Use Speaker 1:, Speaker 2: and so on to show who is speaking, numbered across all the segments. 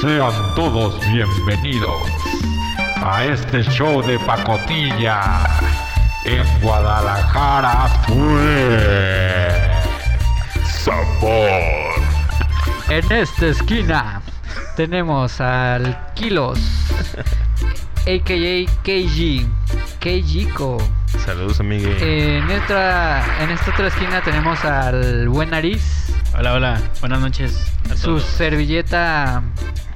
Speaker 1: Sean todos bienvenidos a este show de pacotilla en Guadalajara pues. fue sabor.
Speaker 2: En esta esquina tenemos al Kilos, a.k.a. KG, KGco.
Speaker 3: Saludos, amigo.
Speaker 2: En esta, en esta otra esquina tenemos al Buen Nariz,
Speaker 4: Hola, hola. Buenas noches a
Speaker 2: su
Speaker 4: todos.
Speaker 2: servilleta...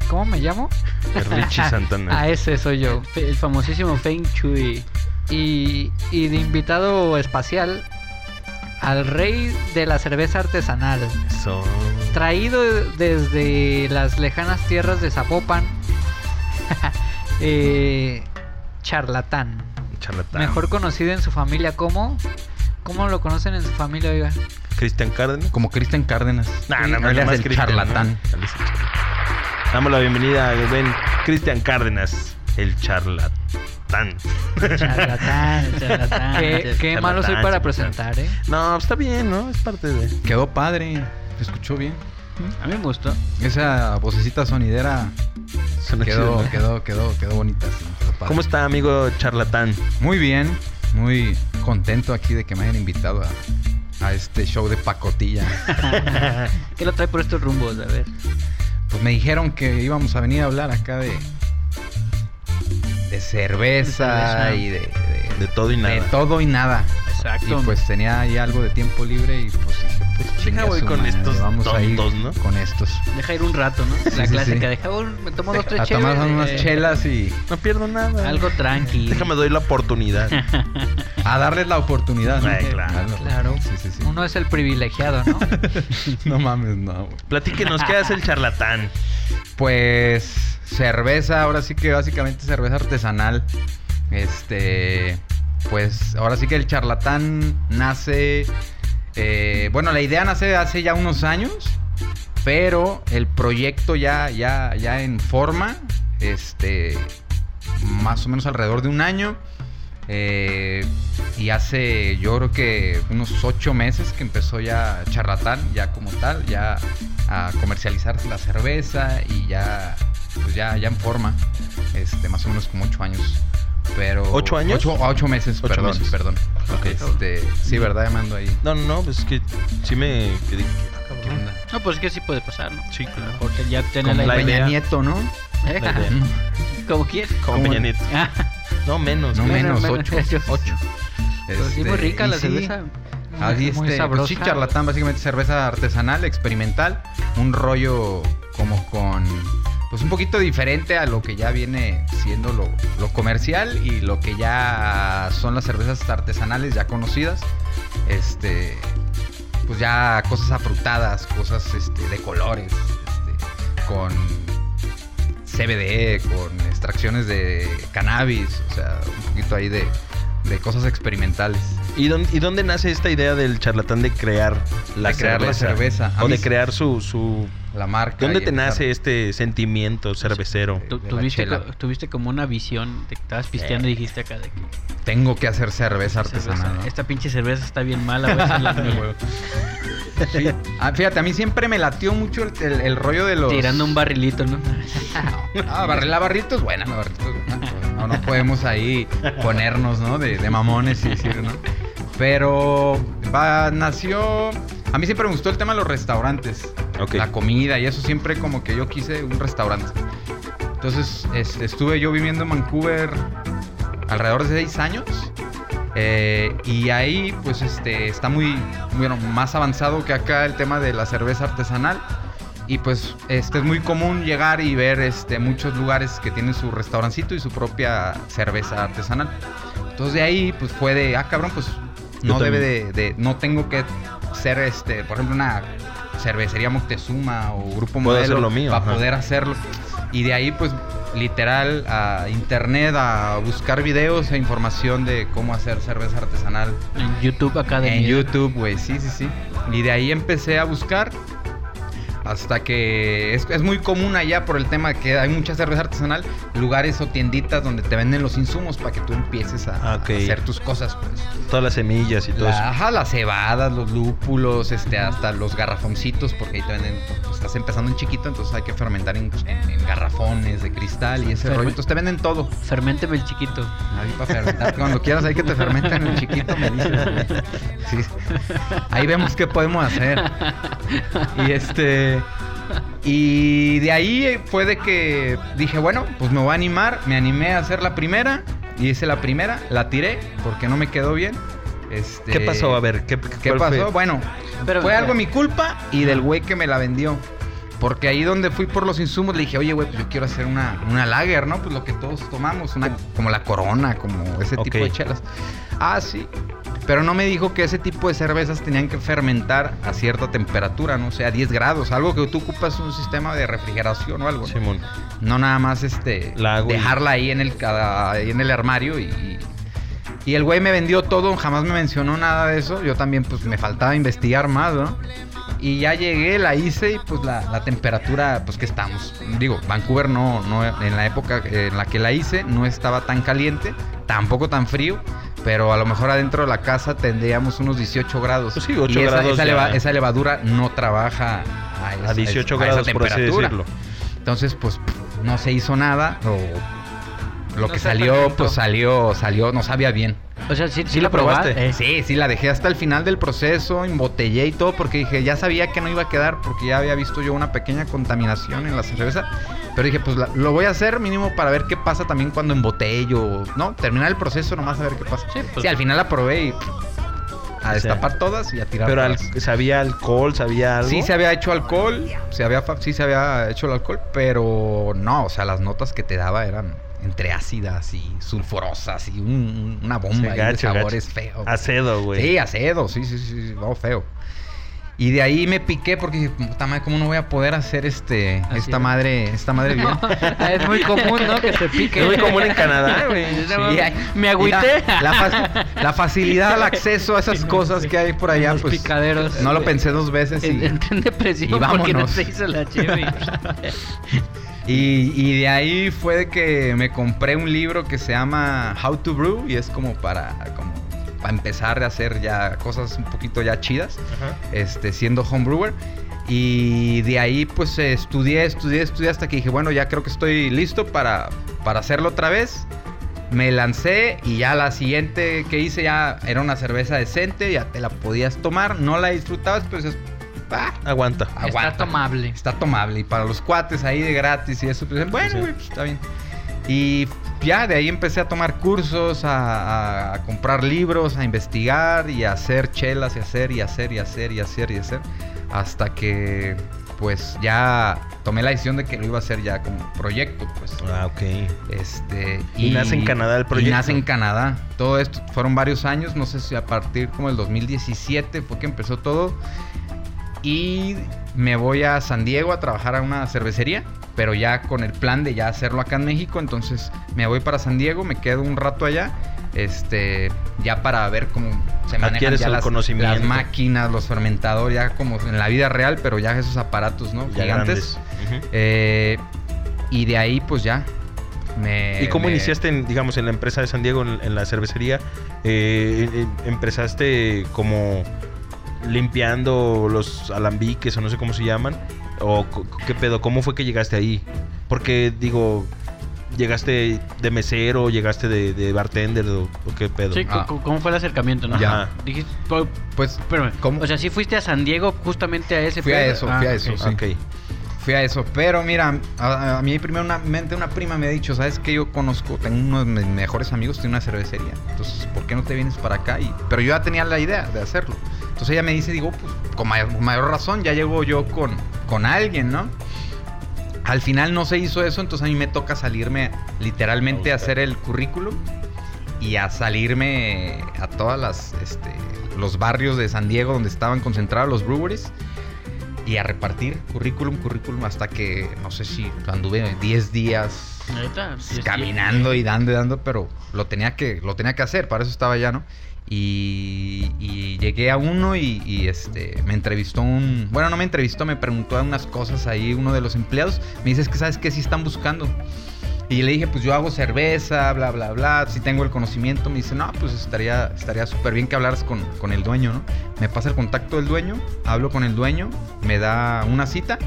Speaker 2: ¿Cómo me llamo?
Speaker 3: Richie
Speaker 2: A
Speaker 3: Santana.
Speaker 2: Ah, ese soy yo.
Speaker 4: Fe- El famosísimo Feng Chui.
Speaker 2: Y, y de invitado espacial al rey de la cerveza artesanal,
Speaker 3: Eso.
Speaker 2: traído desde las lejanas tierras de Zapopan, eh, charlatán,
Speaker 3: Charlatán.
Speaker 2: mejor conocido en su familia como... ¿Cómo lo conocen en su familia, oiga?
Speaker 3: Cristian Cárdenas.
Speaker 5: Como Cristian Cárdenas.
Speaker 3: Nah,
Speaker 5: Sí,
Speaker 3: nada más,
Speaker 5: alias
Speaker 3: nada más
Speaker 5: el
Speaker 3: Cristian,
Speaker 5: charlatán.
Speaker 3: ¿no? Alias el charlatán. Damos la bienvenida a buen Cristian Cárdenas, el charlatán.
Speaker 2: Charlatán.
Speaker 4: Charlatán.
Speaker 2: qué qué malo soy
Speaker 3: charlatán, charlatán.
Speaker 2: para presentar, ¿eh?
Speaker 3: No, pues, está bien, ¿no? Es parte de.
Speaker 5: Quedó padre. Se escuchó bien.
Speaker 4: A mí me gustó.
Speaker 5: Esa vocecita sonidera
Speaker 3: Suena
Speaker 5: quedó,
Speaker 3: chido, ¿no?
Speaker 5: quedó, quedó, quedó bonita. sí, quedó padre.
Speaker 3: ¿Cómo está, amigo charlatán?
Speaker 5: Muy bien. Muy contento aquí de que me hayan invitado a, a este show de pacotilla.
Speaker 4: ¿Qué lo trae por estos rumbos? A ver.
Speaker 5: Pues me dijeron que íbamos a venir a hablar acá de. de cerveza,
Speaker 4: De cerveza.
Speaker 5: y de.
Speaker 3: De todo y nada.
Speaker 5: De todo y nada.
Speaker 4: Exacto.
Speaker 5: Y pues tenía ahí algo de tiempo libre y pues dije, pues
Speaker 3: Deja,
Speaker 5: chinga
Speaker 3: güey,
Speaker 5: su
Speaker 3: con
Speaker 5: madre,
Speaker 3: estos
Speaker 5: vamos a ir
Speaker 3: tontos, ¿no?
Speaker 5: Con estos.
Speaker 4: Deja ir un rato, ¿no?
Speaker 5: Sí,
Speaker 4: La
Speaker 5: sí,
Speaker 4: clásica.
Speaker 5: sí.
Speaker 4: Deja un... Me tomo dos, tres
Speaker 5: A tomar
Speaker 4: chelas,
Speaker 5: unas
Speaker 4: eh,
Speaker 5: chelas y
Speaker 3: No pierdo nada.
Speaker 4: Algo tranqui.
Speaker 3: Déjame doy la oportunidad.
Speaker 5: a darles la oportunidad. ¿no?
Speaker 3: Ay, Eh, claro.
Speaker 2: Claro.
Speaker 5: Sí, sí, sí.
Speaker 2: Uno es el privilegiado, ¿no?
Speaker 5: No mames, no. güey.
Speaker 3: Platíquenos, ¿qué hace el charlatán?
Speaker 5: Pues cerveza, ahora sí que básicamente cerveza artesanal. Este, pues ahora sí que el charlatán nace, eh, bueno, la idea nace hace ya unos años, pero el proyecto ya, ya, ya en forma, este, más o menos alrededor de un año. Eh, y hace yo creo que unos ocho meses que empezó ya Charlatán, ya como tal, ya a comercializar la cerveza y ya, pues ya, ya en forma, este, más o menos como ocho años. Pero,
Speaker 3: ¿Ocho años?
Speaker 5: Ocho, ocho meses,
Speaker 3: Ocho
Speaker 5: perdón,
Speaker 3: meses.
Speaker 5: perdón.
Speaker 3: Ok.
Speaker 5: Este, sí, verdad, Amando ahí.
Speaker 3: No, no, no, pues es que sí me quedé. ah, cabrón.
Speaker 5: ¿Qué onda?
Speaker 4: No, pues es que sí puede pasar, ¿no?
Speaker 3: Sí, claro.
Speaker 4: Porque ya tener
Speaker 5: Como
Speaker 4: la,
Speaker 3: la
Speaker 5: Peña
Speaker 3: idea.
Speaker 5: Nieto, ¿no?
Speaker 4: Eh,
Speaker 3: La idea.
Speaker 4: Como quieres.
Speaker 3: Como Peña Nieto.
Speaker 4: Ah,
Speaker 3: No, menos.
Speaker 5: No
Speaker 3: güey.
Speaker 2: Menos,
Speaker 5: menos,
Speaker 2: menos,
Speaker 5: ocho.
Speaker 2: ellos.
Speaker 5: ocho.
Speaker 2: Pues sí, muy
Speaker 5: Este,
Speaker 2: rica
Speaker 5: y
Speaker 2: la
Speaker 5: sí,
Speaker 2: cerveza.
Speaker 5: Así
Speaker 2: muy
Speaker 5: este, pues sí,
Speaker 2: sabrosa.
Speaker 5: charlatán, básicamente cerveza artesanal, experimental, un rollo como con, pues un poquito diferente a lo que ya viene siendo lo, lo comercial y lo que ya son las cervezas artesanales ya conocidas, este, pues ya cosas afrutadas, cosas este, de colores, este, con CBD, con extracciones de cannabis, o sea, un poquito ahí de, de cosas experimentales.
Speaker 3: ¿Y dónde, ¿Y dónde nace esta idea del charlatán de crear la
Speaker 5: De crear la
Speaker 3: cerveza?
Speaker 5: cerveza. A
Speaker 3: O
Speaker 5: mí
Speaker 3: de
Speaker 5: sí.
Speaker 3: crear su... su...
Speaker 5: La marca.
Speaker 3: ¿Dónde
Speaker 5: y
Speaker 3: te
Speaker 5: el-
Speaker 3: nace este sentimiento cervecero?
Speaker 5: Sí.
Speaker 4: tu-
Speaker 5: De la
Speaker 4: tuviste,
Speaker 5: chela.
Speaker 4: co- tuviste como una visión de que estabas pisteando y dijiste acá de que...
Speaker 5: Tengo que hacer cerveza Este artesanal.
Speaker 4: cerveza- Esta pinche cerveza está bien mala, voy a hacer la mía.
Speaker 5: Ah, fíjate, a mí siempre me latió mucho el, el- el rollo de los.
Speaker 4: Tirando un barrilito, ¿no?
Speaker 5: Ah, barri- la barrito es buena, la barrito es buena. pues, No, no podemos ahí ponernos, ¿no? De, de mamones y decir, ¿no? Pero va, nació. A mí siempre me gustó el tema de los restaurantes.
Speaker 3: Ok.
Speaker 5: La comida y eso siempre como que yo quise un restaurante. Entonces es- estuve yo viviendo en Vancouver alrededor de seis años. eh, y ahí pues este está muy, bueno, más avanzado que acá el tema de la cerveza artesanal. Y pues este es muy común llegar y ver este, muchos lugares que tienen su restaurancito y su propia cerveza artesanal. Entonces de ahí pues fue de, ah cabrón, pues
Speaker 3: Yo
Speaker 5: no debe de,
Speaker 3: también.
Speaker 5: de- no tengo que ser este, por ejemplo, una cervecería Moctezuma o grupo
Speaker 3: Puedo hacer
Speaker 5: modelo
Speaker 3: lo mío,
Speaker 5: para
Speaker 3: ajá.
Speaker 5: poder hacerlo. Y de ahí pues literal a internet a buscar videos e información de cómo hacer cerveza artesanal
Speaker 4: En YouTube acá Ah, de
Speaker 5: en
Speaker 4: miedo.
Speaker 5: YouTube, güey, sí, sí, sí. Y de ahí empecé a buscar. Hasta que es, es muy común allá por el tema que hay mucha cerveza artesanal, lugares o tienditas donde te venden los insumos para que tú empieces a,
Speaker 3: Ah, ok.
Speaker 5: a hacer tus cosas, pues.
Speaker 3: Todas las semillas y todo
Speaker 5: La- ajá, las cebadas, los lúpulos, este, hasta los garrafoncitos, porque ahí te venden pues, estás empezando en chiquito, entonces hay que fermentar en, en- en garrafones de cristal y ese
Speaker 4: Fermen-
Speaker 5: rollo. Entonces te venden todo.
Speaker 4: Ferménteme el chiquito.
Speaker 5: Ahí para fermentar. Cuando quieras, ahí que te fermenten el chiquito, me dices. Sí. Ahí vemos qué podemos hacer. Y este. Y de ahí fue de que dije, bueno, pues me voy a animar. Me animé a hacer la primera. Y hice la primera, la tiré porque no me quedó bien. Este,
Speaker 3: ¿Qué pasó? A ver, ¿qué,
Speaker 5: ¿Qué
Speaker 3: cuál fue?
Speaker 5: pasó? Bueno,
Speaker 4: Pero-
Speaker 5: fue algo mi culpa y del güey que me la vendió. Porque ahí donde fui por los insumos le dije, oye, güey, pues yo quiero hacer una, una lager, ¿no? Pues lo que todos tomamos, una, como la corona, como ese
Speaker 3: Ok.
Speaker 5: tipo de chelas. Ah, sí. Pero no me dijo que ese tipo de cervezas tenían que fermentar a cierta temperatura, no sé, a 10 grados, algo que tú ocupas un sistema de refrigeración o algo. ¿no?
Speaker 3: Simón.
Speaker 5: No nada más este
Speaker 3: La hago y-
Speaker 5: dejarla ahí en el cada- ahí en el armario y y el güey me vendió todo, jamás me mencionó nada de eso. Yo también pues me faltaba investigar más, ¿no? Y ya llegué, la hice y pues la, la temperatura pues que estamos. Digo, Vancouver no no en la época en la que la hice no estaba tan caliente, tampoco tan frío. Pero a lo mejor adentro de la casa tendríamos unos 18 grados.
Speaker 3: Pues sí, ocho
Speaker 5: y esa-
Speaker 3: grados
Speaker 5: Esa,
Speaker 3: ya.
Speaker 5: leva- esa levadura no trabaja a, esa-
Speaker 3: A 18
Speaker 5: esa
Speaker 3: grados, por así
Speaker 5: temperatura.
Speaker 3: decirlo.
Speaker 5: Entonces, pues pff, no se hizo nada. O lo
Speaker 2: No
Speaker 5: que
Speaker 2: se
Speaker 5: salió,
Speaker 2: fermentó.
Speaker 5: pues salió, salió, no sabía bien.
Speaker 4: O sea, sí,
Speaker 3: ¿Sí la probaste?
Speaker 4: eh.
Speaker 5: Sí, sí, la dejé hasta el final del proceso, embotellé y todo, porque dije, ya sabía que no iba a quedar, porque ya había visto yo una pequeña contaminación en la cerveza. Pero dije, pues la- lo voy a hacer mínimo para ver qué pasa también cuando embotello. No, terminar el proceso nomás a ver qué pasa.
Speaker 4: Sí, pues.
Speaker 5: Sí, al final la probé y pff, a
Speaker 3: O sea,
Speaker 5: destapar todas y a tirar
Speaker 3: Pero al-
Speaker 5: todas.
Speaker 3: sabía alcohol, sabía algo.
Speaker 5: Sí se había hecho alcohol, se había, fa- sí se había hecho el alcohol, pero no, o sea, las notas que te daba eran entre ácidas y sulfurosas y un- una bomba
Speaker 3: Sí,
Speaker 5: ahí
Speaker 3: gacho,
Speaker 5: de
Speaker 3: gacho.
Speaker 5: sabores feos.
Speaker 3: Acedo, güey.
Speaker 5: Sí, acedo, sí, sí, sí, sí, no, feo. Y de ahí me piqué porque dije, puta madre, ¿cómo no voy a poder hacer este,
Speaker 4: Así
Speaker 5: esta
Speaker 4: es.
Speaker 5: madre, esta madre bien?
Speaker 2: es muy común, ¿no? Que se pique.
Speaker 3: Es muy común en Canadá, güey.
Speaker 5: Sí, hay-
Speaker 4: me agüité.
Speaker 5: La, la fa- la facilidad al acceso a esas cosas que hay por allá,
Speaker 2: Los
Speaker 5: pues,
Speaker 2: picaderos.
Speaker 5: no lo pensé dos veces
Speaker 4: eh, En-
Speaker 5: y...
Speaker 4: Entré en
Speaker 5: y
Speaker 4: depresión porque no
Speaker 5: vámonos.
Speaker 4: se hizo la Chevy.
Speaker 5: Y, y de ahí fue de que me compré un libro que se llama How to Brew y es como para, como para empezar a hacer ya cosas un poquito ya chidas,
Speaker 3: Ajá.
Speaker 5: este, siendo homebrewer. Y de ahí pues eh, estudié, estudié, estudié hasta que dije, bueno, ya creo que estoy listo para, para hacerlo otra vez. Me lancé y ya la siguiente que hice ya era una cerveza decente, ya te la podías tomar, no la disfrutabas, pero dices, "Ah,
Speaker 3: Aguanta.
Speaker 5: aguanta".
Speaker 2: Está tomable.
Speaker 5: Está tomable. Y para los cuates ahí de gratis y eso, pues dicen, bueno,
Speaker 3: Sí.
Speaker 5: güey, pues está bien. Y ya de ahí empecé a tomar cursos, a, a- a comprar libros, a investigar y a hacer chelas y hacer y hacer y hacer y hacer y hacer. Hasta que pues ya tomé la decisión de que lo iba a hacer ya como proyecto, pues.
Speaker 3: Ah, ok.
Speaker 5: Este,
Speaker 3: Y nace en Canadá el proyecto.
Speaker 5: Y nace en Canadá. Todo esto fueron varios años, no sé si a partir como el 2017 fue que empezó todo. Y me voy a San Diego a trabajar a una cervecería, pero ya con el plan de ya hacerlo acá en México. Entonces me voy para San Diego, me quedo un rato allá. Este, ya para ver cómo se manejan
Speaker 3: Adquieres
Speaker 5: ya
Speaker 3: el
Speaker 5: las,
Speaker 3: conocimiento.
Speaker 5: las máquinas, los fermentadores, ya como en la vida real, pero ya esos aparatos, ¿no?
Speaker 3: Ya
Speaker 5: Gigantes.
Speaker 3: grandes. Ujú.
Speaker 5: Eh, y de ahí, pues ya. Me,
Speaker 3: ¿Y cómo
Speaker 5: me-
Speaker 3: iniciaste, en, digamos, en la empresa de San Diego, en, en la cervecería? Eh, eh, ¿Empezaste como limpiando los alambiques o no sé cómo se llaman? ¿O co- qué pedo? ¿Cómo fue que llegaste ahí? Porque, digo, ¿llegaste de mesero? ¿Llegaste de, de bartender? ¿O, o qué pedo?
Speaker 4: Sí,
Speaker 5: Ah.
Speaker 4: cu- cu- ¿cómo fue el acercamiento, no?
Speaker 3: Ya.
Speaker 4: Ajá. Dijiste, po-
Speaker 5: Pues
Speaker 4: espérame.
Speaker 5: ¿Cómo?
Speaker 4: O sea, sí fuiste a San Diego justamente a ese
Speaker 5: Fui a
Speaker 4: pedo? Ah,
Speaker 5: eso, fui a eso,
Speaker 4: ok.
Speaker 5: sí.
Speaker 3: Ah, Ok.
Speaker 5: fui a eso. Pero mira, a, a mí primero una mente una prima me ha dicho, ¿sabes qué? Yo conozco, tengo uno de mis mejores amigos, tiene una cervecería. Entonces, ¿por qué no te vienes para acá? Y, pero yo ya tenía la idea de hacerlo. Entonces ella me dice, digo, pues con mayor, con mayor razón, ya llego yo con, con alguien, ¿no? Al final no se hizo eso, entonces a mí me toca salirme literalmente a
Speaker 3: A buscar.
Speaker 5: hacer el currículum y a salirme a todas las este, los barrios de San Diego donde estaban concentrados los breweries y a repartir currículum, currículum hasta que no sé si anduve 10 días
Speaker 4: Neta,
Speaker 5: pues,
Speaker 4: sí, sí.
Speaker 5: caminando y dando y dando, pero lo tenía que lo tenía que hacer, para eso estaba allá, ¿no? Y, y llegué a uno y, y, este me entrevistó un bueno no me entrevistó me preguntó unas cosas ahí uno de los empleados me dice es que sabes que sí están buscando y le dije pues yo hago cerveza bla bla bla si tengo el conocimiento me dice no pues estaría estaría súper bien que hablaras con, con el dueño no me pasa el contacto del dueño hablo con el dueño me da una cita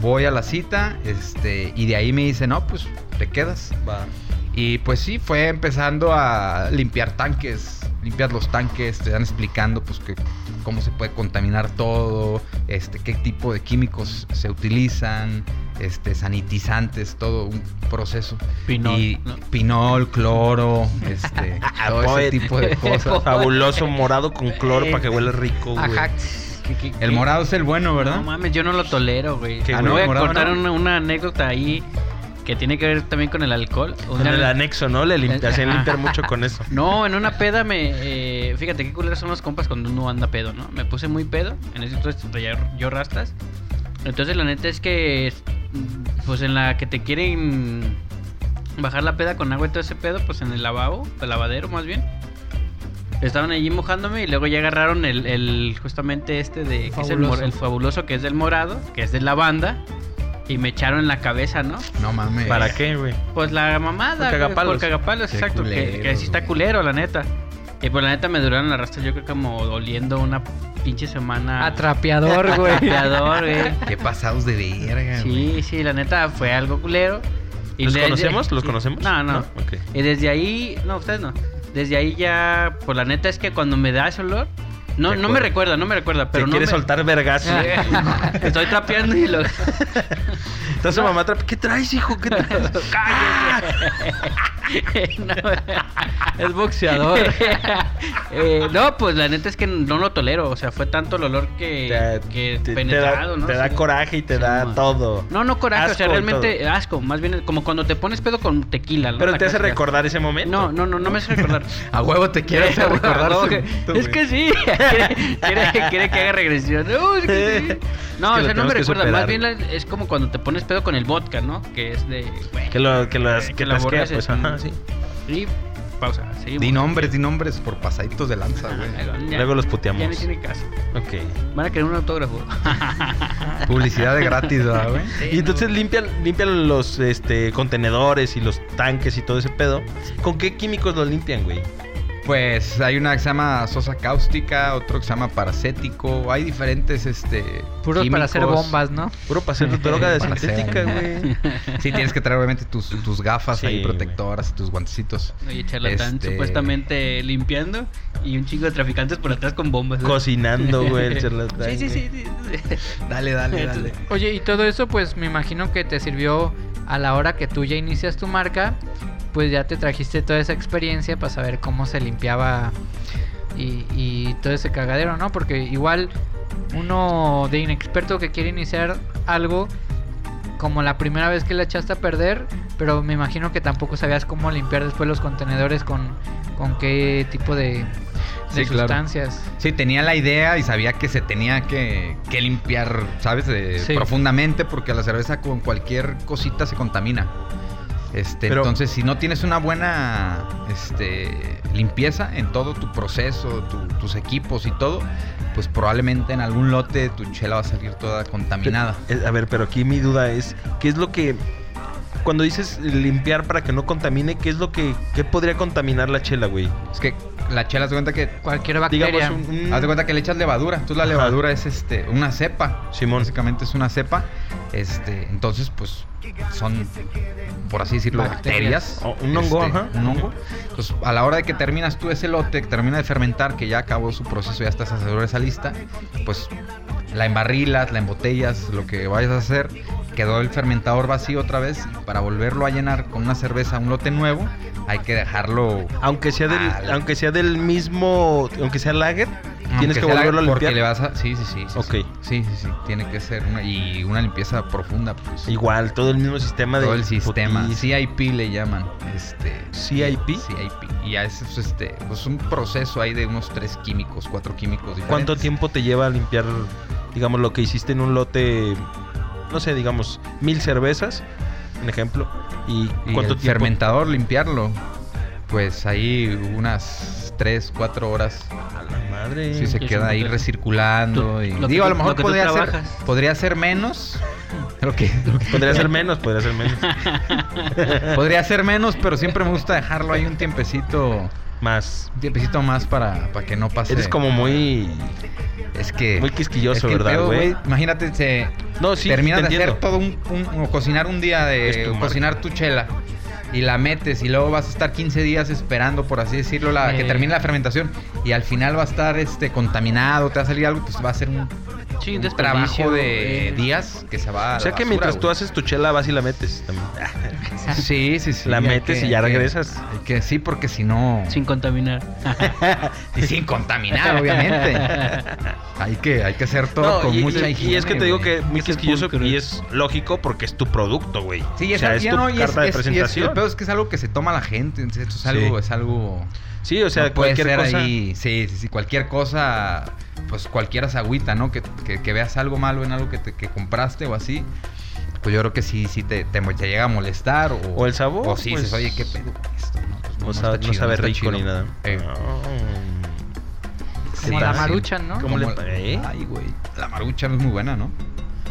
Speaker 5: voy a la cita, este, y de ahí me dice, no, pues te quedas.
Speaker 3: Va.
Speaker 5: Y pues sí, fue empezando a limpiar tanques, limpiar los tanques, te van explicando pues que cómo se puede contaminar todo, este, qué tipo de químicos se utilizan, este, sanitizantes, todo un proceso.
Speaker 4: Pinol,
Speaker 5: Y-
Speaker 4: ¿no?
Speaker 5: pinol, cloro, este, todo ese
Speaker 3: Poet.
Speaker 5: tipo de cosas.
Speaker 3: eh, Fabuloso morado con cloro para que huela rico, güey.
Speaker 2: Ajá.
Speaker 4: ¿Qué- qué-
Speaker 5: El
Speaker 4: qué?
Speaker 5: morado es el bueno,
Speaker 4: No
Speaker 5: ¿verdad?
Speaker 4: mames, yo no lo tolero, güey.
Speaker 5: ¿Qué,
Speaker 4: Ah,
Speaker 5: güey?
Speaker 4: voy a
Speaker 5: ¿Morado
Speaker 4: contar
Speaker 5: no?
Speaker 4: una, una anécdota ahí que tiene que ver también con el alcohol.
Speaker 3: En
Speaker 4: Una-
Speaker 3: el anexo, ¿no? Le lim-
Speaker 4: Eh,
Speaker 3: hacían
Speaker 4: ajá.
Speaker 3: limpiar mucho con eso.
Speaker 4: No, en una peda me. eh, fíjate qué culeros son los compas cuando uno anda pedo, ¿no? Me puse muy pedo. En ese entonces traía yo rastas. Entonces, la neta es que. Pues en la que te quieren bajar la peda con agua y todo ese pedo, pues en el lavabo, el lavadero más bien. Estaban allí mojándome y luego ya agarraron el, el- justamente este de. que es el, mor-
Speaker 2: Fabuloso.
Speaker 4: el fabuloso, que es del morado, que es de la banda. Y me echaron en la cabeza, ¿no?
Speaker 5: No mames.
Speaker 3: ¿Para qué, güey?
Speaker 4: Pues la mamada.
Speaker 3: Por cagapalos.
Speaker 4: güey, Por cagapalos,
Speaker 5: Qué
Speaker 4: exacto. que,
Speaker 5: culeros,
Speaker 4: que sí está
Speaker 5: güey.
Speaker 4: culero, la neta. Y pues la neta me duraron la rastra, yo creo como doliendo una pinche semana.
Speaker 2: Atrapeador, güey.
Speaker 4: Atrapeador, güey.
Speaker 5: Qué pasados de verga,
Speaker 4: Sí,
Speaker 5: güey.
Speaker 4: sí, la neta fue algo culero. Y
Speaker 3: ¿Los
Speaker 4: desde-
Speaker 3: conocemos? ¿Los conocemos?
Speaker 4: No, no.
Speaker 3: Ok.
Speaker 4: Y desde ahí, no, ustedes no. Desde ahí ya, pues la neta es que cuando me da ese olor, no,
Speaker 3: Te
Speaker 4: no me
Speaker 3: acuerdas.
Speaker 4: recuerda, no me recuerda, pero no
Speaker 3: Te quiere
Speaker 4: me- Ah.
Speaker 3: soltar vergazo.
Speaker 4: Estoy trapeando y lo.
Speaker 3: Entonces su mamá atrapa, ¿Qué traes, hijo? ¿Qué traes?
Speaker 2: Es boxeador.
Speaker 4: Eh, no, pues la neta es que no lo tolero. O sea, fue tanto el olor que, que penetrado,
Speaker 3: da,
Speaker 4: ¿no?
Speaker 3: te da
Speaker 4: Sí.
Speaker 3: coraje y te
Speaker 4: Sí,
Speaker 3: da
Speaker 4: ma.
Speaker 3: todo.
Speaker 4: No, no coraje, o sea,
Speaker 3: Asco y
Speaker 4: realmente asco. Más bien como cuando te pones pedo con tequila. ¿no?
Speaker 3: Pero
Speaker 4: La
Speaker 3: te hace
Speaker 4: clásica.
Speaker 3: recordar ese momento.
Speaker 4: No, no, no, no me hace recordar. Eh,
Speaker 5: A huevo te quiero hacer recordar.
Speaker 4: No,
Speaker 5: ese
Speaker 4: que-
Speaker 5: momento,
Speaker 4: es
Speaker 5: güey.
Speaker 4: que sí. Quiere, quiere- quiere que haga regresión. No, es que sí. No, o
Speaker 3: Es que lo
Speaker 4: sea, no me
Speaker 3: tenemos que
Speaker 4: recuerda. Más
Speaker 3: superar.
Speaker 4: bien la- es como cuando te pones pedo con el vodka, ¿no? Que es de. güey,
Speaker 3: Que lo que las
Speaker 4: Eh, Que
Speaker 3: que
Speaker 4: lo
Speaker 3: las queda,
Speaker 4: aborreces,
Speaker 3: pues
Speaker 4: mm.
Speaker 3: ajá, sí.
Speaker 4: Y pausa. seguimos.
Speaker 5: Di nombres, di nombres por pasaditos de lanza, güey.
Speaker 4: Ya-
Speaker 3: Luego los
Speaker 4: Ya no
Speaker 3: puteamos.
Speaker 4: tiene caso.
Speaker 3: Ok.
Speaker 4: Van a querer un autógrafo.
Speaker 5: Publicidad de gratis, ¿verdad, güey?
Speaker 3: Y entonces limpian limpian los este contenedores y los tanques y todo ese pedo. ¿Con qué químicos los limpian, güey?
Speaker 5: Pues hay una que se llama sosa cáustica, otro que se llama paracético, hay diferentes este
Speaker 2: Puros para
Speaker 5: químicos.
Speaker 2: hacer bombas, ¿no?
Speaker 3: Puro para hacer droga de
Speaker 5: Para hacer-
Speaker 3: sintética, güey.
Speaker 5: Sí, tienes que traer obviamente tus, tus gafas
Speaker 3: Sí,
Speaker 5: ahí protectoras y tus guantecitos.
Speaker 4: Oye, charlatán,
Speaker 5: Este-
Speaker 4: supuestamente limpiando y un chingo de traficantes por atrás con bombas. ¿no?
Speaker 3: Cocinando, güey, el charlatán.
Speaker 4: Sí, sí, sí. sí, sí.
Speaker 5: Dale, dale, dale.
Speaker 2: Oye, y todo eso, pues me imagino que te sirvió a la hora que tú ya inicias tu marca, pues ya te trajiste toda esa experiencia para saber cómo se limpiaba y, y todo ese cagadero, ¿no? Porque igual uno de inexperto que quiere iniciar algo como la primera vez que la echaste a perder, pero me imagino que tampoco sabías cómo limpiar después los contenedores con, con qué tipo de, de
Speaker 5: Sí, claro.
Speaker 2: sustancias.
Speaker 5: Sí, tenía la idea y sabía que se tenía que, que limpiar, ¿sabes? De-
Speaker 2: Sí.
Speaker 5: Profundamente, porque la cerveza con cualquier cosita se contamina. Este,
Speaker 3: Pero-
Speaker 5: entonces, si no tienes una buena este, limpieza en todo tu proceso, tu- tus equipos y todo, pues probablemente en algún lote tu chela va a salir toda contaminada.
Speaker 3: Eh, A ver, pero aquí mi duda es, ¿qué es lo que... Cuando dices limpiar para que no contamine, ¿qué es lo que... ¿Qué podría contaminar la chela, güey?
Speaker 5: Es que la chela, haz de cuenta que,
Speaker 2: Cualquier
Speaker 3: Digamos
Speaker 2: bacteria.
Speaker 3: un... un-
Speaker 5: haz de cuenta que le echas levadura. Entonces, la
Speaker 3: Ajá.
Speaker 5: levadura es este, una cepa.
Speaker 3: Simón.
Speaker 5: básicamente es una cepa. Este, entonces, pues son, por así decirlo,
Speaker 2: Bacterias.
Speaker 5: bacterias. Este,
Speaker 3: O Oh, un hongo, ajá.
Speaker 5: Un hongo. Entonces, a la hora de que terminas tú ese lote, que termina de fermentar, que ya acabó su proceso, ya estás asegurado esa lista, pues la embarrilas, la embotellas, lo que vayas a hacer. Quedó el fermentador vacío otra vez. y Para volverlo a llenar con una cerveza, un lote nuevo, hay que Ah, dejarlo.
Speaker 3: Aunque sea del,
Speaker 5: Al-
Speaker 3: aunque sea del mismo, aunque sea lager,
Speaker 5: aunque
Speaker 3: tienes que
Speaker 5: sea la-
Speaker 3: volverlo a
Speaker 5: Porque
Speaker 3: limpiar.
Speaker 5: le vas a. Sí, sí, sí. sí,
Speaker 3: Ok.
Speaker 5: Sí, sí, sí. Tiene que ser una. Y una limpieza profunda, pues.
Speaker 3: Igual, todo el mismo sistema de
Speaker 5: todo el sistema.
Speaker 3: putis-
Speaker 5: CIP le llaman. Este.
Speaker 3: CIP.
Speaker 5: CIP. Y ya es pues, este, pues, un proceso ahí de unos tres químicos, cuatro químicos diferentes.
Speaker 3: ¿Cuánto tiempo te lleva limpiar, digamos, lo que hiciste en un lote, no sé, digamos, mil cervezas, un ejemplo? ¿Y,
Speaker 5: Y
Speaker 3: cuánto tiempo?
Speaker 5: el fermentador limpiarlo. Pues ahí unas tres, cuatro horas.
Speaker 3: A Ah, la madre.
Speaker 5: Si se
Speaker 4: y es
Speaker 5: queda
Speaker 4: un
Speaker 5: ahí
Speaker 4: poco-
Speaker 5: recirculando.
Speaker 4: Tú-
Speaker 5: y-
Speaker 4: lo que
Speaker 5: digo, a
Speaker 4: tú-
Speaker 5: lo mejor
Speaker 4: lo que tú
Speaker 5: podría, ser,
Speaker 4: trabajas.
Speaker 5: podría ser menos. Lo que, lo que-
Speaker 3: Podría ser menos, podría ser menos.
Speaker 5: podría ser menos, pero siempre me gusta dejarlo ahí un tiempecito.
Speaker 3: Más.
Speaker 5: Un tiempecito más para, para que no pase.
Speaker 3: Eres como muy
Speaker 5: Es que.
Speaker 3: Muy quisquilloso,
Speaker 5: es que el
Speaker 3: ¿verdad,
Speaker 5: pedo,
Speaker 3: güey?
Speaker 5: Imagínate, se
Speaker 3: No, sí,
Speaker 5: termina
Speaker 3: te
Speaker 5: de hacer
Speaker 3: entiendo.
Speaker 5: todo un, un- o cocinar un día
Speaker 3: Es
Speaker 5: de
Speaker 3: tu
Speaker 5: o
Speaker 3: marca.
Speaker 5: cocinar tu chela y la metes y luego vas a estar 15 días esperando, por así decirlo, la, que
Speaker 4: Eh.
Speaker 5: termine la fermentación y al final va a estar este contaminado, te va a salir algo, pues va a ser un,
Speaker 4: Sí,
Speaker 5: un
Speaker 4: desperdicio,
Speaker 5: trabajo de
Speaker 4: eh.
Speaker 5: días que se va a
Speaker 3: O sea
Speaker 5: la
Speaker 3: que
Speaker 5: basura,
Speaker 3: mientras tú
Speaker 5: güey.
Speaker 3: haces tu chela, vas y la metes también.
Speaker 5: Sí, sí, sí.
Speaker 3: La
Speaker 5: hay
Speaker 3: metes y ya
Speaker 5: hay
Speaker 3: regresas.
Speaker 5: hay que sí, porque si no.
Speaker 4: Sin contaminar.
Speaker 5: Y sin contaminar, obviamente. Hay que, hay que hacer todo
Speaker 3: No,
Speaker 5: con
Speaker 3: y,
Speaker 5: mucha
Speaker 3: y- y
Speaker 5: higiene.
Speaker 3: es que te digo
Speaker 5: güey.
Speaker 3: que muy
Speaker 4: Es que
Speaker 3: quisquilloso
Speaker 4: pulcro.
Speaker 3: y es lógico porque es tu producto, güey.
Speaker 5: Sí,
Speaker 3: o sea,
Speaker 5: al-
Speaker 3: es
Speaker 5: ya
Speaker 3: tu
Speaker 5: no, y es-
Speaker 3: carta de
Speaker 5: es- y es-
Speaker 3: presentación.
Speaker 5: el pedo es que es algo que se toma la gente. entonces Esto es
Speaker 3: Sí.
Speaker 5: algo, es algo.
Speaker 3: sí, o sea,
Speaker 5: no puede
Speaker 3: cualquier
Speaker 5: ser
Speaker 3: cosa.
Speaker 5: ahí. Sí, sí, sí. Cualquier cosa, pues cualquiera se agüita, ¿no? Que, que- que veas algo malo en algo que, te- que compraste o así. Pues yo creo que sí, sí te, te, mo- te llega a molestar. O,
Speaker 3: O el sabor,
Speaker 5: O sí,
Speaker 3: pues,
Speaker 5: dices, oye, qué pedo con esto, ¿no? Pues
Speaker 3: No,
Speaker 5: está
Speaker 3: sabe, no
Speaker 5: chido,
Speaker 3: sabe
Speaker 5: está
Speaker 3: rico
Speaker 5: chido.
Speaker 3: ni nada. Ah. Oh.
Speaker 5: Eh,
Speaker 3: ¿Qué
Speaker 2: Como la
Speaker 3: tal?
Speaker 2: maruchan, ¿no?
Speaker 3: ¿Cómo le
Speaker 5: Como-
Speaker 3: ¿Eh?
Speaker 5: Ay, güey. La marucha no es muy buena, ¿no?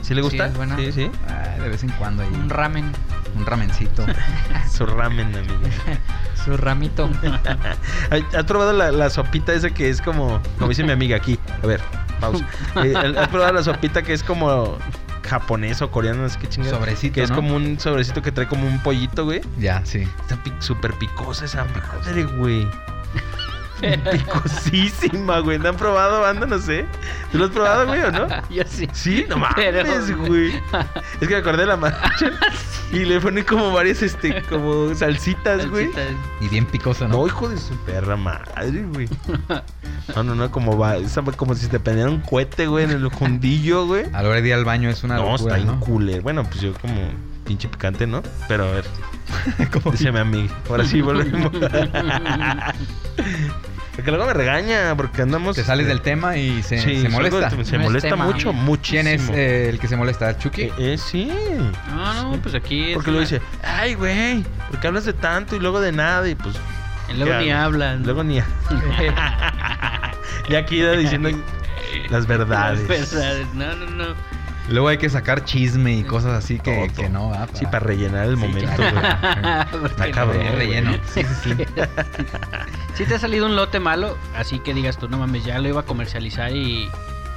Speaker 3: ¿Sí le
Speaker 2: Sí,
Speaker 3: gusta?
Speaker 2: es buena.
Speaker 3: sí, sí.
Speaker 5: Ay, de vez en cuando hay
Speaker 2: Un
Speaker 5: un,
Speaker 2: ramen,
Speaker 5: ramencito. Ah.
Speaker 3: Su ramen, amigo.
Speaker 2: su ramito.
Speaker 3: Ay, ¿Has probado la, la sopita esa que es como. Como dice mi amiga aquí. A ver, pausa. Eh, ¿Has probado la sopita que es como japonés o coreano? No sé qué chingada.
Speaker 5: Sobrecito,
Speaker 3: Que es
Speaker 5: ¿no?
Speaker 3: como un sobrecito que trae como un pollito, güey.
Speaker 5: ya, sí.
Speaker 3: Está pi- súper picosa esa madre, güey. Picosísima, güey. ¿No han probado, banda? No sé. ¿Tú lo has probado, güey, o no?
Speaker 4: Yo sí.
Speaker 3: Sí, no
Speaker 4: Pero-
Speaker 3: mames, güey. Es que me acordé de la marucha. Y le ponen como varias, este, como salsitas, güey.
Speaker 4: Salsita.
Speaker 5: Y bien picosa, ¿no?
Speaker 3: No, hijo de su perra madre, güey. No, no, no, como va. esa fue como si te prendieran un cohete, güey, en el jondillo, güey.
Speaker 5: A la hora de ir al baño es una
Speaker 3: No,
Speaker 5: locura,
Speaker 3: está bien
Speaker 5: ¿no?
Speaker 3: culero. Bueno, pues yo como pinche picante, ¿no? Pero a ver,
Speaker 5: Como-
Speaker 3: dice mi amiga. Ahora sí volvemos. Porque luego me regaña, porque andamos. eh,
Speaker 5: Te sales del tema y se,
Speaker 3: Sí,
Speaker 5: se molesta.
Speaker 3: luego Se
Speaker 2: No es
Speaker 3: molesta
Speaker 2: tema.
Speaker 3: mucho, muchísimo.
Speaker 5: ¿Quién es eh, el que se molesta? ¿Chucky?
Speaker 3: Eh, eh, sí.
Speaker 4: No, no, pues aquí. es
Speaker 3: Porque luego
Speaker 4: una-
Speaker 3: dice, ay, güey, ¿por qué hablas de tanto y luego de nada? Y pues,
Speaker 4: Y Luego
Speaker 3: ¿qué
Speaker 4: ni
Speaker 3: hago?
Speaker 4: hablan.
Speaker 3: luego ni. ya aquí iba diciendo las verdades.
Speaker 4: Verdades. No, no, no.
Speaker 5: Luego hay que sacar chisme y cosas así que,
Speaker 3: Todo.
Speaker 5: que no, ah, ¿verdad?
Speaker 3: eh, Sí, para rellenar el momento,
Speaker 5: claro.
Speaker 3: güey.
Speaker 4: Porque
Speaker 3: Está cabrón,
Speaker 5: el relleno. Sí, sí, sí.
Speaker 4: Si te ha salido un lote malo, así que digas tú, no mames, ya lo iba a comercializar y,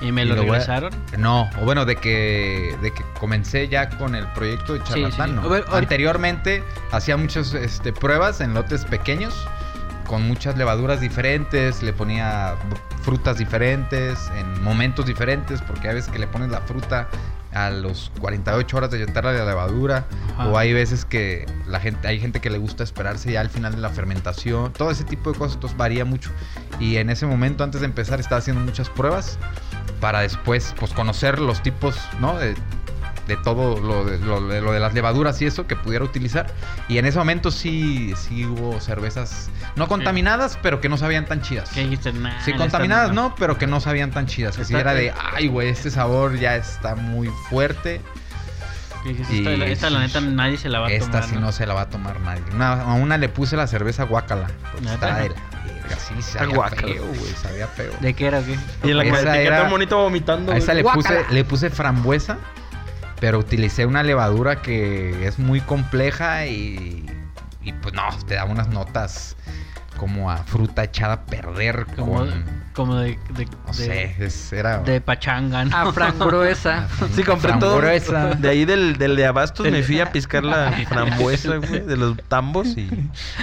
Speaker 4: y me
Speaker 5: Y
Speaker 4: lo,
Speaker 5: lo voy a-
Speaker 4: regresaron.
Speaker 5: No, o bueno, de que, de que comencé ya con el proyecto de
Speaker 4: Sí,
Speaker 5: charlatán,
Speaker 4: sí.
Speaker 5: ¿no?
Speaker 4: A ver, ahorita-
Speaker 5: Anteriormente hacía muchas este, pruebas en lotes pequeños, con muchas levaduras diferentes, le ponía frutas diferentes, en momentos diferentes, porque hay veces que le pones la fruta a los 48 horas de llenarla de la levadura,
Speaker 4: Ajá.
Speaker 5: o hay veces que la gente, hay gente que le gusta esperarse ya al final de la fermentación, todo ese tipo de cosas, entonces varía mucho. Y en ese momento, antes de empezar, estaba haciendo muchas pruebas para después pues conocer los tipos, ¿no? De, de todo lo de, lo, de, lo de las levaduras y eso que pudiera utilizar. Y en ese momento sí, sí hubo cervezas no contaminadas, pero que no sabían tan chidas.
Speaker 4: ¿Qué dijiste? Nah,
Speaker 5: Sí,
Speaker 4: esta
Speaker 5: contaminadas no, pero que no sabían tan chidas. Que si
Speaker 4: Está
Speaker 5: era de,
Speaker 4: bien.
Speaker 5: ay, güey, este sabor ya está muy fuerte.
Speaker 4: ¿Qué dijiste? Esta,
Speaker 5: Y-
Speaker 3: pues,
Speaker 4: esta, la neta nadie se la va a
Speaker 5: Esta
Speaker 4: tomar.
Speaker 5: sí no se la va a tomar nadie. Una- a una le puse la cerveza guácala. porque
Speaker 4: ¿Neta?
Speaker 5: Estaba de la verga, sí, sabía
Speaker 3: guácala.
Speaker 5: feo, güey, sabía feo.
Speaker 4: ¿De qué era o qué?
Speaker 3: Y en la
Speaker 5: Esa
Speaker 3: cara
Speaker 5: era-
Speaker 3: tan bonito vomitando.
Speaker 5: A esa
Speaker 3: güey.
Speaker 5: le puse, le puse frambuesa, pero utilicé una levadura que es muy compleja y, y pues no, te da unas notas como a fruta echada a perder
Speaker 4: Como,
Speaker 5: con,
Speaker 4: como de, de,
Speaker 5: no
Speaker 4: de,
Speaker 5: sé, es- era...
Speaker 4: de pachanga, ¿no?
Speaker 2: A frangruesa.
Speaker 3: Sí, compré todo.
Speaker 5: Frambuesa.
Speaker 3: De ahí del, del de Abastos me fui a piscar la
Speaker 4: Del-
Speaker 3: frambuesa, güey, de los tambos y,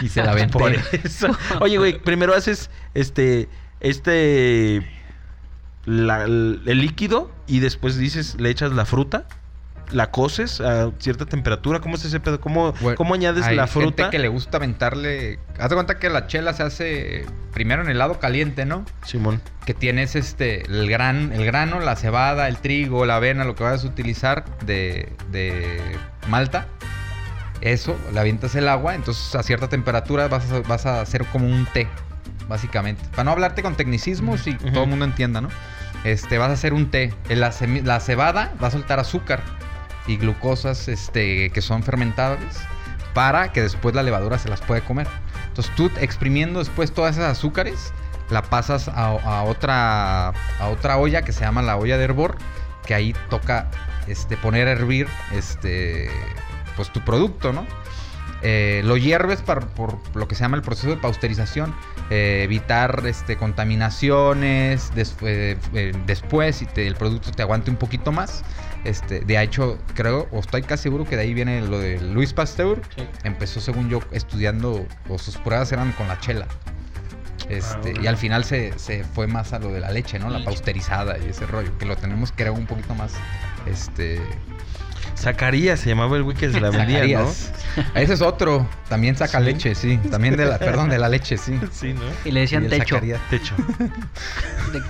Speaker 5: Y se la aventé.
Speaker 3: por eso. Oye, güey, primero haces este este la- el el líquido y después dices, le echas la fruta, la coces a cierta temperatura, ¿cómo es ese pedo? ¿Cómo,
Speaker 5: Bueno,
Speaker 3: cómo añades
Speaker 5: Hay
Speaker 3: la
Speaker 5: gente
Speaker 3: fruta?
Speaker 5: que le gusta aventarle... Haz de cuenta que la chela se hace primero en helado caliente, ¿no?
Speaker 3: Simón.
Speaker 5: que tienes este el gran el grano, la cebada, el trigo, la avena, lo que vayas a utilizar de, de malta. Eso, le avientas el agua, entonces a cierta temperatura vas a, vas a hacer como un té, básicamente. Para no hablarte con tecnicismos y
Speaker 3: Ujú.
Speaker 5: todo el mundo entienda, ¿no? Este, vas a hacer un té. En La, semi- la cebada va a soltar azúcar y glucosas este, que son fermentables para que después la levadura se las puede comer. Entonces tú exprimiendo después todas esas azúcares, la pasas a, a otra, a otra olla que se llama la olla de hervor, que ahí toca este, poner a hervir este, pues, tu producto, ¿no? eh, lo hierves par- por lo que se llama el proceso de pasteurización, eh, evitar este, contaminaciones des- eh, eh, después y te- el producto te aguante un poquito más. Este, de hecho, creo, o estoy casi seguro que de ahí viene lo de Luis Pasteur.
Speaker 4: Sí.
Speaker 5: Empezó, según yo, estudiando, o sus pruebas eran con la chela. Este,
Speaker 3: ok.
Speaker 5: Y al final se, se fue más a lo de la leche, ¿no? La
Speaker 4: Leche.
Speaker 5: pasteurizada y ese rollo, que lo tenemos, creo, un poquito más este,
Speaker 3: Zacarías se llamaba el güey que se la vendía, ¿no?
Speaker 5: Zacarías. Ese es otro. También saca
Speaker 3: Sí.
Speaker 5: leche, sí. También de la, perdón, de la leche, sí.
Speaker 3: Sí, ¿no?
Speaker 4: Y le decían
Speaker 5: Y el
Speaker 4: techo. De,
Speaker 5: Zacarías.
Speaker 3: Techo.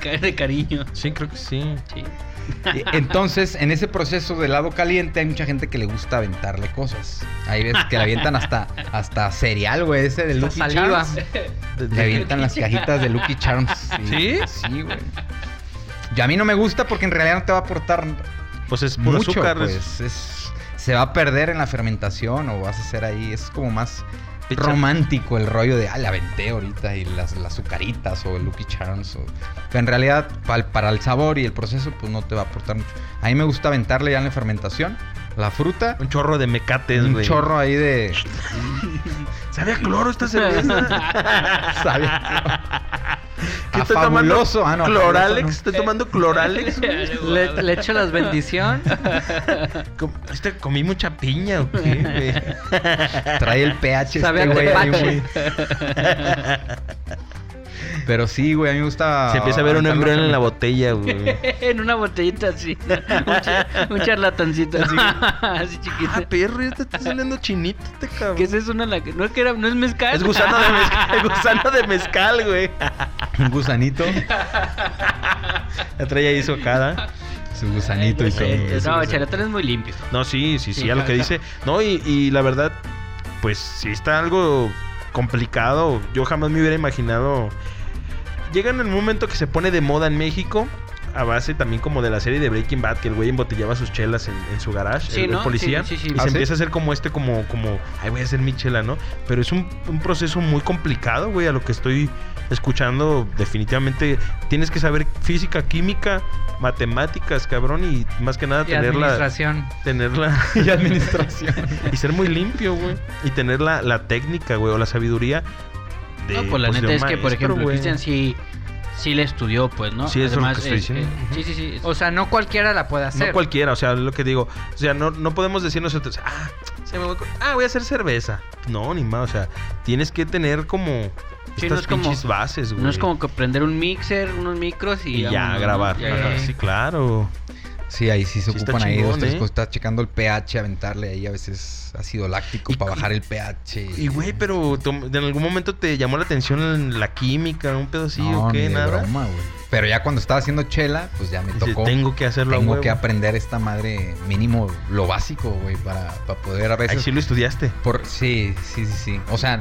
Speaker 4: ca- de cariño.
Speaker 3: Sí, creo que sí.
Speaker 4: Sí.
Speaker 5: Y Entonces, en ese proceso del lado caliente hay mucha gente que le gusta aventarle cosas. Hay veces que le avientan hasta, hasta cereal, güey, ese de Lucky
Speaker 2: saliva.
Speaker 5: Charms.
Speaker 3: De- de-
Speaker 5: Le avientan las cajitas de Lucky Charms.
Speaker 3: ¿Sí?
Speaker 5: Sí, güey. Y a mí no me gusta porque en realidad no te va a aportar
Speaker 3: pues es puro
Speaker 5: mucho,
Speaker 3: azúcar. es-
Speaker 5: pues. Es- se va a perder en la fermentación o vas a hacer ahí. Es como más
Speaker 3: Picha-
Speaker 5: romántico el rollo de, ah, la aventé ahorita y las, las azucaritas o el Lucky Charms. o- Pero en realidad, pal- para el sabor y el proceso, pues no te va a aportar mucho. A mí me gusta aventarle ya en la fermentación la fruta.
Speaker 3: Un chorro de mecates,
Speaker 5: pues. Un
Speaker 3: güey.
Speaker 5: chorro ahí de.
Speaker 3: Sabe a cloro esta cerveza.
Speaker 5: ¿Sabe?
Speaker 3: ¿Qué
Speaker 5: A
Speaker 3: estoy
Speaker 5: fabuloso. Ah, no,
Speaker 3: ¿Cloralex?
Speaker 5: fabuloso
Speaker 3: ¿Estoy tomando cloralex?
Speaker 2: Le, le echo las bendición.
Speaker 3: Com- Este, comí mucha piña, ¿o qué, güey?
Speaker 5: no. Trae el pH
Speaker 2: Sabe
Speaker 5: este
Speaker 2: a
Speaker 5: güey ahí,
Speaker 2: tepache.
Speaker 5: güey. Pero sí, güey, a mí me gusta.
Speaker 3: Se empieza a ver un
Speaker 5: aventar
Speaker 3: embrión en la
Speaker 5: fermentación.
Speaker 3: botella, güey.
Speaker 4: en una botellita así. Un, cha- un charlatancito. así
Speaker 3: Ah,
Speaker 4: chiquito.
Speaker 3: perro, ya te está saliendo chinito este cabrón.
Speaker 4: ¿Qué es eso? Una la- No es que era, no es mezcal.
Speaker 3: Es gusano de mezcal, es gusano de mezcal, güey.
Speaker 5: Un gusanito.
Speaker 3: La traía ahí socada.
Speaker 5: Su gusanito y
Speaker 4: Sí,
Speaker 5: todo. güey.
Speaker 3: es
Speaker 4: No,
Speaker 3: gusano.
Speaker 4: el charlatán es muy limpio.
Speaker 3: No, sí, sí, sí,
Speaker 4: Sí,
Speaker 3: a lo que
Speaker 4: claro.
Speaker 3: dice. No, y, y la verdad, pues sí está algo complicado. Yo jamás me hubiera imaginado. Llegan en un momento que se pone de moda en México. A base también como de la serie de Breaking Bad, que el güey embotellaba sus chelas en, en su garage,
Speaker 4: Sí,
Speaker 3: el, el
Speaker 4: ¿no?
Speaker 3: policía.
Speaker 4: Sí, sí, sí.
Speaker 3: Y
Speaker 5: ¿Ah,
Speaker 3: se
Speaker 5: sí?
Speaker 3: empieza a hacer como este, como, como, ay, voy a hacer mi chela, ¿no? Pero es un, un proceso muy complicado, güey, a lo que estoy escuchando. Definitivamente tienes que saber física, química, matemáticas, cabrón, y más que nada
Speaker 2: Y
Speaker 3: tener la,
Speaker 2: administración.
Speaker 3: tenerla
Speaker 5: Y administración.
Speaker 3: y ser muy limpio, güey. Y tener la, la técnica, güey, o la sabiduría. De,
Speaker 4: No, pues la
Speaker 3: de
Speaker 4: neta
Speaker 3: un
Speaker 4: es que, por
Speaker 3: maestro,
Speaker 4: ejemplo,
Speaker 3: güey.
Speaker 4: Cristian sí, sí le estudió, pues, ¿no?
Speaker 3: Sí, eso es lo
Speaker 4: Además,
Speaker 3: que estoy
Speaker 4: eh,
Speaker 3: diciendo.
Speaker 4: eh, sí, sí, sí.
Speaker 2: O sea, no cualquiera la puede hacer.
Speaker 3: No cualquiera, o sea, lo que digo. O sea, no, no podemos decir nosotros, ah, se me voy, con- ah, voy a hacer cerveza. No, ni más, o sea, tienes que tener como
Speaker 4: Sí, no
Speaker 3: estas
Speaker 4: es como-
Speaker 3: pinches bases, güey.
Speaker 4: no es como que prender un mixer, unos micros y,
Speaker 3: Y ya,
Speaker 4: vámonos, ¿no?
Speaker 3: grabar.
Speaker 4: Ya,
Speaker 3: Ajá,
Speaker 4: ya.
Speaker 3: Sí, claro.
Speaker 5: Sí, ahí sí se
Speaker 3: Sí está
Speaker 5: ocupan ahí dos,
Speaker 3: chingón,
Speaker 5: tres
Speaker 3: ¿eh?
Speaker 5: cosas. Está checando el pH, aventarle ahí a veces ácido láctico
Speaker 3: Y-
Speaker 5: para
Speaker 3: y-
Speaker 5: bajar el pH.
Speaker 3: Y, güey, pero ¿tú- en algún momento te llamó la atención la química, un pedo así
Speaker 5: no,
Speaker 3: o
Speaker 5: ni
Speaker 3: qué,
Speaker 5: de
Speaker 3: nada.
Speaker 5: broma, güey. Pero ya cuando estaba haciendo chela, pues ya me
Speaker 3: Dices,
Speaker 5: tocó.
Speaker 3: tengo que hacerlo a
Speaker 5: Tengo que
Speaker 3: huevo".
Speaker 5: aprender esta madre mínimo lo básico, güey, para, para poder a
Speaker 3: Ahí
Speaker 5: veces...
Speaker 3: sí lo estudiaste.
Speaker 5: por, sí, sí, sí, sí. O sea,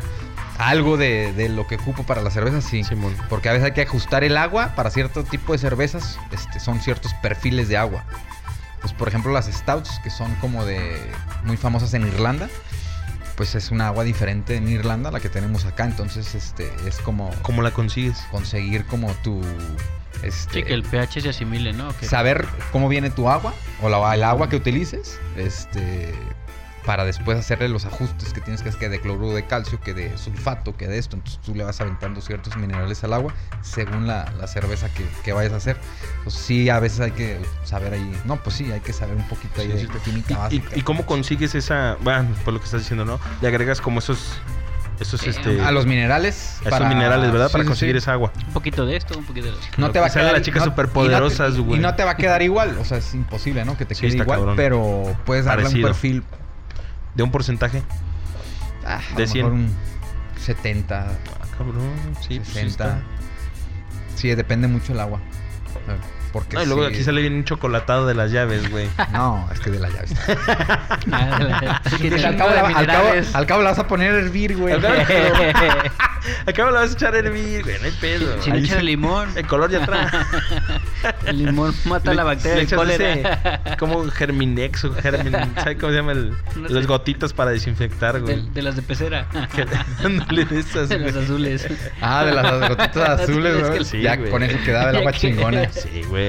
Speaker 5: algo de, de lo que ocupo para la cerveza, sí.
Speaker 3: Simón.
Speaker 5: Porque a veces hay que ajustar el agua para cierto tipo de cervezas. Este, son ciertos perfiles de agua. Pues por ejemplo las stouts, que son como de muy famosas en Irlanda. Pues es una agua diferente en Irlanda a la que tenemos acá. Entonces, este, es como
Speaker 3: ¿Cómo la consigues?
Speaker 5: conseguir como tu. Este,
Speaker 4: Sí, que el pH se asimile, ¿no? Que-
Speaker 5: saber cómo viene tu agua o la- el agua que utilices este para después hacerle los ajustes que tienes que hacer que de cloruro de calcio, que de sulfato, que de esto. Entonces tú le vas aventando ciertos minerales al agua según la, la cerveza que, que vayas a hacer. Pues sí, a veces hay que saber ahí. No, pues sí, hay que saber un poquito ahí
Speaker 3: Sí,
Speaker 5: de
Speaker 3: sí, sí.
Speaker 5: química
Speaker 3: ¿Y,
Speaker 5: básica.
Speaker 3: y cómo consigues esa, bueno, por lo que estás diciendo, ¿no? Le agregas como esos, esos,
Speaker 4: Eh,
Speaker 3: este,
Speaker 5: a los minerales.
Speaker 3: esos minerales, ¿verdad?
Speaker 5: sí,
Speaker 3: Para
Speaker 5: sí,
Speaker 3: conseguir
Speaker 5: sí.
Speaker 3: esa agua.
Speaker 4: Un poquito de esto, un poquito de lo otro.
Speaker 5: No
Speaker 3: Lo
Speaker 5: te
Speaker 3: que
Speaker 5: va a
Speaker 3: sale
Speaker 5: quedar
Speaker 3: las chicas
Speaker 5: no-
Speaker 3: superpoderosas,
Speaker 5: y no te-
Speaker 3: güey.
Speaker 5: Y no te va a quedar igual, o sea, es imposible, ¿no? Que te
Speaker 3: Sí,
Speaker 5: quede
Speaker 3: está
Speaker 5: igual,
Speaker 3: cabrón.
Speaker 5: pero puedes darle
Speaker 3: Parecido.
Speaker 5: un perfil
Speaker 3: De un porcentaje.
Speaker 5: ah, a
Speaker 3: De
Speaker 5: lo
Speaker 3: 100.
Speaker 5: mejor un 70,
Speaker 3: Ah, cabrón, sí, pues, sí
Speaker 5: 60.
Speaker 3: está.
Speaker 5: Sí, depende mucho el agua. Eh, Porque
Speaker 3: No, y luego
Speaker 5: sí-
Speaker 3: aquí sale bien un chocolatado de las llaves, güey.
Speaker 5: No, es que de la llave. está.
Speaker 2: Que
Speaker 5: al, cabo, la, al,
Speaker 2: al cabo de
Speaker 5: cabo,
Speaker 2: minerales.
Speaker 5: al cabo la vas a poner a hervir, güey.
Speaker 3: Al cabo- Acá me la vas a echar a hervir, güey, no hay pedo.
Speaker 4: Si le
Speaker 3: Ahí
Speaker 4: echas
Speaker 3: sí.
Speaker 4: el limón,
Speaker 3: El color ya atrás.
Speaker 4: el limón mata
Speaker 3: Le-
Speaker 4: la
Speaker 3: le
Speaker 4: bacteria del
Speaker 3: echas
Speaker 4: cólera.
Speaker 3: ese- como Germinex o Germin, ¿sabes cómo se llama? el-
Speaker 4: No sé.
Speaker 3: Los gotitas para desinfectar,
Speaker 4: De,
Speaker 3: güey.
Speaker 4: de las de pecera.
Speaker 3: Ándale, de esas,
Speaker 4: de las
Speaker 3: güey.
Speaker 4: azules.
Speaker 5: Ah, de las gotitas
Speaker 4: Las
Speaker 5: azules,
Speaker 4: azules
Speaker 5: güey.
Speaker 4: que-
Speaker 3: Sí,
Speaker 5: ya
Speaker 3: güey.
Speaker 5: con eso quedaba el agua
Speaker 4: Ya que-
Speaker 5: chingona.
Speaker 3: Sí, güey.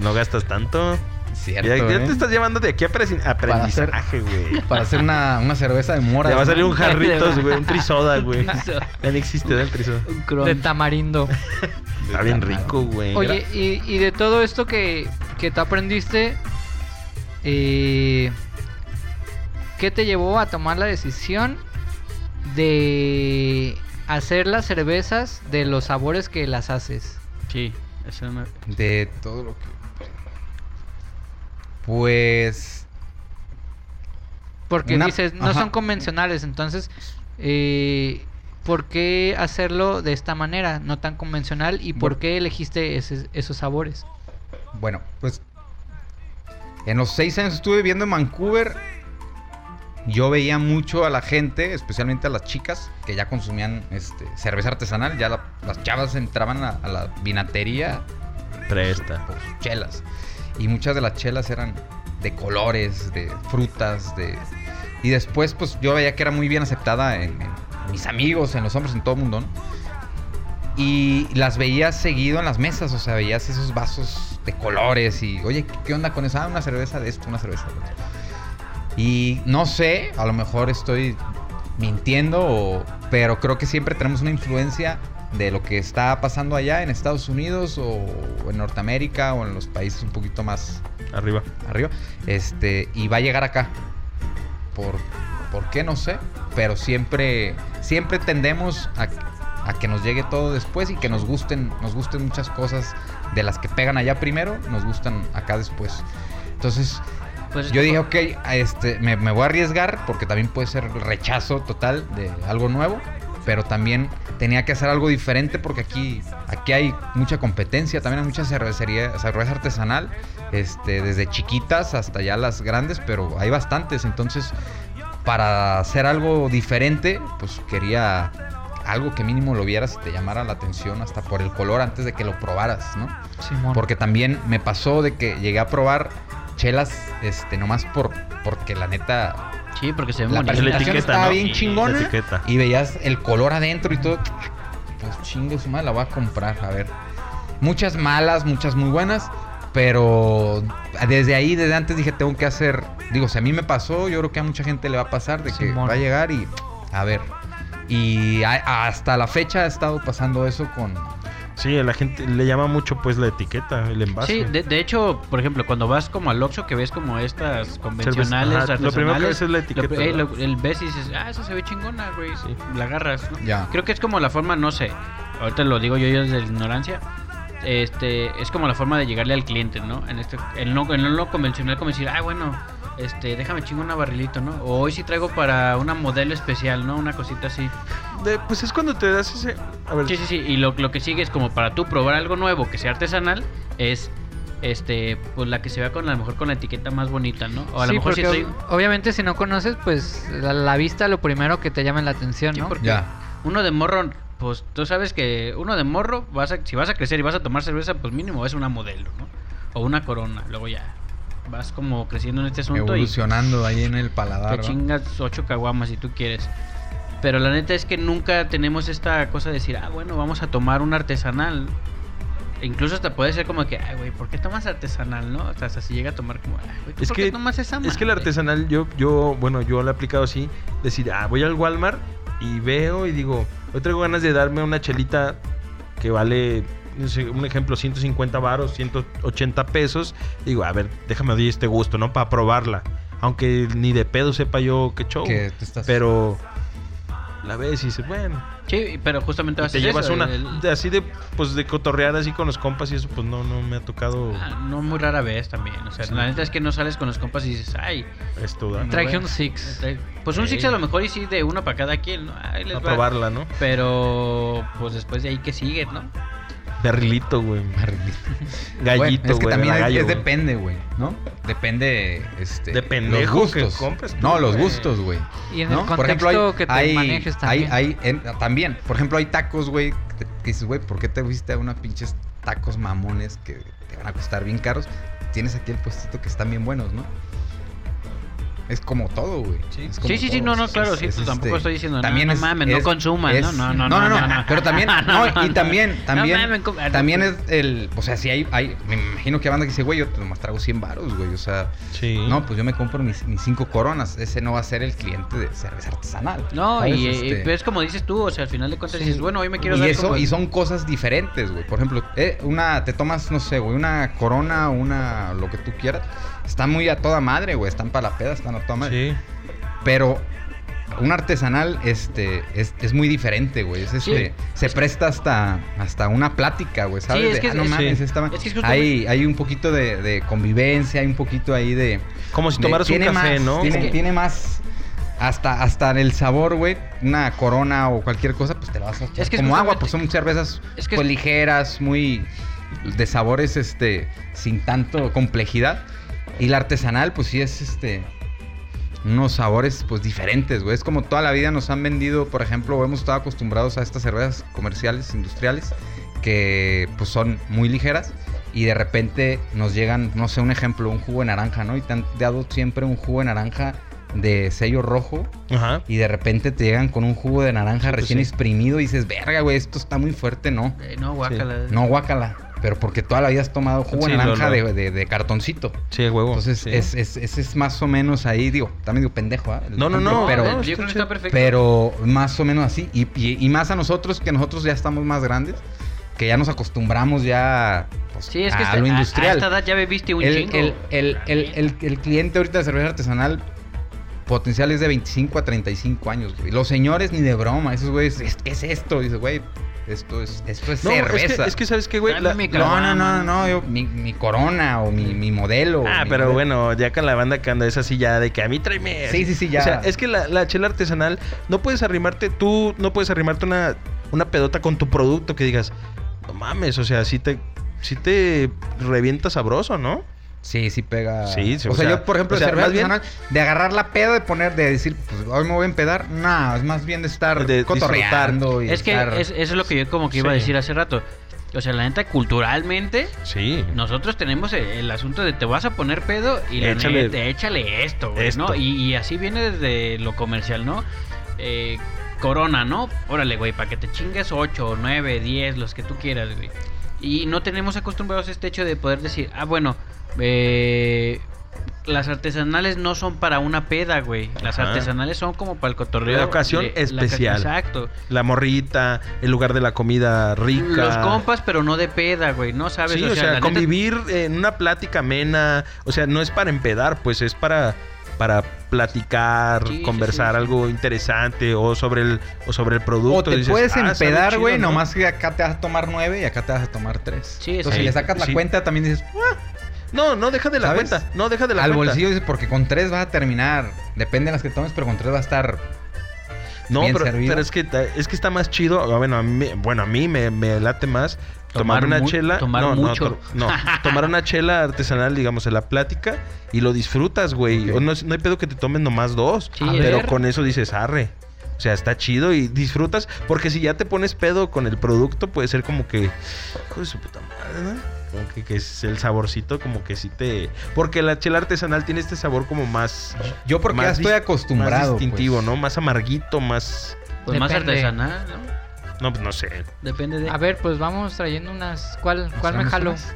Speaker 3: No gastas tanto.
Speaker 5: Cierto,
Speaker 3: Ya, ya
Speaker 5: ¿eh?
Speaker 3: te estás llevando de aquí a apresi- aprendizaje, güey.
Speaker 5: Para hacer una, una cerveza de mora.
Speaker 3: Te va a salir un
Speaker 5: ¿no?
Speaker 3: jarritos, güey. Un trisoda, güey.
Speaker 4: Trisoda.
Speaker 3: Ya no existe, ¿no? El trisoda.
Speaker 4: Un
Speaker 2: De
Speaker 4: crunch.
Speaker 2: tamarindo.
Speaker 3: Está bien rico, güey.
Speaker 2: Oye, y, y de todo esto que, que tú aprendiste, eh, ¿qué te llevó a tomar la decisión de hacer las cervezas de los sabores que las haces?
Speaker 4: Sí, eso me...
Speaker 5: De todo lo que. Pues.
Speaker 2: Porque
Speaker 5: Una-
Speaker 2: dices, no
Speaker 5: ajá.
Speaker 2: son convencionales, entonces, eh, ¿por qué hacerlo de esta manera, no tan convencional? ¿Y por
Speaker 5: Bu-
Speaker 2: qué elegiste ese- esos sabores?
Speaker 5: Bueno, pues. En los seis años que estuve viviendo en Vancouver. Yo veía mucho a la gente, especialmente a las chicas, que ya consumían este, cerveza artesanal. Ya la- las chavas entraban a, a la vinatería
Speaker 3: Presta.
Speaker 5: por sus chelas. Y muchas de las chelas eran de colores, de frutas, de... Y después, pues yo veía que era muy bien aceptada en, en mis amigos, en los hombres, en todo el mundo, ¿no? Y las veías seguido en las mesas, o sea, veías esos vasos de colores y, oye, ¿qué- ¿qué onda con eso? Ah, una cerveza de esto, una cerveza de lo otro. Y no sé, a lo mejor estoy mintiendo, o- pero creo que siempre tenemos una influencia de lo que está pasando allá en Estados Unidos o en Norteamérica o en los países un poquito más
Speaker 3: Arriba.
Speaker 5: arriba. Este, y va a llegar acá. Por, ¿por qué no sé, pero siempre siempre tendemos a, a que nos llegue todo después y que nos gusten nos gusten muchas cosas de las que pegan allá primero, nos gustan acá después. Entonces,
Speaker 4: Pues,
Speaker 5: yo dije, ok, a este, me, me voy a arriesgar porque también puede ser el rechazo total de algo nuevo, pero también tenía que hacer algo diferente porque aquí, aquí hay mucha competencia, también hay mucha cervecería, cerveza artesanal, este, desde chiquitas hasta ya las grandes, pero hay bastantes, entonces para hacer algo diferente, pues quería algo que mínimo lo vieras y te llamara la atención hasta por el color antes de que lo probaras, ¿no?
Speaker 2: Simón.
Speaker 5: Porque también me pasó de que llegué a probar chelas, este, nomás por, porque la neta,
Speaker 4: Sí, porque se ve
Speaker 5: la
Speaker 4: bonito.
Speaker 3: la
Speaker 5: presentación
Speaker 3: etiqueta,
Speaker 5: estaba
Speaker 3: ¿no?
Speaker 5: bien
Speaker 3: Sí, la
Speaker 5: chingona
Speaker 3: etiqueta.
Speaker 5: y veías el color adentro y todo. Pues chingue su madre, la voy a comprar, a ver. Muchas malas, muchas muy buenas, pero desde ahí, desde antes dije, tengo que hacer, digo, si a mí me pasó, yo creo que a mucha gente le va a pasar de que
Speaker 2: Simón.
Speaker 5: va a llegar y a ver. Y a- hasta la fecha ha estado pasando eso con...
Speaker 3: Sí, a la gente le llama mucho, pues, la etiqueta, el envase.
Speaker 4: Sí, de, de hecho, por ejemplo, cuando vas como al Oxxo que ves como estas convencionales,
Speaker 3: Cerveza, ajá,
Speaker 4: artesanales,
Speaker 3: lo primero que ves es la etiqueta,
Speaker 4: lo- eh,
Speaker 3: ¿verdad?
Speaker 4: lo- el ves y dices, ah, esa se ve chingona, güey,
Speaker 3: Sí.
Speaker 4: la agarras, ¿no?
Speaker 5: Ya.
Speaker 4: Creo que es como la forma, no sé, ahorita lo digo yo, yo desde la ignorancia, este, es como la forma de llegarle al cliente, ¿no? En este, en lo, en lo convencional como decir, ah, bueno, este, déjame chingo una barrilito, ¿no? O hoy sí traigo para una modelo especial, ¿no? Una cosita así.
Speaker 3: De- pues es cuando te das ese... A ver,
Speaker 4: Sí, sí, sí. Y lo, lo que sigue es como para tú probar algo nuevo que sea artesanal, es este, pues la que se vea con a lo mejor con la etiqueta más bonita, ¿no? O a lo
Speaker 2: Sí,
Speaker 4: mejor si
Speaker 2: porque
Speaker 4: estoy.
Speaker 2: ob- obviamente si no conoces, pues la, la vista lo primero que te llama la atención,
Speaker 4: Sí,
Speaker 2: ¿no?
Speaker 4: porque
Speaker 5: Ya.
Speaker 4: uno de morro, pues tú sabes que uno de morro, vas a, si vas a crecer y vas a tomar cerveza, pues mínimo es una modelo, ¿no? O una corona. Luego ya vas como creciendo en este asunto y
Speaker 5: Evolucionando ahí en el
Speaker 4: te
Speaker 5: paladar. ¿va?
Speaker 4: chingas ocho caguamas si tú quieres. Pero la neta es que nunca tenemos esta cosa de decir, ah, bueno, vamos a tomar un artesanal. E incluso hasta puede ser como que, ay, güey, ¿por qué tomas artesanal, no? O sea, hasta si llega a tomar como, ay, güey, ¿tú
Speaker 3: Es
Speaker 4: ¿por
Speaker 3: que-
Speaker 4: qué tomas esa
Speaker 3: Es que el
Speaker 4: madre?"
Speaker 3: artesanal, yo, yo, bueno, yo lo he aplicado así, decir, ah, voy al Walmart y veo y digo, hoy traigo ganas de darme una chelita que vale, no sé, un ejemplo, 150 varos, 180 pesos. Digo, a ver, déjame dar este gusto, ¿no? Para probarla. Aunque ni de pedo sepa yo qué show.
Speaker 5: Que tú estás...
Speaker 3: Pero la ves y dices, bueno,
Speaker 4: Sí, pero justamente
Speaker 3: y
Speaker 4: vas
Speaker 3: te llevas una. de- así de, pues, de cotorrear así con los compas y eso, pues no, no me ha tocado
Speaker 4: Ah, no muy rara vez también. O sea,
Speaker 3: Sí.
Speaker 4: la neta es que no sales con los compas y dices, ay,
Speaker 3: esto, ¿verdad?
Speaker 2: Traje
Speaker 4: bueno.
Speaker 2: un Six.
Speaker 4: pues un
Speaker 3: Ey.
Speaker 4: six a lo mejor y sí de uno para cada quien, ¿no? Ahí les
Speaker 3: A
Speaker 4: va.
Speaker 3: probarla, ¿no?
Speaker 4: Pero, pues después de ahí que sigue, ¿no?
Speaker 3: Berrilito, güey.
Speaker 5: Marrilito.
Speaker 3: Gallito,
Speaker 5: Bueno, es que
Speaker 3: güey,
Speaker 5: también
Speaker 3: era
Speaker 5: es-
Speaker 3: gallo,
Speaker 5: es
Speaker 3: güey.
Speaker 5: depende, güey, ¿no? Depende, este...
Speaker 3: De pendejo
Speaker 5: los gustos.
Speaker 3: que compres tú,
Speaker 5: No, los
Speaker 3: güey.
Speaker 5: gustos, güey.
Speaker 2: Y en
Speaker 5: ¿no?
Speaker 2: el contexto que te manejes también.
Speaker 5: Hay, hay- en- también. Por ejemplo, hay tacos, güey, que, te- que dices, güey, ¿por qué te fuiste a unos pinches tacos mamones que te van a costar bien caros? Tienes aquí el puestito que están bien buenos, ¿no? es como todo, güey. Es como
Speaker 4: Sí, sí, sí,
Speaker 5: todo,
Speaker 4: no, no,
Speaker 5: es-
Speaker 4: claro,
Speaker 5: es-
Speaker 4: sí,
Speaker 5: es,
Speaker 4: pues, tampoco
Speaker 5: este,
Speaker 4: estoy diciendo, no,
Speaker 5: también
Speaker 4: no
Speaker 5: es-
Speaker 4: mames, no
Speaker 5: es-
Speaker 4: consuman,
Speaker 5: es-
Speaker 4: no, no, no, no, no, no.
Speaker 5: pero también, no, y también,
Speaker 4: No
Speaker 5: también,
Speaker 4: mames, com-
Speaker 5: también es el, o sea, si hay, hay, me imagino que hay banda que dice, güey, yo nomás traigo 100 varos, güey, o sea,
Speaker 3: Sí.
Speaker 5: no, pues yo me compro mis, mis cinco coronas, ese no va a ser el cliente de cerveza artesanal.
Speaker 4: No,
Speaker 5: ¿sabes?
Speaker 4: y eh,
Speaker 5: Este,
Speaker 4: pero es como dices tú, o sea, al final de cuentas dices, bueno, hoy me quiero
Speaker 5: y
Speaker 4: dar
Speaker 5: eso,
Speaker 4: como-
Speaker 5: y son cosas diferentes, güey. Por ejemplo, eh, una, te tomas, no sé, güey, una corona, una, lo que tú quieras. Están muy a toda madre, güey. Están para la peda, están a toda madre.
Speaker 3: Sí.
Speaker 5: Pero un artesanal, este, es, es muy diferente, güey. Es este,
Speaker 4: Sí.
Speaker 5: se presta hasta, hasta una plática, güey. ¿Sabes?
Speaker 4: Sí, es
Speaker 5: De,
Speaker 4: que
Speaker 5: "Ah, no
Speaker 4: es-
Speaker 5: mames,
Speaker 3: sí.
Speaker 5: esta ma-".
Speaker 4: Es que es justamente-
Speaker 5: hay, hay un poquito de, de convivencia, hay un poquito ahí de.
Speaker 3: Como si
Speaker 5: de-
Speaker 3: tomaras un
Speaker 5: tiene
Speaker 3: café,
Speaker 5: más,
Speaker 3: ¿no?
Speaker 5: Tiene,
Speaker 3: Como-
Speaker 5: tiene más. Hasta, hasta en el sabor, güey. Una corona o cualquier cosa, pues te la vas a echar
Speaker 4: Es que es
Speaker 5: como agua,
Speaker 4: justamente-
Speaker 5: pues son cervezas
Speaker 4: es que
Speaker 5: pues,
Speaker 4: es-
Speaker 5: ligeras, muy de sabores, este, sin tanto complejidad. Y la artesanal, pues sí es este. Unos sabores, pues diferentes, güey. Es como toda la vida nos han vendido, por ejemplo, o hemos estado acostumbrados a estas cervezas comerciales, industriales, que pues son muy ligeras y de repente nos llegan, no sé, un ejemplo, un jugo de naranja, ¿no? Y te han dado siempre un jugo de naranja de sello rojo
Speaker 3: Ajá.
Speaker 5: y de repente te llegan con un jugo de
Speaker 3: Sí,
Speaker 5: naranja
Speaker 3: pues,
Speaker 5: recién
Speaker 3: sí.
Speaker 5: exprimido y dices, verga, güey, esto está muy fuerte, ¿no?
Speaker 4: Eh, no, guácala.
Speaker 5: No, guácala. Pero porque toda la vida has tomado jugo
Speaker 3: Sí, lo-
Speaker 5: de naranja
Speaker 3: lo-
Speaker 5: de, de- de cartoncito.
Speaker 3: Sí, a huevo.
Speaker 5: Entonces,
Speaker 3: sí.
Speaker 5: es- es- ese es más o menos ahí, digo, también digo pendejo, ¿ah? El
Speaker 3: No, no,
Speaker 5: ejemplo,
Speaker 3: no,
Speaker 5: Pero,
Speaker 3: no,
Speaker 4: yo creo que está perfecto.
Speaker 5: pero más o menos así. Y, y- y más a nosotros, que nosotros ya estamos más grandes, que ya nos acostumbramos ya pues,
Speaker 4: sí, es que
Speaker 5: a
Speaker 4: esta-
Speaker 5: lo
Speaker 4: a- A,
Speaker 5: industrial.
Speaker 4: esta edad ya bebiste un
Speaker 5: el,
Speaker 4: chingo.
Speaker 5: el- el- el- el- el cliente ahorita de cerveza artesanal potencial es de 25 a 35 años, güey. Los señores ni de broma, esos güeyes, "Es- ¿qué es esto? Dice, güey, esto es, esto es
Speaker 3: No, es que-
Speaker 5: cerveza.
Speaker 3: Es que, ¿sabes qué, güey?
Speaker 4: Dame
Speaker 3: La-
Speaker 4: mi
Speaker 5: No, no,
Speaker 4: caguama.
Speaker 5: no, no, yo- mi, mi corona o mi, mi modelo.
Speaker 3: Ah,
Speaker 5: mi-
Speaker 3: pero bueno, ya con la banda que anda es así ya de que a mí tráeme.
Speaker 5: Sí, sí, sí, ya.
Speaker 3: O sea, es que la, la chela artesanal, no puedes arrimarte, tú no puedes arrimarte una, una pedota con tu producto que digas, no mames, o sea, sí te, sí te revienta sabroso, ¿no?
Speaker 5: Sí, sí pega.
Speaker 3: Sí, sí,
Speaker 5: o,
Speaker 3: o
Speaker 5: sea,
Speaker 3: sea,
Speaker 5: yo, por ejemplo,
Speaker 3: o sea,
Speaker 5: cerveza
Speaker 3: más bien-
Speaker 5: artesanal, de agarrar la peda, de poner, de decir, pues hoy me voy a empedar. No, es más bien de estar
Speaker 3: De
Speaker 5: cotorreando. y
Speaker 4: Es que
Speaker 5: estar-
Speaker 4: es- eso es lo que yo como que iba a
Speaker 3: Sí.
Speaker 4: decir hace rato. O sea, la neta, culturalmente,
Speaker 3: Sí.
Speaker 4: nosotros tenemos el, el asunto de te vas a poner pedo y la
Speaker 3: Échale-
Speaker 4: neta, échale esto, güey, ¿no?
Speaker 3: esto.
Speaker 4: Y, y así viene desde lo comercial, ¿no? Eh, corona, ¿no? Órale, güey, para que te chingues 8, 9, 10, los que tú quieras, güey. Y no tenemos acostumbrados este hecho de poder decir, ah, bueno, eh, las artesanales no son para una peda, güey. Las
Speaker 3: Ajá.
Speaker 4: artesanales son como para el cotorreo.
Speaker 3: La ocasión
Speaker 4: de- la
Speaker 3: especial.
Speaker 4: exacto.
Speaker 3: La morrita, el lugar de la comida rica.
Speaker 4: Los compas, pero no de peda, güey, ¿no? ¿Sabes?
Speaker 3: Sí, o,
Speaker 4: la
Speaker 3: sea,
Speaker 4: neta-
Speaker 3: convivir en una plática amena, o sea, no es para empedar, pues es para para platicar,
Speaker 4: Sí, sí,
Speaker 3: conversar
Speaker 4: sí, sí.
Speaker 3: algo interesante o sobre el o sobre el producto.
Speaker 5: O te
Speaker 3: dices,
Speaker 5: puedes
Speaker 3: "Ah, sabe
Speaker 5: empedar,
Speaker 3: chido,
Speaker 5: güey,
Speaker 3: ¿no?".
Speaker 5: nomás que acá te vas a tomar nueve y acá te vas a tomar tres.
Speaker 4: Sí,
Speaker 5: Entonces,
Speaker 4: sí.
Speaker 5: si le sacas la
Speaker 3: Sí.
Speaker 5: cuenta, también dices,
Speaker 3: No, no deja de la
Speaker 5: ¿Sabes?
Speaker 3: cuenta, no deja de la
Speaker 5: al
Speaker 3: cuenta.
Speaker 5: bolsillo, dices, porque con tres vas a terminar. Depende de las que tomes, pero con tres va a estar.
Speaker 3: No,
Speaker 5: bien
Speaker 3: pero,
Speaker 5: servido.
Speaker 3: pero es que ta- es que está más chido, ah, bueno, a mí, bueno, a mí me, me late más tomar,
Speaker 4: Tomar
Speaker 3: una
Speaker 4: mu-
Speaker 3: chela,
Speaker 4: tomar
Speaker 3: no, no,
Speaker 4: mucho.
Speaker 3: to- no, tomar una chela artesanal, digamos, en la plática y lo disfrutas, güey.
Speaker 5: Ok.
Speaker 3: O No, es- no hay pedo que te tomen nomás dos,
Speaker 4: Sí,
Speaker 3: pero
Speaker 4: ver.
Speaker 3: con eso dices, "Arre." O sea, está chido y disfrutas porque si ya te pones pedo con el producto puede ser como que hijo de su puta madre, ¿no? Como que, que es el saborcito como que sí te porque la chela artesanal tiene este sabor como más
Speaker 5: Yo porque
Speaker 3: Más
Speaker 5: ya estoy
Speaker 3: dis-
Speaker 5: acostumbrado.
Speaker 3: más distintivo,
Speaker 5: pues.
Speaker 3: ¿no? Más amarguito, más
Speaker 4: Pues más
Speaker 2: Depende.
Speaker 4: artesanal, ¿no?
Speaker 3: no, pues no sé.
Speaker 4: Depende de...
Speaker 2: A ver, pues vamos trayendo unas. ¿Cuál,
Speaker 5: Nos
Speaker 2: cuál me
Speaker 5: traemos
Speaker 2: jalo?
Speaker 5: Unas,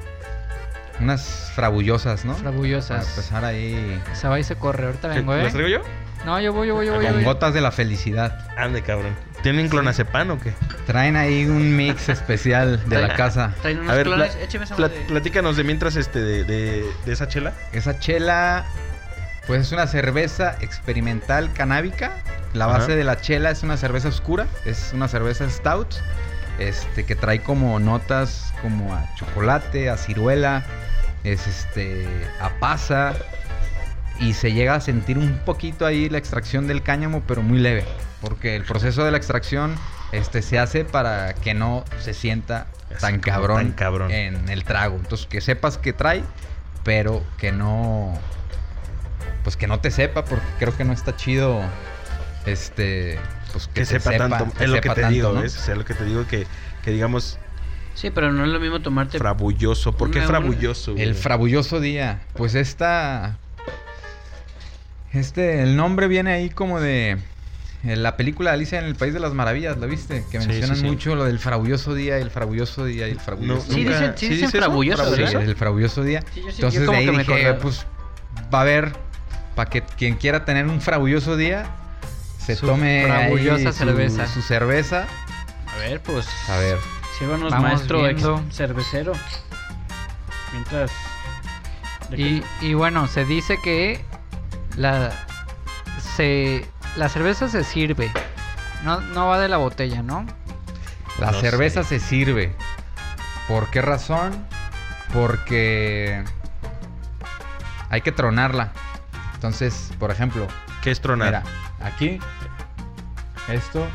Speaker 5: unas frabullosas, ¿no? Ah, pues, Para
Speaker 2: Frabullosas.
Speaker 5: empezar ahí.
Speaker 2: Se va y se corre, ahorita vengo,
Speaker 3: ¿Las
Speaker 2: ¿eh?
Speaker 3: traigo yo?
Speaker 2: No, yo voy, yo voy, yo voy. yo
Speaker 5: Con
Speaker 2: voy.
Speaker 5: gotas de la felicidad.
Speaker 3: Ande, cabrón. ¿Tienen clonazepam o qué?
Speaker 5: Traen ahí un mix especial de la casa.
Speaker 4: Traen unos
Speaker 3: A ver,
Speaker 4: clones,
Speaker 3: pla-
Speaker 4: écheme esa
Speaker 3: Pla-
Speaker 4: madre.
Speaker 3: platícanos de mientras este de, de- de esa chela.
Speaker 5: Esa chela, pues es una cerveza experimental canábica. La
Speaker 3: Ajá.
Speaker 5: base de la chela es una cerveza oscura, es una cerveza stout, este que trae como notas como a chocolate, a ciruela, es este a pasa y se llega a sentir un poquito ahí la extracción del cáñamo, pero muy leve, porque el proceso de la extracción este se hace para que no se sienta
Speaker 3: Así
Speaker 5: tan
Speaker 3: como
Speaker 5: cabrón,
Speaker 3: tan cabrón.
Speaker 5: en el trago. Entonces, que sepas que trae, pero que no pues que no te sepa porque creo que no está chido este pues que,
Speaker 3: Que,
Speaker 5: te
Speaker 3: sepa, tanto.
Speaker 5: que
Speaker 3: es lo que
Speaker 5: sepa
Speaker 3: te
Speaker 5: tanto,
Speaker 3: digo,
Speaker 5: ¿no?
Speaker 3: ¿ves? O sea, lo que te digo que, que digamos
Speaker 4: Sí, pero no es lo mismo tomarte...
Speaker 3: frabulloso. ¿Por qué
Speaker 4: Una-
Speaker 3: frabulloso? güey?
Speaker 5: El frabulloso día. Pues esta. Este, el nombre viene ahí como de eh, la película Alicia en el País de las Maravillas, ¿la viste? Que
Speaker 3: Sí,
Speaker 5: mencionan
Speaker 3: sí, sí.
Speaker 5: mucho lo del frabulloso día y el frabulloso día y el frabulloso
Speaker 3: No,
Speaker 4: Sí,
Speaker 3: nunca-
Speaker 4: dicen, sí
Speaker 3: ¿sí
Speaker 4: dicen
Speaker 3: dice eso?
Speaker 4: frabulloso,
Speaker 5: Sí,
Speaker 4: ¿verdad?
Speaker 5: el frabulloso día.
Speaker 4: Sí, yo sí-
Speaker 5: Entonces
Speaker 4: yo como
Speaker 5: de ahí
Speaker 4: que me
Speaker 5: dije,
Speaker 4: acordaba.
Speaker 5: pues va a haber para que quien quiera tener un frabulloso día se
Speaker 2: Su
Speaker 5: tome ahí
Speaker 2: frabullosa
Speaker 5: su-
Speaker 2: cerveza.
Speaker 5: su cerveza.
Speaker 4: A ver, pues.
Speaker 5: A ver.
Speaker 4: Sírvanos,
Speaker 2: Vamos
Speaker 4: maestro ex
Speaker 2: viendo.
Speaker 4: cervecero. Mientras. ¿de qué?
Speaker 2: Y, y bueno, se dice que la, se, la cerveza se sirve. No, no va de la botella, ¿no?
Speaker 5: La
Speaker 3: No
Speaker 5: cerveza se sirve. ¿Por qué razón? Porque hay que tronarla. Entonces, por ejemplo,
Speaker 3: ¿Qué es tronar?
Speaker 5: mira, aquí esto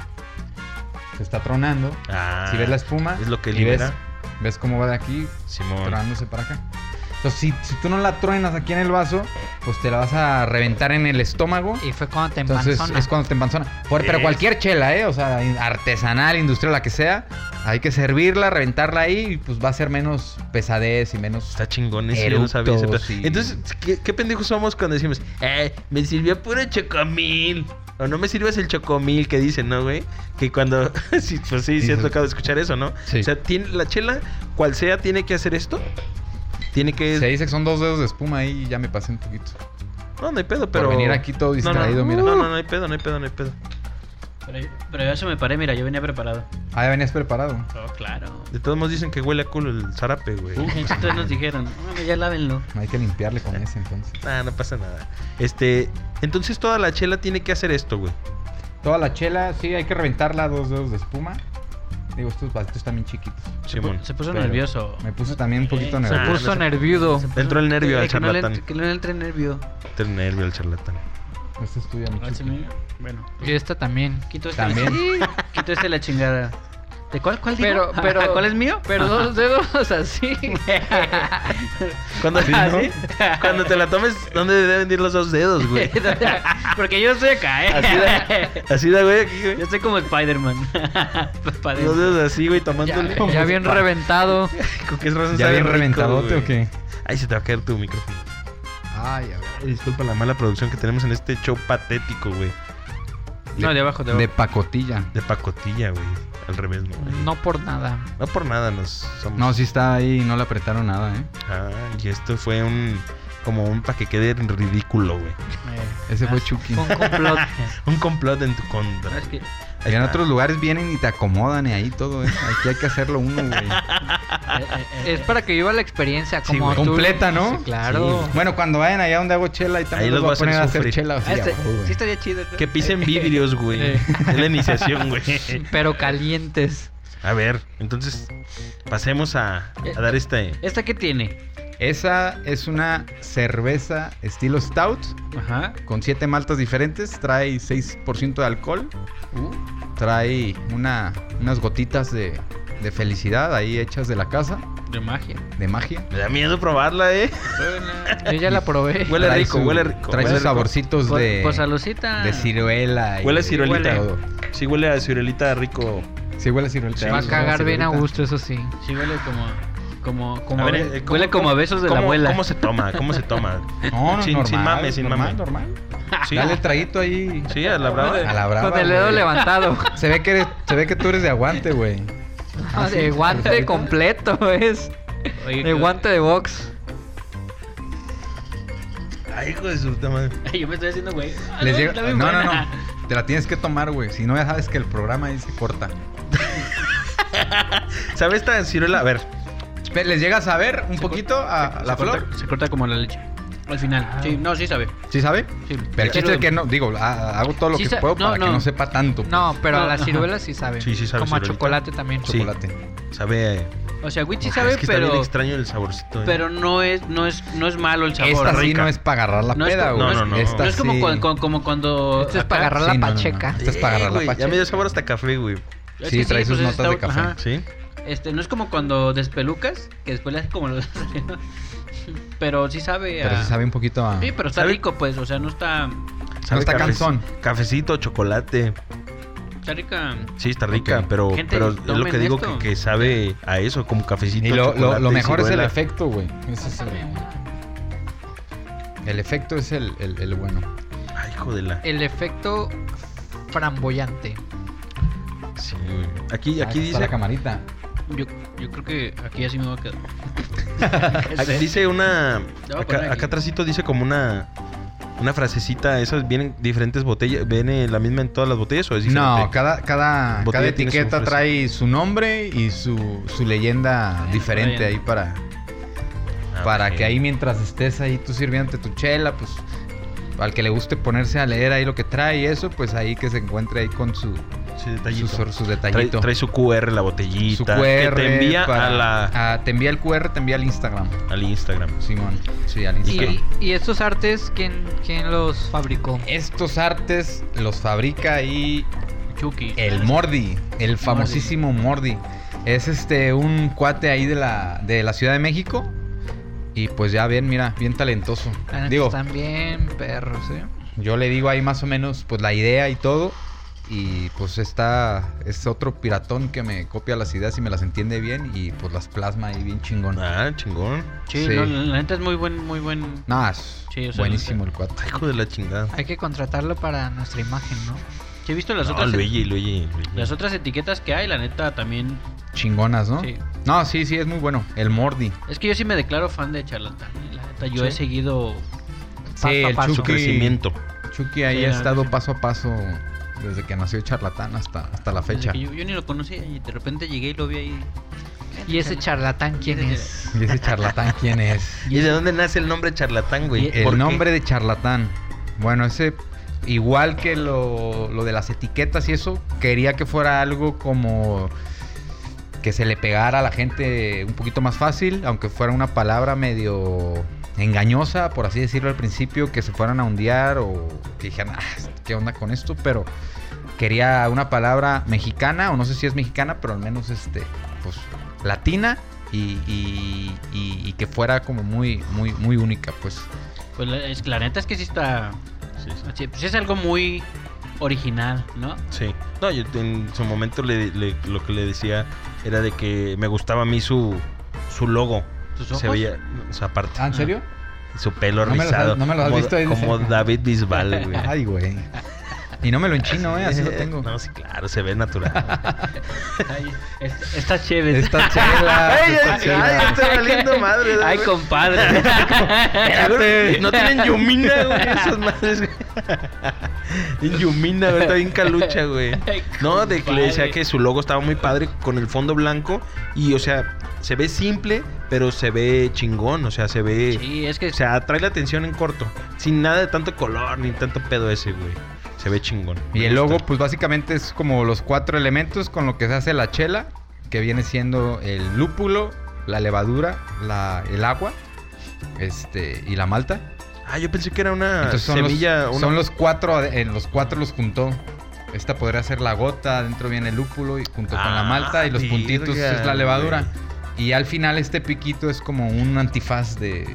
Speaker 5: se está tronando.
Speaker 3: Ah,
Speaker 5: si ves la espuma,
Speaker 3: es lo que
Speaker 5: y ves,
Speaker 3: libera.
Speaker 5: ves cómo va de aquí
Speaker 3: Simón.
Speaker 5: tronándose para acá. Entonces, si, si tú no la truenas aquí en el vaso, pues te la vas a reventar en el estómago.
Speaker 2: Y fue cuando te
Speaker 5: Entonces
Speaker 2: empanzona.
Speaker 5: es cuando te empanzona. Por- pero
Speaker 3: Es.
Speaker 5: cualquier chela, ¿eh? O sea, in- artesanal, industrial, la que sea. Hay que servirla, reventarla ahí y pues va a ser menos pesadez y menos...
Speaker 3: Está chingón ese, yo no sabía ese
Speaker 5: Eructos
Speaker 3: pedo.
Speaker 5: y-
Speaker 3: Entonces, ¿qué, qué pendejos somos cuando decimos, eh, me sirvió puro chocomil? O no me sirvas el chocomil que dicen, ¿no, güey? Que cuando. sí, pues sí, sí,
Speaker 5: Dices-
Speaker 3: has tocado escuchar eso, ¿no?
Speaker 5: Sí.
Speaker 3: O sea, tiene, la chela, cual sea, tiene que hacer esto. Tiene que.
Speaker 5: Se dice que son dos dedos de espuma ahí y ya me pasé un poquito.
Speaker 3: No, no hay pedo, pero.
Speaker 5: venir aquí todo
Speaker 3: No, no,
Speaker 5: distraído, mira.
Speaker 3: No, no, no hay pedo, no hay pedo, no hay pedo.
Speaker 4: Pero, pero yo eso me paré, mira, yo venía preparado.
Speaker 5: Ah, ya venías preparado.
Speaker 4: Oh, claro.
Speaker 3: De todos modos dicen que huele a culo el zarape,
Speaker 4: Uh,
Speaker 3: güey.
Speaker 4: Entonces nos dijeron, "No, mames, ya lávenlo.
Speaker 5: Hay que limpiarle con ese entonces.
Speaker 3: Ah, no pasa nada. Este. Entonces toda la chela tiene que hacer esto, güey.
Speaker 5: Toda la chela, sí, hay que reventarla dos dedos de espuma. Digo, estos vasitos también chiquitos.
Speaker 3: Simón.
Speaker 4: Se puso
Speaker 5: Pero
Speaker 4: nervioso.
Speaker 5: Me puse también un poquito
Speaker 4: Se
Speaker 2: Se
Speaker 5: nervioso.
Speaker 2: puso
Speaker 3: no sé.
Speaker 2: nerviudo.
Speaker 3: Le entró el nervio
Speaker 4: Eh,
Speaker 3: al
Speaker 4: que no le
Speaker 3: charlatán.
Speaker 4: entre- Que no le entre nervio.
Speaker 3: Tiene nervio el charlatán.
Speaker 5: Este estudia
Speaker 4: Ah,
Speaker 5: mucho.
Speaker 4: se me- Bueno,
Speaker 2: Y esta también.
Speaker 4: quito este.
Speaker 5: También.
Speaker 4: Quito este la chingada. ¿De cuál? ¿Cuál digo?
Speaker 2: Pero, pero.
Speaker 4: ¿Cuál es mío?
Speaker 2: Pero dos dedos así.
Speaker 3: Cuando,
Speaker 4: Ah, ¿sí?
Speaker 3: cuando te la tomes, ¿dónde deben ir los dos dedos, güey?
Speaker 4: Porque yo estoy acá, ¿eh?
Speaker 3: Así da, así da, güey, aquí,
Speaker 4: Yo
Speaker 3: güey.
Speaker 4: estoy como Spider-Man. Spider-Man.
Speaker 3: Los dedos así, güey, tomándole.
Speaker 2: ya, ya bien reventado.
Speaker 3: ¿Con qué razón
Speaker 5: ¿Ya
Speaker 3: sabe
Speaker 5: bien
Speaker 3: rico,
Speaker 5: reventadote
Speaker 3: güey?
Speaker 5: o qué?
Speaker 3: Ay, se te va a caer tu micrófono.
Speaker 5: Ay, a ver.
Speaker 3: Ay, Disculpa la mala producción que tenemos en este show patético, güey.
Speaker 4: No, de abajo, de abajo.
Speaker 5: De pacotilla.
Speaker 3: De pacotilla, güey. Al revés, ¿no? güey?
Speaker 2: No por nada.
Speaker 3: No por nada nos somos.
Speaker 5: No, sí está ahí y no le apretaron nada, ¿eh?
Speaker 3: Ah, y esto fue un. Como un pa' que quede en ridículo, güey.
Speaker 4: Eh,
Speaker 5: Ese fue
Speaker 4: ah,
Speaker 5: Chucky.
Speaker 2: Fue un complot.
Speaker 3: Un complot en tu contra.
Speaker 4: ah, es que-
Speaker 5: Y en
Speaker 3: Ah,
Speaker 5: otros lugares vienen y te acomodan y ahí todo, ¿eh? Aquí hay que hacerlo uno, güey.
Speaker 4: eh, eh,
Speaker 2: Es
Speaker 4: eh,
Speaker 2: para que viva la experiencia
Speaker 3: Sí,
Speaker 2: como
Speaker 3: güey.
Speaker 2: tú-
Speaker 5: Completa, ¿no?
Speaker 2: Sí, claro.
Speaker 3: Sí.
Speaker 5: Bueno, cuando vayan allá donde hago chela y
Speaker 3: Ahí
Speaker 5: también
Speaker 3: los
Speaker 5: los voy
Speaker 3: va a
Speaker 5: a
Speaker 3: hacer
Speaker 5: poner a hacer
Speaker 4: Ah,
Speaker 3: sufrir.
Speaker 5: chela. Sí,
Speaker 4: este-
Speaker 5: a huevo, güey.
Speaker 4: sí estaría chido. ¿no?
Speaker 3: Que pisen vidrios, güey.
Speaker 2: Eh.
Speaker 3: Es la iniciación, güey.
Speaker 2: Pero calientes.
Speaker 3: A ver, entonces pasemos a, a dar este.
Speaker 4: ¿Esta qué tiene?
Speaker 5: Esa es una cerveza estilo stout
Speaker 4: Ajá.
Speaker 5: con siete maltas diferentes. Trae 6% de alcohol.
Speaker 4: Uh.
Speaker 5: Trae una, unas gotitas de, de felicidad ahí hechas de la casa,
Speaker 4: De magia.
Speaker 5: de magia.
Speaker 3: Me da miedo probarla, eh.
Speaker 2: Yo ya la probé.
Speaker 3: Huele
Speaker 5: Trae
Speaker 3: rico, huele rico,
Speaker 5: Trae
Speaker 3: huele
Speaker 5: sus
Speaker 3: rico.
Speaker 5: saborcitos de,
Speaker 4: Pues salucita.
Speaker 5: de ciruela. y
Speaker 3: Huele a
Speaker 5: de
Speaker 3: ciruelita.
Speaker 5: todo.
Speaker 3: Sí huele a ciruelita rico.
Speaker 5: Sí, huele a ciruelita.
Speaker 2: Se va a
Speaker 5: Sí,
Speaker 2: cagar bien a
Speaker 5: ciruelita.
Speaker 2: gusto, eso sí.
Speaker 4: Sí, huele como. Como, como
Speaker 3: A
Speaker 4: a
Speaker 3: ver,
Speaker 4: be-
Speaker 3: eh, ¿cómo-
Speaker 4: huele como a besos de la
Speaker 3: ¿Cómo-
Speaker 4: abuela.
Speaker 3: ¿Cómo se toma? ¿Cómo se toma?
Speaker 5: No, no,
Speaker 3: Sin-
Speaker 5: normal,
Speaker 3: sin mame, sin
Speaker 5: normal,
Speaker 3: mame.
Speaker 5: normal.
Speaker 3: Sí,
Speaker 5: Dale el traguito ahí.
Speaker 3: sí, a la brava.
Speaker 5: A la brava.
Speaker 2: Con el dedo
Speaker 5: güey.
Speaker 2: levantado.
Speaker 5: Se ve que eres- se ve que tú eres de aguante, güey. Ah,
Speaker 2: de
Speaker 5: sí.
Speaker 2: guante completo es.
Speaker 4: Oye,
Speaker 2: De
Speaker 4: que-
Speaker 2: guante de box.
Speaker 3: Ay, hijo de su puta madre.
Speaker 4: Yo me estoy haciendo güey. Ah,
Speaker 5: Les
Speaker 4: no,
Speaker 5: llega-
Speaker 4: está bien
Speaker 5: No, no,
Speaker 4: buena.
Speaker 5: no. Te la tienes que tomar, güey. Si no, ya sabes que el programa ahí se corta.
Speaker 3: ¿Sabe esta ciruela? A ver,
Speaker 5: Pe- ¿Les llega a saber un poquito a la
Speaker 4: se corta-
Speaker 5: flor?
Speaker 4: se corta como la leche. Al final. Sí, no, sí sabe.
Speaker 5: ¿Sí sabe?
Speaker 4: Sí.
Speaker 5: Pero el chiste
Speaker 4: Pero-
Speaker 5: es que no, digo, a- hago todo lo
Speaker 4: Sí
Speaker 5: que
Speaker 4: sa-
Speaker 5: puedo
Speaker 4: no,
Speaker 5: para que
Speaker 4: no.
Speaker 5: no sepa tanto.
Speaker 2: No, pero a
Speaker 4: No,
Speaker 2: la
Speaker 4: ajá.
Speaker 2: ciruela sí sabe.
Speaker 3: Sí, sí sabe
Speaker 2: Como a
Speaker 3: ciruelita.
Speaker 2: chocolate también.
Speaker 3: Sí.
Speaker 5: chocolate.
Speaker 3: sabe.
Speaker 4: O sea, Witchy
Speaker 5: Ah,
Speaker 3: Ojalá,
Speaker 4: sabe,
Speaker 3: es que está
Speaker 4: pero.
Speaker 3: bien extraño el saborcito. eh.
Speaker 4: Pero no es, no es, no es malo el sabor.
Speaker 5: Esta sí
Speaker 3: rica.
Speaker 5: no es para agarrar la
Speaker 4: No es
Speaker 5: peda,
Speaker 4: como-
Speaker 5: güey.
Speaker 3: no, no, no.
Speaker 5: Esta
Speaker 4: No es como,
Speaker 5: sí-
Speaker 4: cuan- cuan- como cuando.
Speaker 2: Esto es
Speaker 4: acá-
Speaker 2: para agarrar la
Speaker 5: Sí, no, no, no.
Speaker 2: pacheca.
Speaker 5: Esta es para agarrar la
Speaker 3: Eh, güey, Ya me dio
Speaker 5: pacheca.
Speaker 3: sabor hasta café, güey.
Speaker 4: es
Speaker 5: Sí,
Speaker 4: que
Speaker 5: trae
Speaker 4: pues,
Speaker 5: sus notas
Speaker 4: está-
Speaker 5: de café.
Speaker 4: ajá.
Speaker 3: Sí.
Speaker 4: Este, no es como cuando despelucas, que después le haces como los. pero sí sabe.
Speaker 5: Pero
Speaker 4: a-
Speaker 5: sí sabe un poquito a...
Speaker 4: Sí, pero está
Speaker 3: Sabe-
Speaker 4: rico, pues. O sea, no está.
Speaker 3: Sabe
Speaker 5: está
Speaker 3: cafe-
Speaker 5: cansón.
Speaker 3: Cafecito, chocolate.
Speaker 4: Está rica.
Speaker 3: Sí, está rica,
Speaker 5: Ok.
Speaker 3: pero,
Speaker 4: Gente,
Speaker 3: pero es lo que
Speaker 4: tomen
Speaker 3: digo que,
Speaker 4: esto.
Speaker 3: que sabe a eso, como cafecito.
Speaker 5: Y lo, lo-
Speaker 3: chocolate
Speaker 5: lo
Speaker 3: y
Speaker 5: mejor es el
Speaker 3: ciruela.
Speaker 5: efecto, güey. Ese es el, el efecto es el, el- el bueno.
Speaker 3: Hijo de
Speaker 4: Eh.
Speaker 3: la.
Speaker 2: El efecto framboyante.
Speaker 3: Sí, güey. Aquí, aquí
Speaker 5: Aquí Ah, está
Speaker 3: dice. Pues
Speaker 5: la camarita.
Speaker 4: Yo, yo creo que aquí así me voy a quedar.
Speaker 3: Aquí dice una.
Speaker 4: Lo voy a poner
Speaker 3: Acá,
Speaker 4: aquí.
Speaker 3: acá atrásito dice como una. Una frasecita, esas vienen diferentes botellas, viene la misma en todas las botellas o es diferente?
Speaker 5: No, cada, cada,
Speaker 3: Botella
Speaker 5: cada
Speaker 3: tiene su
Speaker 5: etiqueta
Speaker 3: fresa.
Speaker 5: trae su nombre y su, su leyenda
Speaker 4: Bueno,
Speaker 5: diferente
Speaker 4: está bien.
Speaker 5: ahí para,
Speaker 3: Ah,
Speaker 5: para
Speaker 3: ok.
Speaker 5: que ahí mientras estés ahí tú sirviéndote tu chela, pues al que le guste ponerse a leer ahí lo que trae y eso, pues ahí que se encuentre ahí con su,
Speaker 3: Sí,
Speaker 5: su,
Speaker 3: detallito.
Speaker 5: su- su
Speaker 3: Trae,
Speaker 5: detallito.
Speaker 3: trae su QR, la botellita.
Speaker 5: su
Speaker 3: que te envía
Speaker 5: para-
Speaker 3: a la,
Speaker 5: a- te envía el QR, te envía el Instagram,
Speaker 3: al Instagram.
Speaker 5: Simón. Sí, al
Speaker 2: Y,
Speaker 5: Instagram.
Speaker 2: y estos artes, ¿quién, quién los fabricó?
Speaker 5: Estos artes los fabrica ahí
Speaker 4: Chucky.
Speaker 5: El Mordi, el famosísimo Mordi. Es este un cuate ahí de la, de la Ciudad de México. Y pues ya bien, mira, bien talentoso.
Speaker 2: La neta,
Speaker 5: Digo,
Speaker 2: Están bien perros, ¿eh?
Speaker 5: yo le digo ahí más o menos pues la idea y todo. Y pues está, es otro piratón que me copia las ideas y me las entiende bien y pues las plasma ahí bien chingón.
Speaker 3: Ah, chingón.
Speaker 4: Sí,
Speaker 5: Sí.
Speaker 4: no, la la neta es muy buen, muy buen.
Speaker 5: Nada, es
Speaker 4: Sí, o sea,
Speaker 5: buenísimo el cuate.
Speaker 3: Hijo de la chingada.
Speaker 2: Hay que contratarlo para nuestra imagen, ¿no?
Speaker 4: Sí, he visto las
Speaker 3: No,
Speaker 4: otras.
Speaker 3: Luigi, Luigi, Luigi.
Speaker 4: Las otras etiquetas que hay, la neta también.
Speaker 5: Chingonas, ¿no?
Speaker 4: Sí.
Speaker 5: No, sí, sí, es muy bueno. El Mordi.
Speaker 4: Es que yo sí me declaro fan de Charlatán. eh, La neta, yo
Speaker 2: Sí.
Speaker 4: he seguido.
Speaker 5: Sí, el
Speaker 2: paso.
Speaker 3: Su
Speaker 5: Chucky.
Speaker 3: crecimiento.
Speaker 5: Chucky ahí
Speaker 4: Sí,
Speaker 5: ha
Speaker 4: la
Speaker 5: estado
Speaker 4: neta.
Speaker 5: paso a paso desde que nació Charlatán hasta, hasta la
Speaker 4: desde
Speaker 5: fecha.
Speaker 4: que Yo, yo ni lo conocía y de repente llegué y lo vi ahí.
Speaker 2: Y ese charlatán, ¿quién es?
Speaker 5: ¿Y ese charlatán quién es?
Speaker 3: ¿Y de dónde nace el nombre charlatán, güey? ¿Por
Speaker 5: El
Speaker 3: qué?
Speaker 5: nombre de charlatán. Bueno, ese, igual que lo, lo de las etiquetas y eso, quería que fuera algo como que se le pegara a la gente un poquito más fácil, aunque fuera una palabra medio engañosa, por así decirlo al principio, que se fueran a hundear o que dijeran, "Ah, ¿qué onda con esto? Pero quería una palabra mexicana, o no sé si es mexicana, pero al menos este, pues, latina. Y, y- y- y que fuera como muy, muy, muy única, pues.
Speaker 4: Pues la, es, la neta es que sí está.
Speaker 3: Sí, sí.
Speaker 4: sí, Pues es algo muy original, ¿no?
Speaker 3: Sí. No, yo en su momento le- le- lo que le decía era de que me gustaba a mí su, su logo.
Speaker 4: Sus ojos.
Speaker 3: Se veía, o sea, aparte,
Speaker 5: Ah, ¿en serio?
Speaker 3: su pelo
Speaker 5: No me los has-
Speaker 3: rizado.
Speaker 5: no me los has
Speaker 3: como,
Speaker 5: visto ahí de
Speaker 3: Como
Speaker 5: cerca.
Speaker 3: David Bisbal, güey.
Speaker 5: Ay, güey. Y no me lo enchino, ¿eh? Así lo tengo.
Speaker 3: No, sí, claro, se ve natural.
Speaker 4: Ay, es- está chévere.
Speaker 5: Esta chela.
Speaker 3: Ay,
Speaker 5: esta
Speaker 3: ay, ay,
Speaker 5: chela.
Speaker 3: está valiendo madre, ¿no,
Speaker 4: Ay,
Speaker 3: güey?
Speaker 4: compadre.
Speaker 5: Espérate.
Speaker 3: No tienen yumina, güey, esas madres, güey. Yumina, güey, está bien calucha, güey.
Speaker 4: Ay,
Speaker 3: No, de que le decía
Speaker 4: compadre.
Speaker 3: que su logo estaba muy padre con el fondo blanco y, o sea, se ve simple, pero se ve chingón, o sea, se ve...
Speaker 4: Sí, es que
Speaker 3: O sea, atrae la atención en corto, sin nada de tanto color ni tanto pedo ese, güey. Se ve chingón.
Speaker 5: Y
Speaker 3: Me
Speaker 5: el logo,
Speaker 3: gusta.
Speaker 5: pues básicamente es como los cuatro elementos con lo que se hace la chela, que viene siendo el lúpulo, la levadura, la, el agua, este, y la malta.
Speaker 3: Ah, yo pensé que era una
Speaker 5: Entonces son,
Speaker 3: semilla...
Speaker 5: los,
Speaker 3: una-
Speaker 5: son los cuatro, ade- en los cuatro los juntó. Esta podría ser la gota, dentro viene el lúpulo y junto con la
Speaker 3: Ah,
Speaker 5: malta y los puntitos
Speaker 3: virga,
Speaker 5: es la
Speaker 3: güey.
Speaker 5: levadura. Y al final este piquito es como un antifaz de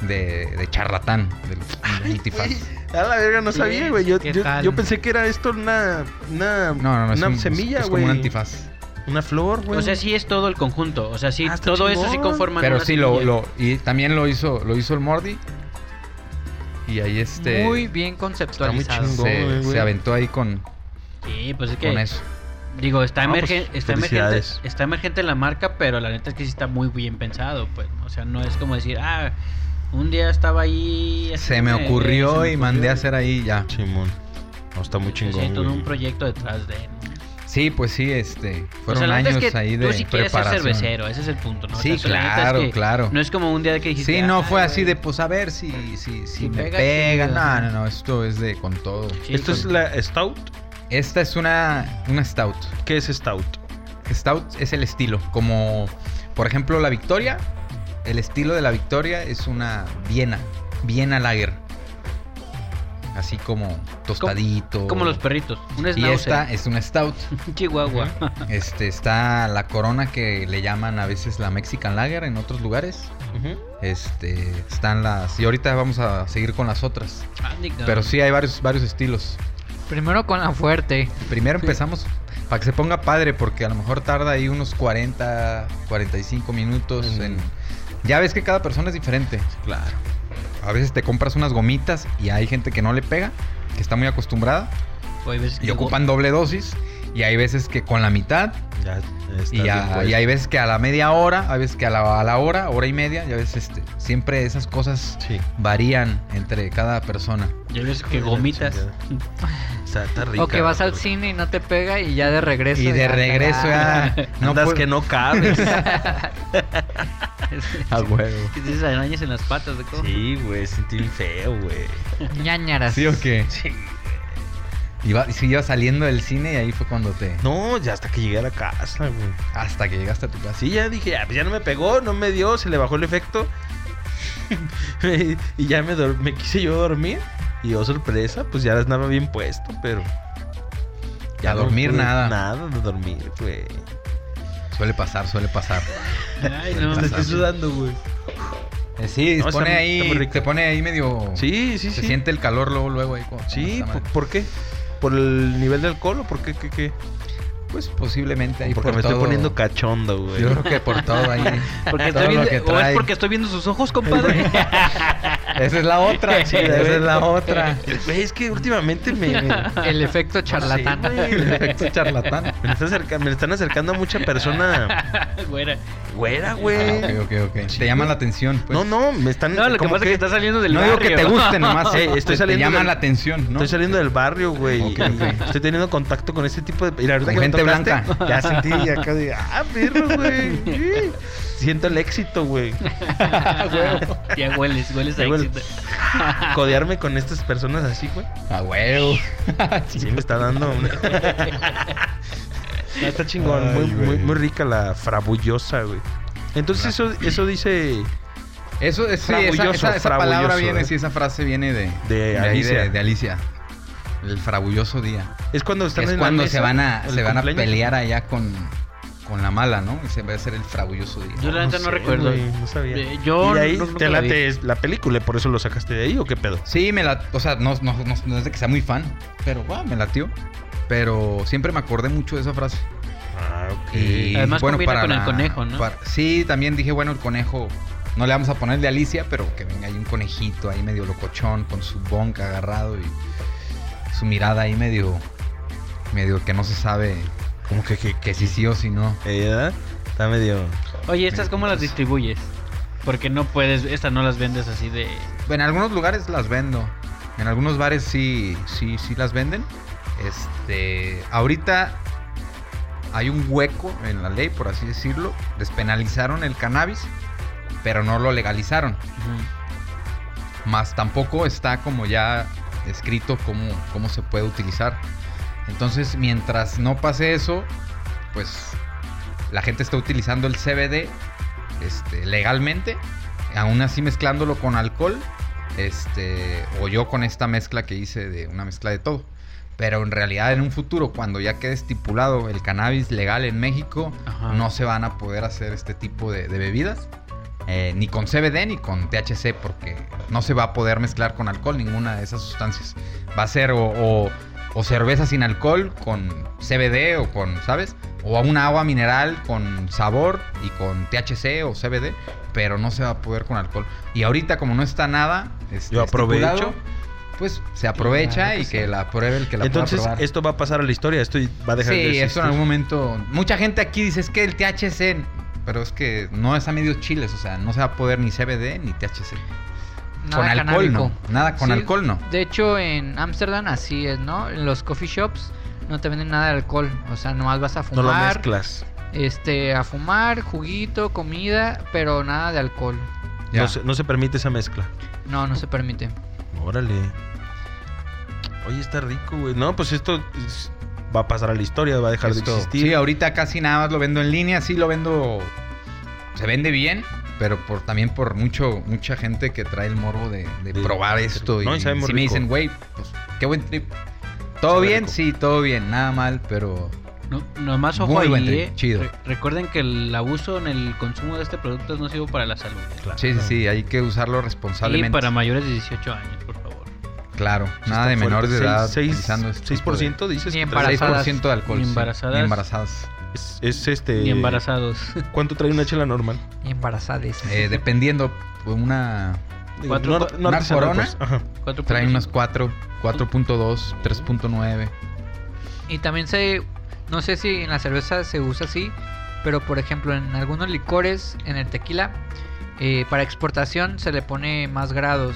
Speaker 5: de, de charlatán, del un antifaz.
Speaker 3: A la verga, no
Speaker 2: Sí,
Speaker 3: sabía, güey. Yo,
Speaker 2: ¿qué
Speaker 3: yo,
Speaker 2: tal?
Speaker 3: yo pensé que era esto una... Una,
Speaker 5: No, no, no, es,
Speaker 3: una
Speaker 5: un-
Speaker 3: semilla,
Speaker 5: es
Speaker 3: güey.
Speaker 5: como un antifaz.
Speaker 3: Una flor, güey.
Speaker 4: O sea, sí es todo el conjunto. O sea, sí,
Speaker 3: Ah, está
Speaker 4: todo eso sí
Speaker 3: chingón.
Speaker 4: conforma.
Speaker 5: Pero sí lo, lo y también lo hizo lo hizo el Mordi. Y ahí este
Speaker 2: Muy bien conceptualizado.
Speaker 3: chingón.
Speaker 5: se,
Speaker 3: güey.
Speaker 5: se aventó ahí con,
Speaker 4: Sí, pues es que.
Speaker 5: con eso.
Speaker 4: Digo, está,
Speaker 3: No, pues,
Speaker 4: emergen- está, emergente,
Speaker 3: felicidades.
Speaker 4: está emergente la marca, pero la neta es que sí está muy bien pensado. pues O sea, no es como decir, ah, un día estaba ahí.
Speaker 5: Se
Speaker 4: haciendo,
Speaker 5: me
Speaker 4: eh, se
Speaker 5: ocurrió
Speaker 4: me
Speaker 5: y mandé
Speaker 4: ocurrió.
Speaker 5: a hacer ahí ya.
Speaker 3: Simón. No, está muy
Speaker 4: Sí,
Speaker 3: chingón,
Speaker 4: todo
Speaker 3: güey.
Speaker 4: un proyecto detrás de. ¿no?
Speaker 5: Sí, pues sí, este,
Speaker 4: O
Speaker 5: fueron
Speaker 4: sea, la neta
Speaker 5: años
Speaker 4: es que
Speaker 5: ahí de
Speaker 4: tú sí quieres ser
Speaker 5: preparación.
Speaker 4: cervecero, ese es el punto, ¿no? O
Speaker 5: Sí,
Speaker 4: sea, la neta es
Speaker 5: claro,
Speaker 4: que
Speaker 5: claro.
Speaker 4: No es como un día que dijiste.
Speaker 5: Sí, no
Speaker 4: "Ay,
Speaker 5: fue así
Speaker 4: güey".
Speaker 5: de, pues a ver si, si, si,
Speaker 4: Si
Speaker 5: me
Speaker 4: pega,
Speaker 5: pega.
Speaker 4: chido.
Speaker 5: No, no, no, esto es de con todo.
Speaker 4: Sí,
Speaker 3: Esto es
Speaker 4: con-
Speaker 3: la Stout.
Speaker 5: Esta es una, una stout.
Speaker 3: ¿Qué es Stout?
Speaker 5: Stout es el estilo, como por ejemplo la Victoria. El estilo de la Victoria es una Viena, Viena Lager. Así como tostadito.
Speaker 4: Como los perritos. Un
Speaker 5: Y esta
Speaker 4: schnauzer.
Speaker 5: es una stout.
Speaker 4: Un chihuahua.
Speaker 5: Este está la corona que le llaman a veces la Mexican Lager en otros lugares. Este, están las. Y ahorita vamos a seguir con las otras.
Speaker 4: Ah, ni-
Speaker 5: Pero sí hay varios, varios estilos.
Speaker 2: Primero con la fuerte.
Speaker 5: Primero empezamos para que se ponga padre, porque a lo mejor tarda ahí unos 40, 45 minutos.
Speaker 3: Mm.
Speaker 5: En... Ya ves que cada persona es diferente.
Speaker 3: Claro.
Speaker 5: a veces te compras unas gomitas y hay gente que no le pega, que está muy acostumbrada
Speaker 4: O hay veces
Speaker 5: y
Speaker 4: que-
Speaker 5: ocupan doble dosis. Y hay veces que con la mitad,
Speaker 3: Ya está
Speaker 5: y, ya-
Speaker 3: bien pues. puesto.
Speaker 5: y hay veces que a la media hora, hay veces que a la, a la hora, hora y media, y a veces este, siempre esas cosas
Speaker 3: Sí.
Speaker 5: varían entre cada persona.
Speaker 4: Y hay veces
Speaker 3: Hijo de
Speaker 4: que
Speaker 3: la
Speaker 4: gomitas.
Speaker 3: chingada. Está, está rica.
Speaker 2: O que vas al
Speaker 3: güey.
Speaker 2: cine y no te pega y ya de regreso.
Speaker 5: Y de
Speaker 2: ya,
Speaker 5: regreso
Speaker 2: ah,
Speaker 5: ya... No
Speaker 3: Andas
Speaker 5: puedo-
Speaker 3: que no cabes.
Speaker 5: A huevo.
Speaker 4: Que tienes arañas en las patas, ¿de cómo?
Speaker 3: sí, güey, sentí el feo, güey.
Speaker 2: Ñañaras.
Speaker 5: ah. ¿Sí o qué?
Speaker 3: Sí.
Speaker 5: Iba, sí, iba saliendo del cine y ahí fue cuando te...
Speaker 3: No, ya hasta que llegué a la casa, güey.
Speaker 5: Hasta que llegaste a tu casa.
Speaker 3: Así ya dije, ya, pues ya no me pegó, no me dio, se le bajó el efecto. y ya me, dor- me quise yo dormir. Y oh, sorpresa, pues ya estaba bien puesto, pero.
Speaker 5: A dormir
Speaker 3: pude-
Speaker 5: nada.
Speaker 3: pues, Nada de dormir, güey.
Speaker 5: Suele pasar, suele pasar.
Speaker 4: Ay, no.
Speaker 3: Hasta
Speaker 5: Pasa.
Speaker 3: estoy sudando, güey.
Speaker 5: Eh, Sí,
Speaker 3: No,
Speaker 5: se
Speaker 3: está muy-
Speaker 5: pone
Speaker 3: está muy
Speaker 5: ahí,
Speaker 3: rico.
Speaker 5: te pone ahí medio...
Speaker 3: Sí, sí,
Speaker 5: Se
Speaker 3: sí.
Speaker 5: siente el calor luego, luego ahí. como-
Speaker 3: Sí,
Speaker 5: como
Speaker 3: ¿por,
Speaker 5: esta madre.
Speaker 3: por qué? ¿Por el nivel de alcohol o por qué? qué, qué?
Speaker 5: Pues posiblemente ahí
Speaker 3: Porque
Speaker 5: por
Speaker 3: me estoy
Speaker 5: todo-
Speaker 3: poniendo cachondo, güey.
Speaker 5: Yo creo que por todo ahí.
Speaker 4: Porque
Speaker 5: todo
Speaker 4: estoy
Speaker 5: lo
Speaker 4: viendo,
Speaker 5: que
Speaker 4: o es
Speaker 5: trae.
Speaker 4: porque estoy viendo sus ojos, compadre.
Speaker 5: Esa es la otra.
Speaker 3: Sí,
Speaker 5: esa
Speaker 3: güey.
Speaker 5: es la otra.
Speaker 3: Güey, es que últimamente me. me-
Speaker 2: El efecto charlatán.
Speaker 3: No sé, güey.
Speaker 5: El efecto charlatán.
Speaker 3: Me, está acerca- me están acercando a mucha persona
Speaker 4: Güera.
Speaker 3: güera,
Speaker 5: Ah,
Speaker 3: güey.
Speaker 5: ok, ok, ok. Te llaman la atención. Pues.
Speaker 3: No, no, me están.
Speaker 4: No, lo que
Speaker 3: como
Speaker 4: pasa es que está saliendo del
Speaker 5: No digo que te
Speaker 4: barrio.
Speaker 5: guste nomás.
Speaker 3: Eh,
Speaker 5: te-
Speaker 3: estoy
Speaker 5: te
Speaker 3: saliendo
Speaker 5: llaman
Speaker 3: del-
Speaker 5: la atención, ¿no?
Speaker 3: Estoy saliendo del barrio, güey.
Speaker 5: Ok,
Speaker 3: y-
Speaker 5: ok.
Speaker 3: y Estoy teniendo contacto con este tipo de. Y la verdad
Speaker 5: Con
Speaker 3: que me
Speaker 5: gente
Speaker 3: tocaste,
Speaker 5: blanca.
Speaker 3: Ya sentí acá de. Ah, perro, güey. Sí. Siento el éxito, güey.
Speaker 4: Ya hueles, hueles a
Speaker 3: Ya huele.
Speaker 4: éxito.
Speaker 3: Codearme con estas personas así, güey.
Speaker 5: A Ah, huevo.
Speaker 3: Sí, me está dando. una- No, está chingón.
Speaker 5: Ay,
Speaker 3: muy, muy,
Speaker 5: güey.
Speaker 3: muy rica la frabullosa, güey. Entonces, eso, eso dice.
Speaker 5: Eso, es- sí, esa,
Speaker 3: Frabulloso,
Speaker 5: esa- esa palabra
Speaker 3: frabulloso,
Speaker 5: viene,
Speaker 3: eh.
Speaker 5: sí, esa frase viene de,
Speaker 3: De
Speaker 5: ahí, de-
Speaker 3: Alicia.
Speaker 5: de Alicia. El frabulloso día.
Speaker 3: Es cuando
Speaker 5: Que
Speaker 3: están
Speaker 5: es
Speaker 3: en la
Speaker 5: cuando
Speaker 3: mesa,
Speaker 5: se van a,
Speaker 3: el
Speaker 5: se van a
Speaker 3: cumpleaños.
Speaker 5: pelear allá con, con la mala, ¿no? Y se va a hacer el frabulloso día.
Speaker 4: Yo la neta no,
Speaker 3: sé,
Speaker 4: recuerdo.
Speaker 3: güey, no sabía.
Speaker 4: Eh, yo
Speaker 3: y de ahí
Speaker 4: no- nunca
Speaker 3: te
Speaker 4: la
Speaker 3: late es la película, por eso lo sacaste de ahí o qué pedo.
Speaker 5: Sí, me la. O sea, no, no, no, no es de que sea muy fan, pero guau, me latió. Pero siempre me acordé mucho de esa frase.
Speaker 3: Ah, ok.
Speaker 5: Y
Speaker 4: Además
Speaker 5: bueno,
Speaker 4: combina
Speaker 5: para
Speaker 4: con el
Speaker 5: la-
Speaker 4: conejo, ¿no?
Speaker 5: para- sí, también dije, bueno, el conejo. No le vamos a poner el de Alicia, pero que venga ahí un conejito ahí medio locochón, con su bonca agarrado y su mirada ahí medio. medio que no se sabe
Speaker 3: Como que, que,
Speaker 5: que si sí o si no.
Speaker 3: Eh, ¿verdad? Está medio.
Speaker 4: Oye, ¿estas cómo las
Speaker 5: Entonces-
Speaker 4: distribuyes? Porque no puedes, estas no las vendes así de...
Speaker 5: En algunos lugares las vendo. En algunos bares sí, sí, sí las venden. Este, ahorita hay un hueco en la ley, por así decirlo. Despenalizaron el cannabis, pero no lo legalizaron. Más tampoco está como ya escrito cómo, cómo se puede utilizar. Entonces, mientras no pase eso, pues la gente está utilizando el CBD este, legalmente, aún así mezclándolo con alcohol, este, o yo con esta mezcla que hice de una mezcla de todo. Pero en realidad en un futuro, cuando ya quede estipulado el cannabis legal en México,
Speaker 4: Ajá.
Speaker 5: no se van a poder hacer este tipo de, de bebidas. eh, ni con CBD ni con THC, porque no se va a poder mezclar con alcohol ninguna de esas sustancias. Va a ser o, o- o cerveza sin alcohol con CBD o con, ¿sabes? O un agua mineral con sabor y con THC o CBD, pero no se va a poder con alcohol. Y ahorita como no está nada, este,
Speaker 3: Yo aprovecho.
Speaker 5: estipulado, pues se aprovecha
Speaker 2: Claro que
Speaker 5: y
Speaker 2: sí.
Speaker 5: que la apruebe el que la
Speaker 3: Entonces,
Speaker 5: pueda probar.
Speaker 3: esto va a pasar a la historia. Esto va a dejar de
Speaker 5: Sí,
Speaker 3: existir.
Speaker 5: eso en algún momento. Mucha gente aquí dice es que el THC, pero es que no es a medios chiles, o sea, no se va a poder ni CBD ni THC.
Speaker 2: Nada
Speaker 5: con alcohol
Speaker 2: canábico.
Speaker 5: no. Nada con
Speaker 2: Sí,
Speaker 5: alcohol no.
Speaker 2: De hecho, en Ámsterdam así es, ¿no? En los coffee shops no te venden nada de alcohol. O sea, nomás vas a
Speaker 3: No lo
Speaker 2: fumar.
Speaker 3: mezclas.
Speaker 2: este, a fumar, juguito, comida, pero nada de alcohol.
Speaker 5: Ya.
Speaker 3: No se, no se permite esa mezcla.
Speaker 2: No, no se permite.
Speaker 3: Órale. Oye, está rico, güey. No, pues esto es- va a pasar a la historia, va a dejar
Speaker 5: Esto-
Speaker 3: de existir.
Speaker 5: Sí, ahorita casi nada más lo vendo en línea, sí lo vendo. Se vende bien, pero por también por mucho mucha gente que trae el morbo de, de
Speaker 3: De-
Speaker 5: probar esto.
Speaker 3: no,
Speaker 5: y
Speaker 3: y sabe muy
Speaker 5: sí me
Speaker 3: rico.
Speaker 5: dicen, güey, pues qué buen trip. ¿Todo
Speaker 3: Sabe
Speaker 5: bien?
Speaker 3: rico.
Speaker 5: Sí, todo bien, nada mal, pero
Speaker 4: No, nomás ojo
Speaker 5: Muy buen
Speaker 4: ahí,
Speaker 5: tri-
Speaker 4: eh.
Speaker 5: chido.
Speaker 4: Re- recuerden que el abuso en el consumo de este producto es nocivo para la salud.
Speaker 3: Claro.
Speaker 5: sí, sí, sí, hay que usarlo
Speaker 4: Y
Speaker 5: responsablemente.
Speaker 4: para mayores de 18 años, por favor.
Speaker 5: Claro,
Speaker 3: Sí,
Speaker 5: nada
Speaker 3: está
Speaker 5: de menores de
Speaker 3: fuerte.
Speaker 5: edad
Speaker 3: Seis-
Speaker 5: utilizando este
Speaker 3: seis- 6% dices
Speaker 2: Ni
Speaker 3: que trae-
Speaker 5: tipo de- 6% de alcohol.
Speaker 4: Ni
Speaker 5: sí.
Speaker 4: embarazadas.
Speaker 5: Ni embarazadas.
Speaker 3: es, es
Speaker 5: Eh,
Speaker 3: este
Speaker 4: Y embarazados.
Speaker 3: ¿Cuánto trae una chela normal?
Speaker 2: Y embarazadas.
Speaker 5: Eh, dependiendo, Eh, una
Speaker 4: Cuatro-
Speaker 3: no- no
Speaker 5: ¿Una
Speaker 3: artesanal,
Speaker 5: corona?
Speaker 3: pues, ajá.
Speaker 4: Cuatro
Speaker 5: Traen
Speaker 4: puntos.
Speaker 5: unas 4, 4.2, 3.9.
Speaker 2: Y también se. No sé si en la cerveza se usa así, pero por ejemplo en algunos licores, en el tequila, eh, para exportación se le pone más grados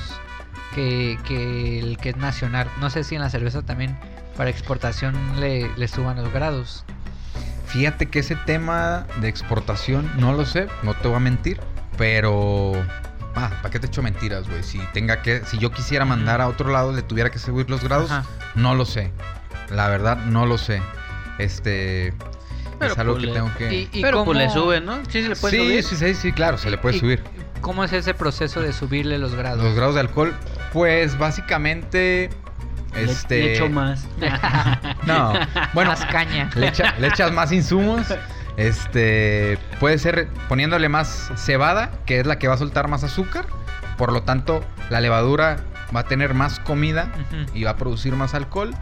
Speaker 2: que, que el que es nacional. No sé si en la cerveza también para exportación le, le suban los grados.
Speaker 5: Fíjate que ese tema de exportación, no lo sé, no te voy a mentir, pero... Ah, ¿para qué te echo mentiras, güey? Si tenga que, si yo quisiera mandar a otro lado, le tuviera que subir los grados,
Speaker 2: Ajá.
Speaker 5: no lo sé. La verdad, no lo sé. Este...
Speaker 4: Pero
Speaker 5: es algo
Speaker 4: pues
Speaker 5: que
Speaker 4: le-
Speaker 5: tengo que...
Speaker 2: ¿Y
Speaker 4: Pero pues
Speaker 2: cómo-
Speaker 4: le suben, ¿no? Sí, se le puede
Speaker 5: Sí,
Speaker 4: subir.
Speaker 5: sí, sí, sí, claro, se le puede
Speaker 2: ¿Y
Speaker 5: subir.
Speaker 2: ¿Cómo es ese proceso de subirle los grados?
Speaker 5: Los grados de alcohol, pues básicamente...
Speaker 4: Le-
Speaker 5: Este...
Speaker 4: Le echo más.
Speaker 5: No, bueno,
Speaker 2: Más caña.
Speaker 5: le, echa- le echas más insumos. Este puede ser poniéndole más cebada, que es la que va a soltar más azúcar. Por lo tanto, la levadura va a tener más comida
Speaker 2: Ujú.
Speaker 5: y va a producir más alcohol.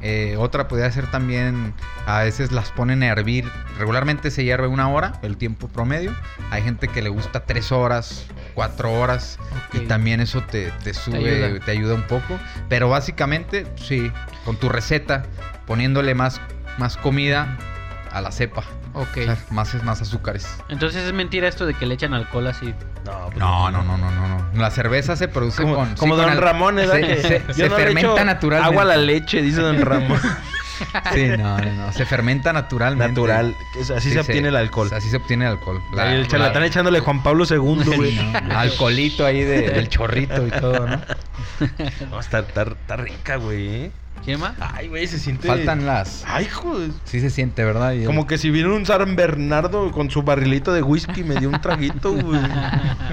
Speaker 5: Eh, otra podría ser también, a veces las ponen a hervir. Regularmente se hierve una hora, el tiempo promedio. Hay gente que le gusta tres horas, cuatro horas. Y
Speaker 2: Ok.
Speaker 5: también eso te, te sube, te ayuda.
Speaker 2: ayuda.
Speaker 5: un poco. Pero básicamente, sí, con tu receta, poniéndole más, más comida a la cepa.
Speaker 2: Ok.
Speaker 5: O sea, más, más azúcares.
Speaker 4: Entonces es mentira esto de que le echan alcohol así. Eh,
Speaker 3: No, pues,
Speaker 5: No, no, no, no, no, no. La cerveza se produce
Speaker 3: Como,
Speaker 5: con...
Speaker 3: como
Speaker 5: sí, con
Speaker 3: Don
Speaker 5: al-
Speaker 3: Ramón, ¿verdad?
Speaker 5: Se,
Speaker 3: Que
Speaker 5: se-
Speaker 3: yo
Speaker 5: se
Speaker 3: no le
Speaker 5: fermenta
Speaker 3: echo
Speaker 5: naturalmente.
Speaker 3: Agua a la leche, dice Don Ramón.
Speaker 5: Sí, no, no, no. Se fermenta naturalmente.
Speaker 3: Natural. Es- Así
Speaker 5: Sí,
Speaker 3: se obtiene el alcohol.
Speaker 5: Así se obtiene el alcohol.
Speaker 3: Ahí el charlatán
Speaker 5: la-
Speaker 3: echándole Juan Pablo II, güey.
Speaker 5: no, alcoholito ahí de- del chorrito y todo, ¿no?
Speaker 3: No, está, está- está rica, güey. ¿eh?
Speaker 4: ¿Quién más?
Speaker 3: Ay, güey, se siente.
Speaker 5: Faltan las...
Speaker 3: Ay, joder.
Speaker 5: Sí se siente, ¿verdad? Y el-
Speaker 3: Como que si viene un San Bernardo con su barrilito de whisky y me dio un traguito, güey.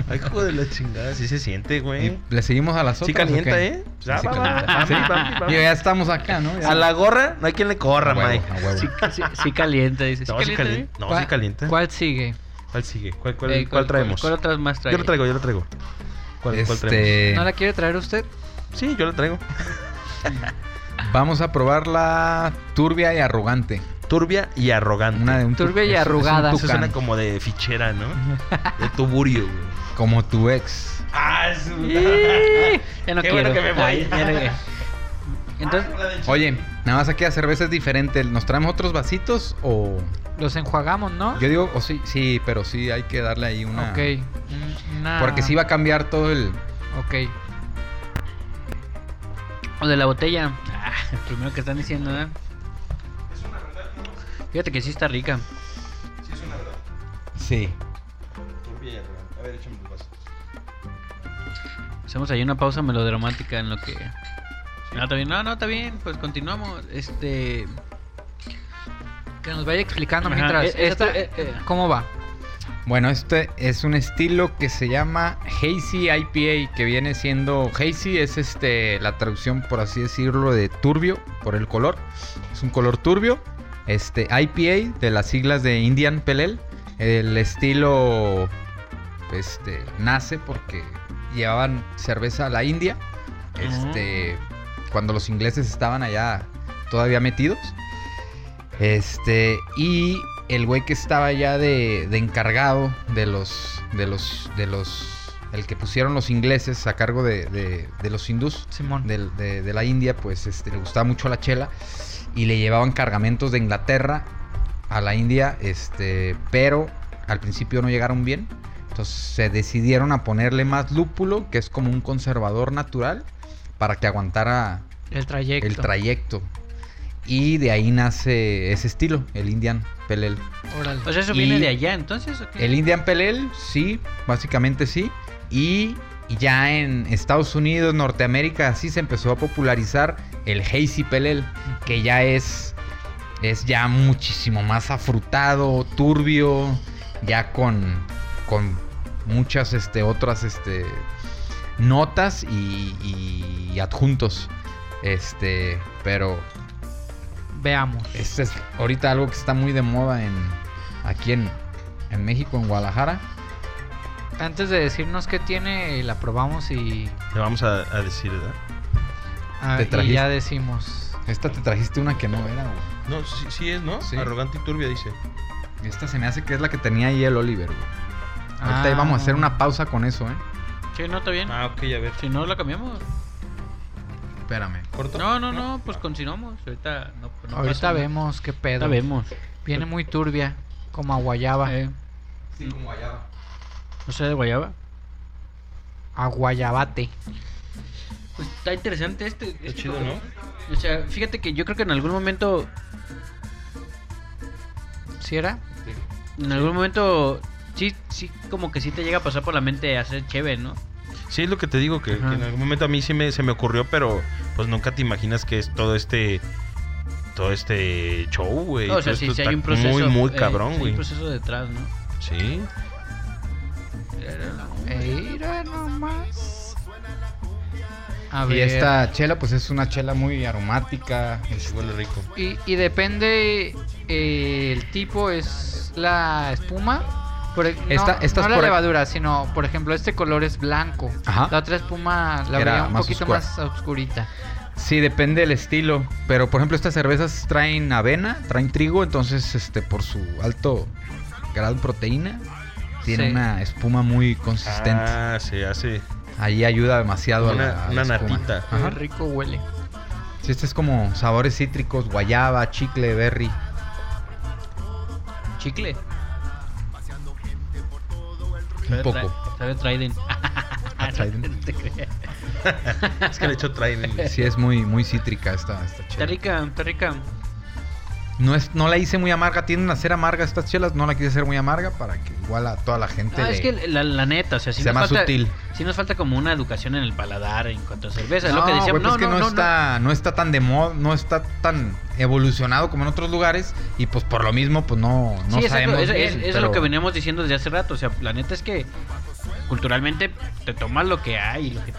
Speaker 3: Ay, hijo de la chingada, sí se siente, güey.
Speaker 5: Y le seguimos a las otras.
Speaker 3: Sí calienta,
Speaker 5: ¿o qué?
Speaker 3: ¿eh?
Speaker 5: Sí
Speaker 3: Ya, va, va,
Speaker 5: calienta.
Speaker 3: va,
Speaker 5: Sí.
Speaker 3: va, va, va.
Speaker 5: Digo, ya estamos acá, ¿no? Ya.
Speaker 3: A la gorra no hay quien le corra,
Speaker 5: A huevo,
Speaker 3: Mike.
Speaker 5: a huevo.
Speaker 4: Sí, sí- sí calienta, dice.
Speaker 3: No, sí
Speaker 4: eh?
Speaker 3: calienta. No,
Speaker 2: ¿Cuál-
Speaker 3: sí calienta. ¿Cuál,
Speaker 2: ¿Cuál sigue?
Speaker 3: sigue? ¿Cuál, cuál,
Speaker 4: Eh,
Speaker 3: cuál traemos?
Speaker 4: ¿Cuál otras más trae?
Speaker 3: yo lo traigo, yo lo traigo. ¿Cuál, cuál traemos?
Speaker 5: Este,
Speaker 2: ¿No la quiere traer usted?
Speaker 3: Sí, yo lo traigo.
Speaker 5: Vamos a probar la turbia y arrogante.
Speaker 3: Turbia y arrogante.
Speaker 5: Una de un tu-
Speaker 2: Turbia y
Speaker 5: es- es un
Speaker 2: arrugada.
Speaker 3: Eso
Speaker 5: tucán,
Speaker 3: suena como de fichera, ¿no? De tuburio, güey.
Speaker 5: como tu ex.
Speaker 3: Ah, es un...
Speaker 4: Ih, ya no
Speaker 3: Qué
Speaker 4: quiero.
Speaker 3: bueno que me voy.
Speaker 4: Ay, ya no quiero. Entonces,
Speaker 3: Ah,
Speaker 5: Oye, nada más aquí la cerveza es diferente. ¿Nos traemos otros vasitos o...?
Speaker 2: Los enjuagamos, ¿no?
Speaker 5: Yo digo, o sí, sí, pero sí hay que darle ahí una...
Speaker 2: Ok. un- una-
Speaker 5: Porque sí va a cambiar todo el...
Speaker 2: Ok.
Speaker 4: o de la botella. Ah, primero que están diciendo, ¿eh? Fíjate que sí está rica.
Speaker 5: Sí.
Speaker 3: Turbia y arrogante. A ver, échame el vaso.
Speaker 4: Hacemos ahí una pausa melodramática en lo que. No, está bien. No, no, está bien. Pues continuamos. Este.
Speaker 2: Que nos vaya explicando
Speaker 4: Ajá,
Speaker 2: mientras.
Speaker 4: eh,
Speaker 2: esta-
Speaker 4: esto, eh, eh.
Speaker 2: ¿Cómo va?
Speaker 5: Bueno, este es un estilo que se llama Hazy IPA, que viene siendo. Hazy es este la traducción, por así decirlo, de turbio, por el color. Es un color turbio. Este IPA, de las siglas de Indian Pelel. El estilo. Este. nace porque llevaban cerveza a la India. Este. Cuando los ingleses estaban allá todavía metidos. Este, y el güey que estaba ya de, de encargado de los, de los, de los, el que pusieron los ingleses a cargo de, de- de los hindús
Speaker 2: Simón.
Speaker 5: del- de, de la India, pues este, le gustaba mucho la chela y le llevaban cargamentos de Inglaterra a la India, este, pero al principio no llegaron bien. Entonces se decidieron a ponerle más lúpulo, que es como un conservador natural, para que aguantara
Speaker 2: El trayecto.
Speaker 5: el trayecto. Y de ahí nace ese estilo, el Indian Pelel.
Speaker 2: Órale.
Speaker 4: O sea, Pues eso
Speaker 5: Y-
Speaker 4: viene de allá, entonces. ¿o qué?
Speaker 5: El Indian Pelel, sí, básicamente sí. Y ya en Estados Unidos, Norteamérica, así se empezó a popularizar el Hazy Pelel, que ya es, es ya muchísimo más afrutado, turbio, ya con, con muchas este, otras este, notas y, y adjuntos. Este, pero
Speaker 2: Veamos.
Speaker 5: este es ahorita algo que está muy de moda en aquí en, en México, en Guadalajara.
Speaker 2: Antes de decirnos qué tiene, la probamos y,
Speaker 3: Le vamos a, a decir, ¿verdad?
Speaker 2: ah,
Speaker 5: Te
Speaker 2: y
Speaker 5: trajiste.
Speaker 2: ya decimos.
Speaker 5: Esta te trajiste una que no era, güey.
Speaker 3: No, sí, sí es, ¿no?
Speaker 5: Sí.
Speaker 3: Arrogante y turbia, dice.
Speaker 5: Esta se me hace que es la que tenía ahí el Oliver, güey. Ahorita
Speaker 2: Ah.
Speaker 5: ahí vamos a hacer una pausa con eso, ¿eh?
Speaker 4: Sí, no, está bien.
Speaker 3: Ah, ok, a ver.
Speaker 4: Si no, la cambiamos.
Speaker 5: Espérame.
Speaker 3: ¿Corto?
Speaker 4: No, no, no, pues continuamos. Ahorita no, no
Speaker 2: Ahorita
Speaker 4: pasa nada.
Speaker 2: vemos qué pedo.
Speaker 4: Ahorita vemos.
Speaker 2: Viene muy turbia, como a guayaba.
Speaker 4: Eh,
Speaker 5: Sí, como allá.
Speaker 4: no sé de guayaba.
Speaker 2: A guayabate.
Speaker 4: Pues está interesante este.
Speaker 3: Está chido, ¿no?
Speaker 4: O sea, fíjate que yo creo que en algún momento.
Speaker 2: ¿Sí era?
Speaker 4: En algún momento. Sí, sí, como que sí te llega a pasar por la mente hacer chévere, ¿no?
Speaker 3: Sí, es lo que te digo, que, que
Speaker 4: Ajá.
Speaker 3: en algún momento a mí sí me, se me ocurrió, pero pues nunca te imaginas que es todo este. Todo este show, güey.
Speaker 4: No, o sea,
Speaker 3: todo
Speaker 4: sí, pues
Speaker 3: esto
Speaker 4: sí
Speaker 3: está
Speaker 4: hay un proceso.
Speaker 3: Muy, muy
Speaker 4: eh, sí
Speaker 3: cabrón,
Speaker 4: Hay
Speaker 3: güey.
Speaker 4: un proceso detrás, ¿no?
Speaker 3: sí.
Speaker 2: Mira nomás. A
Speaker 5: Y
Speaker 2: ver.
Speaker 5: esta chela, pues es una chela muy aromática.
Speaker 3: Sí,
Speaker 5: este,
Speaker 3: Huele rico.
Speaker 2: Y, y depende eh, el tipo, es la espuma. Por, e- no,
Speaker 5: Esta- esta
Speaker 2: no
Speaker 5: es
Speaker 2: la
Speaker 5: por-
Speaker 2: levadura, sino, por ejemplo, este color es blanco.
Speaker 5: Ajá.
Speaker 2: La otra espuma la
Speaker 5: Era
Speaker 2: veía un
Speaker 5: más
Speaker 2: poquito
Speaker 5: oscura.
Speaker 2: más oscurita.
Speaker 5: Sí, depende del estilo. Pero por ejemplo, estas cervezas traen avena, traen trigo, entonces este, por su alto grado de proteína, tiene
Speaker 2: Sí.
Speaker 5: una espuma muy consistente.
Speaker 3: Ah, se hace.
Speaker 5: Ahí ayuda demasiado a la,
Speaker 3: Una,
Speaker 5: a la
Speaker 3: una
Speaker 5: espuma.
Speaker 3: natita.
Speaker 2: Qué
Speaker 5: Ajá.
Speaker 2: rico huele.
Speaker 5: Sí, este es como sabores cítricos, guayaba, chicle, berry.
Speaker 4: Chicle.
Speaker 5: Un
Speaker 4: Sabe
Speaker 5: poco.
Speaker 4: tra- Sabe Trident.
Speaker 5: A Trident.
Speaker 4: No te creas.
Speaker 3: Es que le echo Trident. güey.
Speaker 5: Sí, es muy, muy cítrica esta, esta
Speaker 4: Está
Speaker 5: chela.
Speaker 4: rica, está rica.
Speaker 5: No, es, no la hice muy amarga, tienden a ser amarga estas chelas, no la quise hacer muy amarga para que igual a toda la gente.
Speaker 4: Ah,
Speaker 5: le-
Speaker 4: es que la, la neta, o sea, sí
Speaker 5: sea
Speaker 4: nos
Speaker 5: más
Speaker 4: falta,
Speaker 5: sutil.
Speaker 4: sí nos falta como una educación en el paladar en cuanto a cerveza, es lo
Speaker 5: No,
Speaker 4: que decíamos.
Speaker 5: güey, pues
Speaker 4: no,
Speaker 5: es que
Speaker 4: no,
Speaker 5: no,
Speaker 4: no, no.
Speaker 5: está, no está tan de moda, no está tan evolucionado como en otros lugares y pues por lo mismo pues no, no
Speaker 4: sí, exacto,
Speaker 5: sabemos.
Speaker 4: es,
Speaker 5: bien,
Speaker 4: es- es
Speaker 5: pero-
Speaker 4: lo que veníamos diciendo desde hace rato, o sea, la neta es que culturalmente te tomas lo que hay, lo que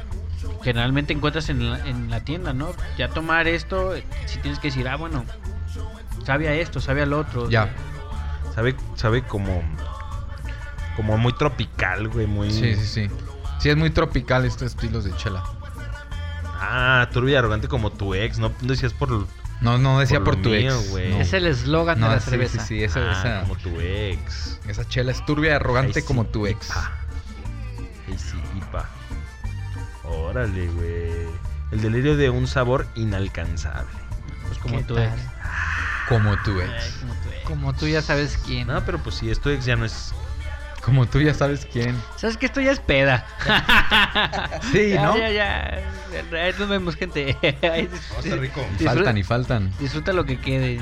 Speaker 4: generalmente encuentras en la, en la tienda, ¿no? Ya tomar esto, si tienes que decir, ah, bueno, sabe a esto, sabe al otro. eh,
Speaker 5: Ya,
Speaker 3: Sabe, sabe como. Como muy tropical, güey. Muy.
Speaker 5: sí, sí, sí. Sí, es muy tropical estos estilos de chela.
Speaker 3: Ah, turbio y arrogante como tu ex. No decías por.
Speaker 5: No, no decía por,
Speaker 3: Por lo
Speaker 5: tu
Speaker 3: mío,
Speaker 5: ex.
Speaker 3: güey.
Speaker 5: no.
Speaker 2: Es el eslogan
Speaker 5: No,
Speaker 2: de la
Speaker 5: sí,
Speaker 2: cerveza.
Speaker 5: sí, sí, esa,
Speaker 3: ah,
Speaker 5: esa-
Speaker 3: Como tu ex.
Speaker 5: esa chela es turbia y arrogante
Speaker 3: Ay, sí, Ah.
Speaker 5: como tu ex.
Speaker 3: Ipa. Ay, sí, Ipa. Órale, güey. El delirio de un sabor inalcanzable.
Speaker 4: Pues como
Speaker 2: ¿Qué
Speaker 4: tu
Speaker 2: tal?
Speaker 4: ex.
Speaker 5: Como tu
Speaker 4: Ay,
Speaker 5: ex.
Speaker 4: como tu ex.
Speaker 2: Como tú ya sabes quién.
Speaker 3: No, pero pues sí, esto ex ya no es.
Speaker 5: Como tú ya sabes quién.
Speaker 4: ¿Sabes que Esto ya es peda.
Speaker 5: Sí,
Speaker 4: ya,
Speaker 5: ¿no?
Speaker 4: Ya, ya. Ahí nos vemos, gente. Ahí dis-
Speaker 3: rico.
Speaker 5: Y Faltan y faltan.
Speaker 4: Disfruta lo que quede.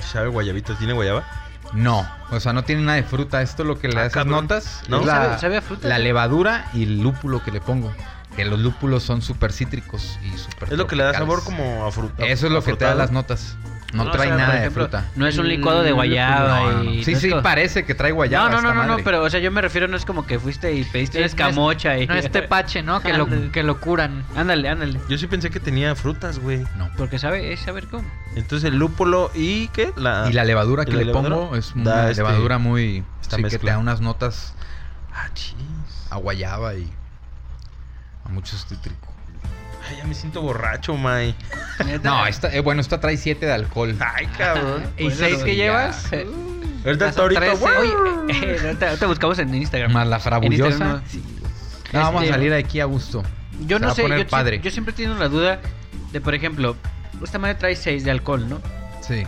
Speaker 3: ¿Sabe guayabita? ¿Tiene guayaba?
Speaker 5: No, o sea, no tiene nada de fruta. Esto lo que le
Speaker 3: Ah,
Speaker 5: da esas
Speaker 3: cabrón.
Speaker 5: notas
Speaker 3: ¿No?
Speaker 5: es la,
Speaker 4: ¿Sabe- sabe a fruta?
Speaker 5: la levadura y el lúpulo que le pongo. Que los lúpulos son súper cítricos y súper
Speaker 3: Es lo que le da sabor
Speaker 5: tropicales.
Speaker 3: como a fruta.
Speaker 5: Eso es lo que te da
Speaker 3: afrutado.
Speaker 5: las notas. No,
Speaker 4: o
Speaker 5: trae
Speaker 4: sea,
Speaker 5: nada
Speaker 4: por
Speaker 5: de
Speaker 4: ejemplo,
Speaker 5: fruta.
Speaker 4: No es un licuado
Speaker 3: Mm,
Speaker 4: de guayaba.
Speaker 5: Mm, No, no, no.
Speaker 4: y
Speaker 5: Sí,
Speaker 4: no es
Speaker 5: sí,
Speaker 4: como-
Speaker 5: parece que trae guayaba.
Speaker 4: No, no, no,
Speaker 5: esta
Speaker 4: no, no,
Speaker 5: madre.
Speaker 4: pero o sea, yo me refiero, no es como que fuiste y pediste una
Speaker 2: Es- no es-
Speaker 4: escamocha y.
Speaker 2: No es
Speaker 5: este
Speaker 2: tepache, ¿no? Que lo, que lo curan.
Speaker 4: Ándale, ándale.
Speaker 3: Yo sí pensé que tenía frutas, güey.
Speaker 5: No.
Speaker 4: Porque sabe, es saber cómo.
Speaker 3: Entonces el lúpulo y qué? La...
Speaker 5: Y la
Speaker 3: Ah.
Speaker 5: levadura
Speaker 3: ¿y
Speaker 5: que
Speaker 3: la
Speaker 5: le
Speaker 3: levadura?
Speaker 5: pongo es
Speaker 3: Da
Speaker 5: una
Speaker 3: este-
Speaker 5: levadura muy...
Speaker 3: esta
Speaker 5: Sí, que te
Speaker 3: mezcla.
Speaker 5: da unas notas
Speaker 3: Ah, chis.
Speaker 5: a guayaba y a muchos cítricos.
Speaker 3: Ay, ya me siento borracho, May.
Speaker 5: No, esta, eh, bueno, esta trae 7 de alcohol.
Speaker 3: Ay, cabrón.
Speaker 2: ¿Y
Speaker 4: Por eso
Speaker 2: seis
Speaker 4: lo-
Speaker 2: que
Speaker 5: ya.
Speaker 2: llevas?
Speaker 3: Ahorita
Speaker 2: Ya
Speaker 3: está
Speaker 2: son
Speaker 3: ahorita,
Speaker 2: trece.
Speaker 3: güey.
Speaker 4: Oye, eh, ahorita- ahorita buscamos en Instagram.
Speaker 5: Más la
Speaker 3: este
Speaker 4: En Instagram,
Speaker 5: frabullosa.
Speaker 4: no.
Speaker 5: No, vamos a
Speaker 4: Este-
Speaker 5: salir de aquí a gusto.
Speaker 4: Yo
Speaker 5: Se
Speaker 4: no
Speaker 5: va a
Speaker 4: sé, yo,
Speaker 5: poner
Speaker 4: sí-
Speaker 5: padre.
Speaker 4: yo siempre he tenido la duda de, por ejemplo, esta madre trae 6 de alcohol, ¿no?
Speaker 5: Sí.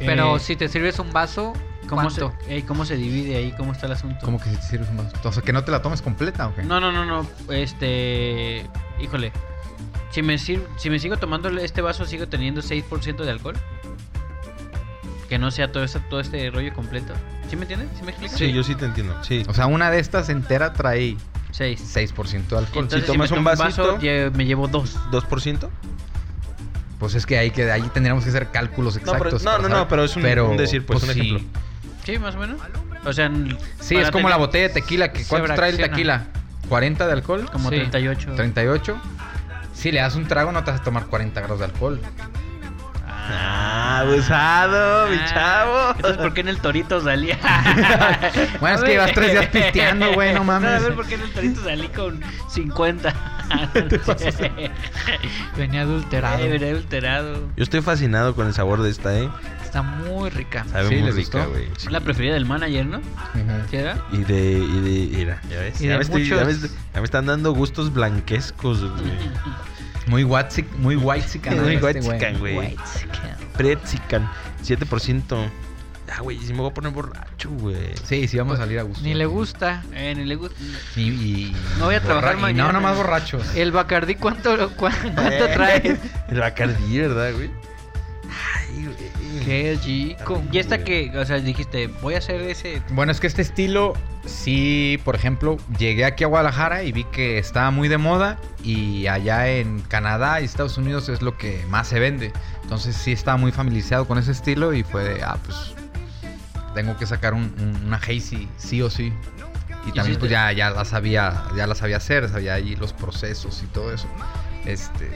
Speaker 2: Pero
Speaker 4: Eh,
Speaker 2: si te sirves un vaso,
Speaker 4: ¿Cómo se,
Speaker 2: ¿cuánto?
Speaker 4: ey, ¿Cómo se divide ahí? ¿Cómo está el asunto?
Speaker 5: Como que si te sirves un vaso. O sea, que no te la tomes completa, ¿o qué?
Speaker 4: No, no, no, no. Este. Híjole. Si me, sir- si me sigo tomando este vaso, sigo teniendo 6% de alcohol. Que no sea todo, este- todo este rollo completo. ¿Sí me entiendes? ¿Sí me explicas?
Speaker 3: Sí, yo sí te entiendo. Sí.
Speaker 5: O sea, una de estas entera trae
Speaker 4: 6.
Speaker 5: 6% de alcohol.
Speaker 4: Entonces,
Speaker 3: tomas
Speaker 4: si me
Speaker 3: un
Speaker 4: tomo
Speaker 3: vasito-
Speaker 4: vaso, lle- me llevo 2.
Speaker 3: ¿2%?
Speaker 5: Pues es que ahí, que ahí tendríamos que hacer cálculos
Speaker 3: pero-
Speaker 5: exactos.
Speaker 3: no,
Speaker 5: para
Speaker 3: no, no,
Speaker 5: saber.
Speaker 3: pero es un- un decir, pues, un
Speaker 5: sí.
Speaker 3: ejemplo.
Speaker 4: Sí, más o menos. O sea, n-
Speaker 5: Sí,
Speaker 4: para
Speaker 5: es como la
Speaker 4: tener
Speaker 5: botella de tequila. Que, ¿Cuánto trae el
Speaker 2: Sobreacciona.
Speaker 5: tequila? ¿40 de alcohol?
Speaker 4: Como
Speaker 2: Sí.
Speaker 4: 38.
Speaker 5: 38. Si le das un trago, no te vas a tomar 40 grados de alcohol.
Speaker 3: Ah,
Speaker 5: pues,
Speaker 3: abusado, mi
Speaker 4: Ah,
Speaker 3: chavo.
Speaker 4: Entonces, ¿por qué en el torito salía?
Speaker 5: Bueno, es que llevas tres días pisteando, güey, no mames.
Speaker 4: A ver, ¿por qué en el torito salí con 50?
Speaker 2: Venía adulterado.
Speaker 4: Ay, venía adulterado.
Speaker 3: Yo estoy fascinado con el sabor de esta, ¿eh?
Speaker 2: está muy rica.
Speaker 3: Sabe
Speaker 5: Sí,
Speaker 3: muy
Speaker 5: ¿les
Speaker 3: rica,
Speaker 5: gustó?
Speaker 3: güey.
Speaker 4: La preferida del manager, ¿no?
Speaker 5: Ujú.
Speaker 4: ¿Sí era?
Speaker 3: Y de, y de, mira, ya ves,
Speaker 2: Y
Speaker 3: ya,
Speaker 2: de
Speaker 3: me estoy- ya
Speaker 2: muchos.
Speaker 3: me- ya me están dando gustos blanquescos, güey.
Speaker 5: Muy guatzic, muy whitezican.
Speaker 3: Muy
Speaker 5: este
Speaker 3: whitezican, güey. Pretzican, 7%. Ah, güey, si me voy a poner borracho, güey.
Speaker 5: Sí, sí, vamos a salir a gusto.
Speaker 2: Ni le gusta.
Speaker 4: Eh, ni le gusta.
Speaker 5: Y, y-
Speaker 4: No voy a trabajar
Speaker 5: y
Speaker 4: mañana.
Speaker 5: No, nomás borracho.
Speaker 2: El Bacardí, ¿cuánto, lo- cua- cuánto
Speaker 5: Eh.
Speaker 2: traes?
Speaker 3: Eh. El Bacardi, ¿verdad, güey? Ay, güey.
Speaker 2: Qué chico.
Speaker 4: Y esta que, o sea, dijiste, voy a hacer ese.
Speaker 5: Bueno, es que este estilo, sí, por ejemplo, llegué aquí a Guadalajara y vi que estaba muy de moda y allá en Canadá y Estados Unidos es lo que más se vende. Entonces sí estaba muy familiarizado con ese estilo y fue de, ah, pues tengo que sacar un- un- una Hazy sí o sí. Y también pues ya, ya la sabía, ya la sabía hacer, sabía ahí los procesos y todo eso. Este,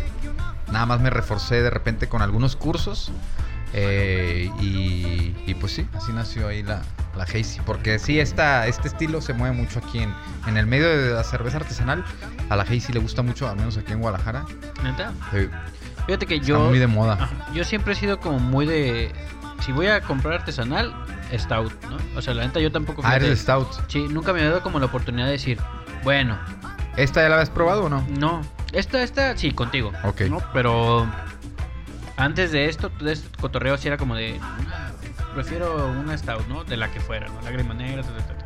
Speaker 5: nada más me reforcé de repente con algunos cursos. eh, y, y pues sí, así nació ahí la, la Hazy. Porque sí, esta, este estilo se mueve mucho aquí en, en el medio de la cerveza artesanal. A la Hazy le gusta mucho, al menos aquí en Guadalajara.
Speaker 4: ¿Neta?
Speaker 5: Sí,
Speaker 4: Fíjate que
Speaker 5: está
Speaker 4: yo.
Speaker 5: muy de moda.
Speaker 4: Ajá, Yo siempre he sido como muy de. Si voy a comprar artesanal, stout, ¿no? O sea, la neta yo tampoco.
Speaker 5: Ah, eres
Speaker 4: fíjate,
Speaker 5: de Stout.
Speaker 4: Sí, nunca me he dado como la oportunidad de decir, bueno,
Speaker 5: ¿Esta ya la habías probado o no?
Speaker 4: no. Esta, esta, sí, contigo.
Speaker 5: Ok.
Speaker 4: ¿no? Pero antes de esto, de este cotorreo sí era como de. "Ah, Prefiero una stout, ¿no? De la que fuera, ¿no? Lágrima negra, ta, ta, ta, ta".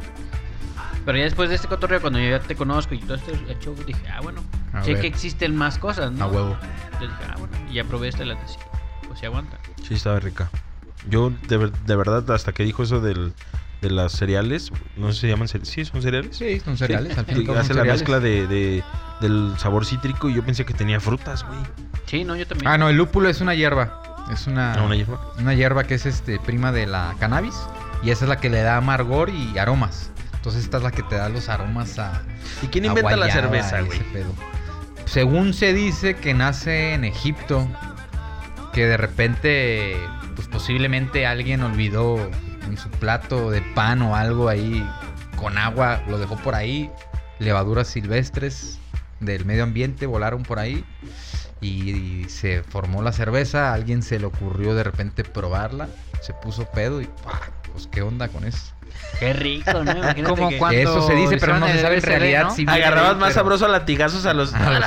Speaker 4: Pero ya después de este cotorreo, cuando yo ya te conozco y todo este show, dije, ah, bueno,
Speaker 5: A
Speaker 4: sé
Speaker 5: ver.
Speaker 4: que existen más cosas, ¿no?
Speaker 5: A huevo.
Speaker 4: Yo dije, ah, bueno, y ya probé esta y la de sí. Pues se aguanta.
Speaker 3: Sí, estaba rica. Yo, de, ver- de verdad, hasta que dijo eso del, de las cereales, no sé si se llaman cereales. Sí, son cereales.
Speaker 5: Sí, son cereales. Al
Speaker 3: Sí,
Speaker 5: final
Speaker 3: hace la mezcla de, de- del sabor cítrico y yo pensé que tenía frutas, güey.
Speaker 4: Sí, no, yo también.
Speaker 5: Ah, no, el lúpulo es una hierba. Es una,
Speaker 3: No, Ah, una hierba.
Speaker 5: una hierba que es este prima de la cannabis. Y esa es la que le da amargor y aromas. Entonces esta es la que te da los aromas a.
Speaker 3: ¿Y quién
Speaker 5: a
Speaker 3: inventa la
Speaker 5: Ah, guayaba
Speaker 3: cerveza,
Speaker 5: y
Speaker 3: güey?
Speaker 5: ese pedo. Según se dice que nace en Egipto. Que de repente, pues posiblemente alguien olvidó en su plato de pan o algo ahí con agua, lo dejó por ahí. Levaduras silvestres del medio ambiente volaron por ahí y, y se formó la cerveza. A alguien se le ocurrió de repente probarla, se puso pedo y ¡pah! pues qué onda con eso.
Speaker 4: Qué rico, ¿no? Imagínate
Speaker 2: Como
Speaker 4: que-
Speaker 2: cuando
Speaker 5: Que eso se dice, pero
Speaker 2: hicieron
Speaker 5: no se
Speaker 2: el
Speaker 5: sabe en
Speaker 2: LSD,
Speaker 5: realidad
Speaker 2: ¿no?
Speaker 5: si viene
Speaker 3: Agarrabas
Speaker 5: ahí,
Speaker 3: más
Speaker 5: pero-
Speaker 3: sabroso a latigazos a los...
Speaker 5: a los,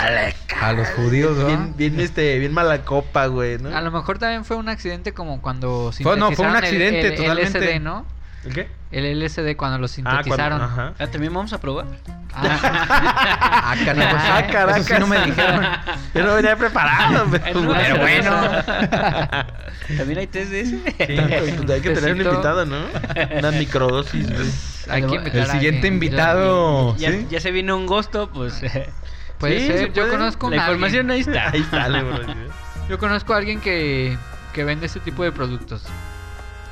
Speaker 5: a los judíos, ¿no?
Speaker 3: Bien, bien, este, bien mala copa, güey, ¿no?
Speaker 2: A lo mejor también fue un accidente como cuando
Speaker 5: Fue- no, fue un
Speaker 2: sintetizaron el-
Speaker 5: accidente
Speaker 2: el,
Speaker 5: totalmente.
Speaker 2: LSD, ¿no?
Speaker 3: ¿El qué?
Speaker 2: El
Speaker 3: Ah,
Speaker 2: LSD cuando lo
Speaker 3: cuando-
Speaker 2: sintetizaron.
Speaker 3: ajá.
Speaker 4: Ah, también vamos a probar.
Speaker 2: Ah,
Speaker 5: Ah, carajo,
Speaker 2: Ah,
Speaker 5: eso sí no me dijeron.
Speaker 3: Pues, Yo no venía preparado,
Speaker 4: Ay,
Speaker 3: pero,
Speaker 4: no,
Speaker 5: Pero bueno.
Speaker 4: También hay test de ese.
Speaker 3: Pues hay que tener un
Speaker 2: Tecito.
Speaker 3: invitado, ¿no? Una microdosis. güey.
Speaker 2: hay que invitar
Speaker 5: El
Speaker 2: a
Speaker 5: siguiente
Speaker 2: alguien,
Speaker 5: invitado.
Speaker 4: Ya,
Speaker 5: Oh, ¿sí?
Speaker 4: ya se vino un gusto, pues.
Speaker 2: Puede
Speaker 3: Sí, se
Speaker 2: ser, yo
Speaker 3: puede.
Speaker 2: conozco
Speaker 4: la
Speaker 2: a alguien.
Speaker 4: información ahí está.
Speaker 3: Ahí sale, güey.
Speaker 2: Yo conozco a alguien que, que vende este tipo de productos.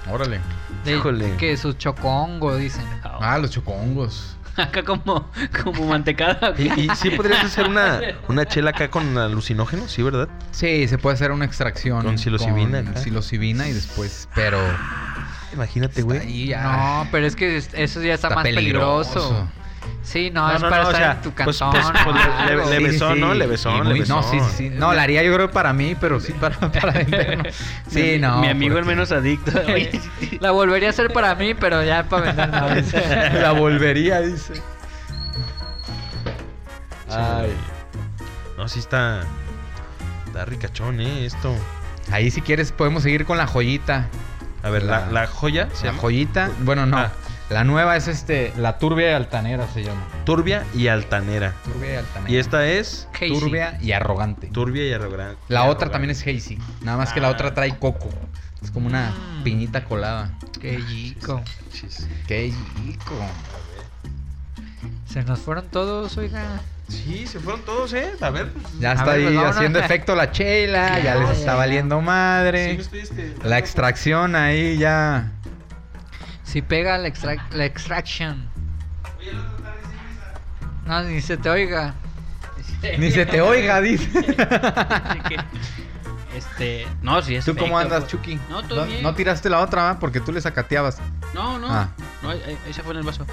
Speaker 5: Órale.
Speaker 2: De-
Speaker 3: Híjole.
Speaker 2: Que su chocongo, dicen.
Speaker 4: Oh.
Speaker 5: Ah, los chocongos.
Speaker 4: Acá como, como mantecada.
Speaker 3: ¿Y, y sí podrías hacer una, una chela acá con alucinógenos, sí, ¿verdad?
Speaker 5: Sí, se puede hacer una extracción.
Speaker 3: Con psilocibina,
Speaker 5: Con
Speaker 3: ajá.
Speaker 5: psilocibina y después, pero.
Speaker 3: Imagínate, güey.
Speaker 5: Ahí ya.
Speaker 2: No, pero es que es- eso ya está, más peligroso. Sí, no,
Speaker 3: No,
Speaker 2: es
Speaker 3: no,
Speaker 2: para
Speaker 3: no, o
Speaker 2: estar
Speaker 3: sea,
Speaker 2: en tu
Speaker 3: pues-
Speaker 2: cantón.
Speaker 3: pues- pues le-
Speaker 2: o algo.
Speaker 3: le- le- besó, ¿no? Le besó,
Speaker 5: y
Speaker 3: le
Speaker 5: muy- No,
Speaker 3: besó.
Speaker 5: sí, sí, sí. No, la haría yo creo para mí, pero sí para, para vender. no. Sí,
Speaker 4: Mi-
Speaker 5: no.
Speaker 4: Mi amigo el
Speaker 5: porque-
Speaker 4: menos adicto. Oye,
Speaker 2: La volvería a hacer para mí, pero ya para vender no. dice.
Speaker 5: pues, La volvería, dice.
Speaker 3: Ay. No, sí está. Está ricachón, ¿eh? Esto.
Speaker 5: Ahí, si quieres, podemos seguir con la joyita.
Speaker 3: A ver, la,
Speaker 5: La-
Speaker 3: la joya se
Speaker 5: La
Speaker 3: llama
Speaker 5: joyita. Bueno, no.
Speaker 3: Ah.
Speaker 5: La nueva es este. La turbia y altanera se llama.
Speaker 3: turbia y altanera.
Speaker 5: Turbia y altanera.
Speaker 3: Y esta es
Speaker 2: Casey.
Speaker 5: Turbia y arrogante.
Speaker 3: turbia y arrogante.
Speaker 5: La otra también es hazy. Nada más que la
Speaker 4: Ah.
Speaker 5: otra trae coco. Es como una
Speaker 2: Mm.
Speaker 5: piñita colada.
Speaker 2: Qué chico.
Speaker 5: Qué rico.
Speaker 2: Se nos fueron todos, oiga.
Speaker 3: Sí, se fueron todos, ¿eh? A ver. pues,
Speaker 5: Ya
Speaker 2: A
Speaker 5: está
Speaker 2: ver,
Speaker 5: ahí
Speaker 2: pues, vámonos.
Speaker 5: haciendo efecto la chela. Ya
Speaker 2: Ya,
Speaker 5: les
Speaker 2: ya,
Speaker 5: está
Speaker 2: ya.
Speaker 5: valiendo
Speaker 3: sí
Speaker 5: madre.
Speaker 3: me estoy, este,
Speaker 5: La extracción ahí ya.
Speaker 2: Si pega la, extrac- la extraction. No, ni se te oiga.
Speaker 5: Ni se te oiga, dice.
Speaker 4: Así que, este. No, sí, es.
Speaker 5: ¿Tú cómo
Speaker 4: efecto,
Speaker 5: andas,
Speaker 4: pues.
Speaker 5: Chucky?
Speaker 4: No, todo bien.
Speaker 5: no tiraste la otra, ¿va? Porque tú le sacateabas.
Speaker 4: No, no.
Speaker 5: Ah.
Speaker 4: no ahí- ahí- ahí se fue en el vaso.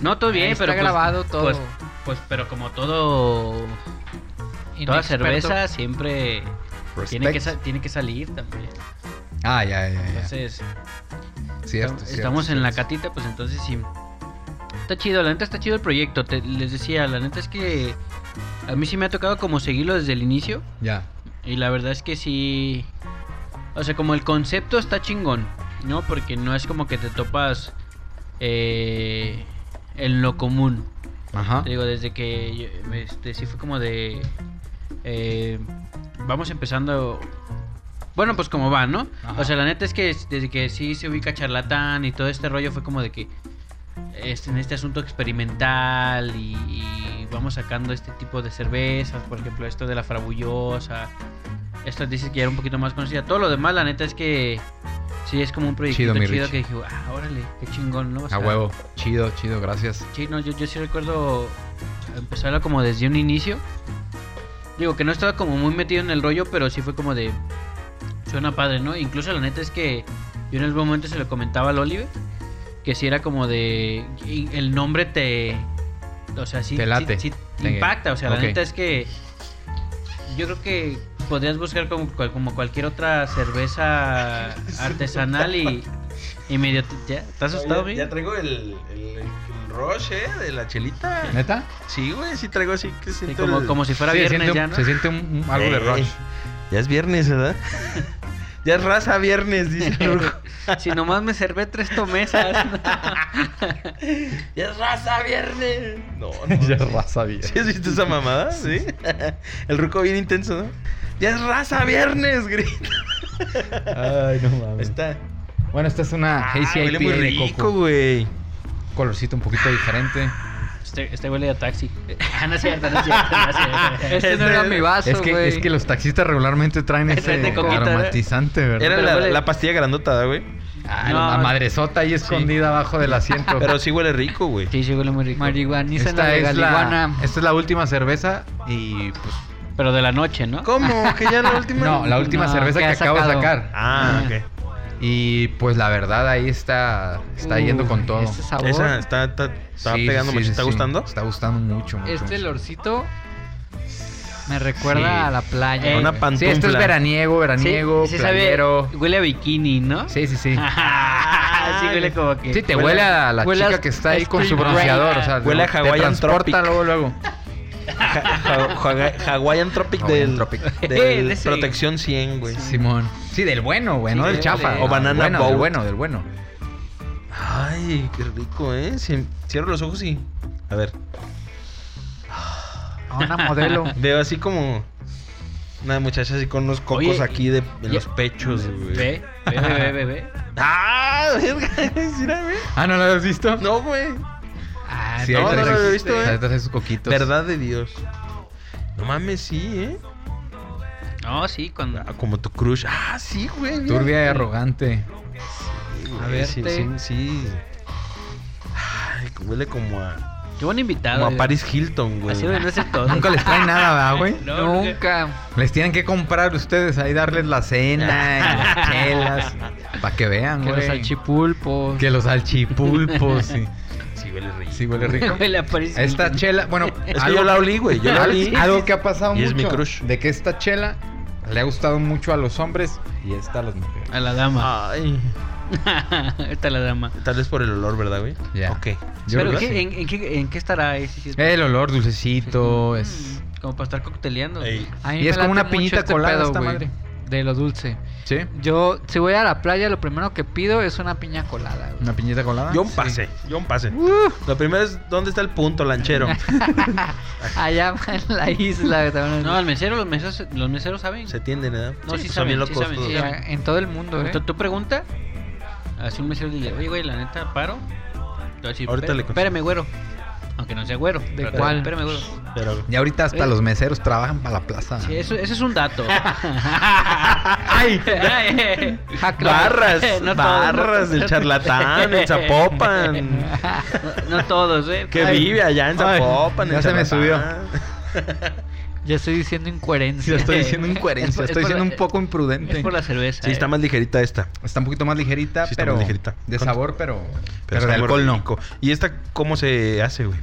Speaker 4: No, todo
Speaker 2: Ahí
Speaker 4: bien,
Speaker 2: está
Speaker 4: pero. pues-
Speaker 2: grabado todo.
Speaker 4: Pues, pues, pero como todo. Toda
Speaker 2: Inexperto.
Speaker 4: cerveza siempre. Tiene que,
Speaker 5: Respect.
Speaker 4: sa- tiene que salir también.
Speaker 5: Ah, ya, ya, ya.
Speaker 4: Entonces,
Speaker 5: Cierto,
Speaker 4: estamos
Speaker 5: cierto,
Speaker 4: en la
Speaker 5: cierto.
Speaker 4: catita, pues entonces sí. Está chido, la neta está chido el proyecto. te- les decía, la neta es que a mí sí me ha tocado como seguirlo desde el inicio.
Speaker 5: Ya.
Speaker 4: Y la verdad es que sí. O sea, como el concepto está chingón, ¿no? Porque no es como que te topas eh, en lo común.
Speaker 5: Ajá.
Speaker 4: Te digo, desde que yo- este, sí fue como de. eh, vamos empezando. Bueno, pues como va, ¿no?
Speaker 5: Ajá.
Speaker 4: O sea, la neta es que es- desde que sí se ubica charlatán y todo este rollo fue como de que. este, en este asunto experimental y, y vamos sacando este tipo de cervezas, por ejemplo, esto de la frabullosa. Esta dices que ya era un poquito más conocida. Todo lo demás, la neta es que. Sí, es como un proyecto
Speaker 5: Chido, mi
Speaker 4: chido,
Speaker 5: Rich.
Speaker 4: que dije, ah, órale, qué chingón, ¿no? O
Speaker 5: A
Speaker 4: sea,
Speaker 5: huevo. Chido, chido, gracias.
Speaker 4: Sí, no, yo, yo sí recuerdo empezarla como desde un inicio. Digo que no estaba como muy metido en el rollo, pero sí fue como de. Suena padre, ¿no? Incluso la neta es que yo en algún momento se lo comentaba al Oliver, que si era como de. y El nombre te. O sea, sí.
Speaker 5: Te late.
Speaker 4: sí- sí te
Speaker 5: Te-
Speaker 4: impacta, o sea,
Speaker 5: ok.
Speaker 4: la neta es que. Yo creo que podrías buscar como, cual- como cualquier otra cerveza artesanal y. Y medio. te- ¿Ya? ¿Estás asustado,
Speaker 3: Oye,
Speaker 4: güey?
Speaker 3: Ya traigo el, el, el rush, ¿eh? De la chelita.
Speaker 5: ¿Neta?
Speaker 3: Sí, güey, sí traigo así que
Speaker 4: Sí,
Speaker 3: siento
Speaker 4: como,
Speaker 3: el-
Speaker 4: como si fuera
Speaker 5: Sí, se
Speaker 4: viernes
Speaker 5: siente,
Speaker 4: ya,
Speaker 5: un-
Speaker 4: ¿no?
Speaker 5: se siente un- un- algo de
Speaker 3: Eh,
Speaker 5: rush.
Speaker 3: Ya es viernes, ¿verdad? ya es raza viernes, dice el ruco.
Speaker 4: Si nomás me servé tres tomesas.
Speaker 3: ya es raza viernes. No, no.
Speaker 5: Ya raza bien.
Speaker 3: ¿Sí has visto esa mamada? Sí. el ruco bien intenso, ¿no? Ya es raza viernes, grita.
Speaker 5: Ay, no
Speaker 3: Ahí
Speaker 5: mames.
Speaker 3: Está.
Speaker 5: Bueno, esta es una
Speaker 3: Ah,
Speaker 5: Hazy
Speaker 3: huele muy
Speaker 5: IPA de
Speaker 3: rico,
Speaker 5: coco.
Speaker 3: güey.
Speaker 5: Colorcito un poquito diferente.
Speaker 4: Este, este huele a taxi. Ah, no es cierto, no es cierto. no es cierto.
Speaker 2: Este no era mi vaso,
Speaker 5: Es que,
Speaker 2: güey.
Speaker 5: es que los taxistas regularmente traen
Speaker 4: Es
Speaker 5: ese
Speaker 4: de coquita, ¿verdad?
Speaker 5: aromatizante, ¿verdad?
Speaker 3: Era
Speaker 4: Pero
Speaker 3: la,
Speaker 4: huele-
Speaker 3: la pastilla grandota, güey.
Speaker 5: Ah,
Speaker 4: No.
Speaker 5: la madresota ahí escondida abajo del asiento.
Speaker 3: Pero sí huele rico, güey.
Speaker 4: Sí, sí, huele muy rico.
Speaker 2: Marihuaniza en
Speaker 5: esta,
Speaker 2: la
Speaker 5: es la,
Speaker 2: galiguana.
Speaker 5: esta es la última cerveza y pues...
Speaker 4: Pero de la noche, ¿no?
Speaker 3: ¿Cómo? ¿Que ya la última?
Speaker 5: No, la última
Speaker 2: No,
Speaker 5: cerveza
Speaker 2: que
Speaker 5: que,
Speaker 2: ha
Speaker 5: acabo de
Speaker 2: sacado.
Speaker 5: sacar.
Speaker 3: Ah, ok.
Speaker 5: Y pues la verdad ahí está, está yendo con
Speaker 2: Uh,
Speaker 5: todo.
Speaker 2: Este sabor.
Speaker 3: Esa está, está, está
Speaker 5: Sí,
Speaker 3: pegando
Speaker 5: sí,
Speaker 3: mucho.
Speaker 5: sí,
Speaker 3: ¿Está
Speaker 5: sí.
Speaker 3: gustando?
Speaker 5: Está gustando mucho, mucho.
Speaker 2: Este
Speaker 5: mucho.
Speaker 2: lorcito me recuerda
Speaker 5: Sí.
Speaker 2: a la playa.
Speaker 4: Eh,
Speaker 2: güey.
Speaker 3: Una pantufla.
Speaker 5: Sí, este es veraniego, veraniego,
Speaker 4: sí sabe,
Speaker 5: playero.
Speaker 4: huele a bikini, ¿no?
Speaker 5: Sí, sí, sí.
Speaker 4: Ah. sí, huele como que.
Speaker 5: Sí, te huele a la
Speaker 2: huele a
Speaker 5: chica que está ahí con su
Speaker 2: Spring Break.
Speaker 5: bronceador. O sea,
Speaker 3: Huele a
Speaker 5: te
Speaker 3: Hawaiian
Speaker 5: transporta
Speaker 3: Tropic.
Speaker 5: luego, luego.
Speaker 3: Ja- ja- ja- Hawaiian Tropic
Speaker 5: Hawaiian
Speaker 3: del,
Speaker 5: Tropic.
Speaker 3: del
Speaker 4: De ese.
Speaker 3: Protección 100, güey.
Speaker 5: Simón. Sí, del bueno, güey,
Speaker 4: Sí,
Speaker 5: no del
Speaker 4: del-
Speaker 5: chafa.
Speaker 4: del-
Speaker 5: del
Speaker 3: o Banana
Speaker 5: bueno,
Speaker 3: Boat.
Speaker 5: Del bueno, del bueno.
Speaker 3: Ay, qué rico, ¿eh? Cien- Cierro los ojos y... A ver.
Speaker 2: A una modelo.
Speaker 3: Veo así como... Una muchacha así con unos cocos
Speaker 4: Oye,
Speaker 3: aquí de, en
Speaker 4: ya-
Speaker 3: los pechos, güey.
Speaker 4: Ve, ve, ve, ve, ve, ve.
Speaker 3: ¡Ah! verga, Mira, güey.
Speaker 5: Ah, ¿no lo habías visto?
Speaker 3: No, güey.
Speaker 2: Ah,
Speaker 5: Sí,
Speaker 3: no,
Speaker 5: ahí
Speaker 3: no lo
Speaker 5: trae sus-
Speaker 3: había visto, eh.
Speaker 5: ahí trae sus coquitos.
Speaker 3: Verdad de Dios. No mames, sí, ¿eh?
Speaker 4: No, sí, cuando.
Speaker 3: Ah, como tu crush. Ah, sí, güey. mira.
Speaker 5: Turbia y arrogante.
Speaker 3: Sí,
Speaker 2: A
Speaker 3: güey, sí,
Speaker 2: verte.
Speaker 3: sí, sí. Ay, huele como a...
Speaker 4: Qué buen invitado. eh.
Speaker 3: Como a
Speaker 4: güey.
Speaker 3: Paris Hilton, güey.
Speaker 4: Así debería ser todo.
Speaker 5: Nunca les trae nada, ¿verdad, güey?
Speaker 4: No, nunca.
Speaker 2: Nunca.
Speaker 5: Les tienen que comprar ustedes ahí, darles la cena y las chelas. Para que vean,
Speaker 2: Que los
Speaker 5: güey.
Speaker 2: salchipulpos.
Speaker 5: Que los salchipulpos, sí.
Speaker 3: Sí, huele rico.
Speaker 5: Sí, huele rico.
Speaker 4: Huele a Paris
Speaker 5: Esta
Speaker 4: Hilton.
Speaker 5: chela, bueno,
Speaker 3: Es que yo la olí, güey. Yo la
Speaker 5: Al-
Speaker 3: olí.
Speaker 5: algo que ha pasado
Speaker 3: Y
Speaker 5: mucho
Speaker 3: es mi crush.
Speaker 5: de que esta chela le ha gustado mucho a los hombres y esta a las mujeres.
Speaker 4: A la dama.
Speaker 3: Ay.
Speaker 4: Esta la dama.
Speaker 3: Tal vez por el olor, ¿verdad, güey?
Speaker 5: Ya.
Speaker 3: Ok.
Speaker 5: Yo
Speaker 4: ¿Pero
Speaker 5: creo
Speaker 4: qué-
Speaker 5: que sí.
Speaker 4: en, en qué, en qué estará ese? Si es-
Speaker 5: El olor dulcecito es
Speaker 4: Mm, Como para estar cocteleando.
Speaker 3: Ey.
Speaker 2: A mí
Speaker 5: Y
Speaker 2: me
Speaker 5: es como
Speaker 2: late
Speaker 5: una
Speaker 2: mucho este
Speaker 5: piñita colada esta
Speaker 2: güey,
Speaker 5: madre.
Speaker 2: De lo dulce.
Speaker 5: sí,
Speaker 2: Yo, si voy a la playa, lo primero que pido es una piña colada, güey.
Speaker 5: una piñita colada.
Speaker 3: Yo
Speaker 4: Ah,
Speaker 3: un pase, yo un pase. Lo primero es, ¿dónde está el punto, lanchero?
Speaker 2: Allá en la isla. güey, también.
Speaker 4: No, el mesero, los meseros, los meseros saben.
Speaker 3: Se tienden, ¿verdad?
Speaker 4: No, sí
Speaker 3: pues, Son
Speaker 4: saben,
Speaker 3: bien
Speaker 4: sí
Speaker 3: locos
Speaker 4: saben,
Speaker 3: todos.
Speaker 2: Sí, a- en todo el mundo, eh.
Speaker 4: Tú,
Speaker 2: güey.
Speaker 4: tú pregunta, hace un mesero dile, oye, güey, la neta, paro. Te va a decir, "Espérame,
Speaker 3: Ahorita le consigo".
Speaker 4: Espérame, güero. Aunque no sea güero. ¿De
Speaker 2: cuál?
Speaker 4: Espérame, güero.
Speaker 3: Pero...
Speaker 5: Y ahorita hasta
Speaker 4: Eh.
Speaker 5: los meseros trabajan para la plaza.
Speaker 4: Sí, eso, eso es un dato.
Speaker 3: ¡Ay!
Speaker 4: Ay,
Speaker 2: Ah, claro.
Speaker 3: Barras,
Speaker 4: No todos,
Speaker 3: barras
Speaker 4: no
Speaker 3: del
Speaker 4: todos.
Speaker 3: charlatán, en Zapopan.
Speaker 4: no, no todos, ¿eh?
Speaker 3: Que
Speaker 4: Ay,
Speaker 3: vive allá en
Speaker 5: Ay,
Speaker 3: Zapopan. en
Speaker 5: ya se me
Speaker 3: Charlatán.
Speaker 2: Ya estoy diciendo
Speaker 5: Sí,
Speaker 2: incoherencia.
Speaker 5: estoy
Speaker 4: Eh,
Speaker 5: diciendo
Speaker 4: es
Speaker 5: incoherencia,
Speaker 4: por-
Speaker 5: estoy
Speaker 4: es por
Speaker 5: siendo
Speaker 4: la-
Speaker 5: un poco imprudente.
Speaker 4: Es por la cerveza.
Speaker 3: Sí, está
Speaker 4: eh.
Speaker 3: más ligerita esta.
Speaker 5: Está un poquito más ligerita,
Speaker 3: Sí, está
Speaker 5: pero
Speaker 3: más ligerita.
Speaker 5: de
Speaker 3: Con-
Speaker 5: sabor, pero, pero,
Speaker 3: está
Speaker 5: de
Speaker 3: muy
Speaker 5: alcohol no.
Speaker 3: rico. ¿Y esta cómo se hace, güey?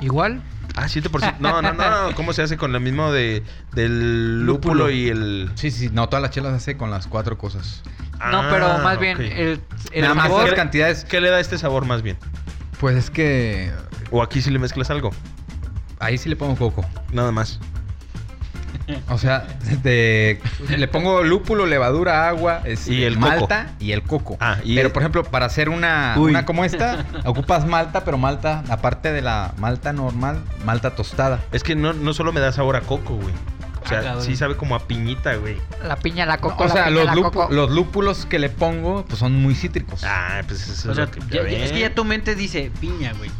Speaker 2: Igual,
Speaker 3: Ah, 7%. No, no, no, no. ¿Cómo se hace con lo mismo de, del lúpulo y el.
Speaker 5: Sí, sí, no, todas las chelas hace con las cuatro cosas.
Speaker 2: no,
Speaker 3: Ah,
Speaker 2: pero más
Speaker 3: ok.
Speaker 2: bien el, el
Speaker 5: Nada más
Speaker 2: sabor-
Speaker 5: que las cantidades.
Speaker 3: ¿Qué le da este sabor más bien?
Speaker 5: Pues es que
Speaker 3: ¿O aquí si le mezclas algo?
Speaker 5: ahí sí le pongo coco.
Speaker 3: Nada más.
Speaker 5: O sea, de- le pongo lúpulo, levadura, agua, este,
Speaker 3: Y el
Speaker 5: malta y el coco.
Speaker 3: Ah, y
Speaker 5: pero
Speaker 3: el-
Speaker 5: por ejemplo, para hacer una,
Speaker 3: Uy.
Speaker 5: una como esta, ocupas malta, pero malta, aparte de la malta normal, malta tostada.
Speaker 3: Es que no, no solo me da sabor a coco, güey. O
Speaker 4: Ah,
Speaker 3: sea,
Speaker 4: cabrón.
Speaker 3: sí sabe como a piñita, güey.
Speaker 2: la piña, la coco,
Speaker 5: o
Speaker 2: la
Speaker 5: sea,
Speaker 2: piña,
Speaker 5: los,
Speaker 2: la
Speaker 5: lupu-
Speaker 2: coco.
Speaker 5: los lúpulos que le pongo pues son muy cítricos.
Speaker 3: Ah, pues eso
Speaker 4: O
Speaker 3: es
Speaker 4: sea,
Speaker 3: lo que.
Speaker 4: ya- ya-
Speaker 3: ven.
Speaker 4: es que ya tu mente dice piña, güey.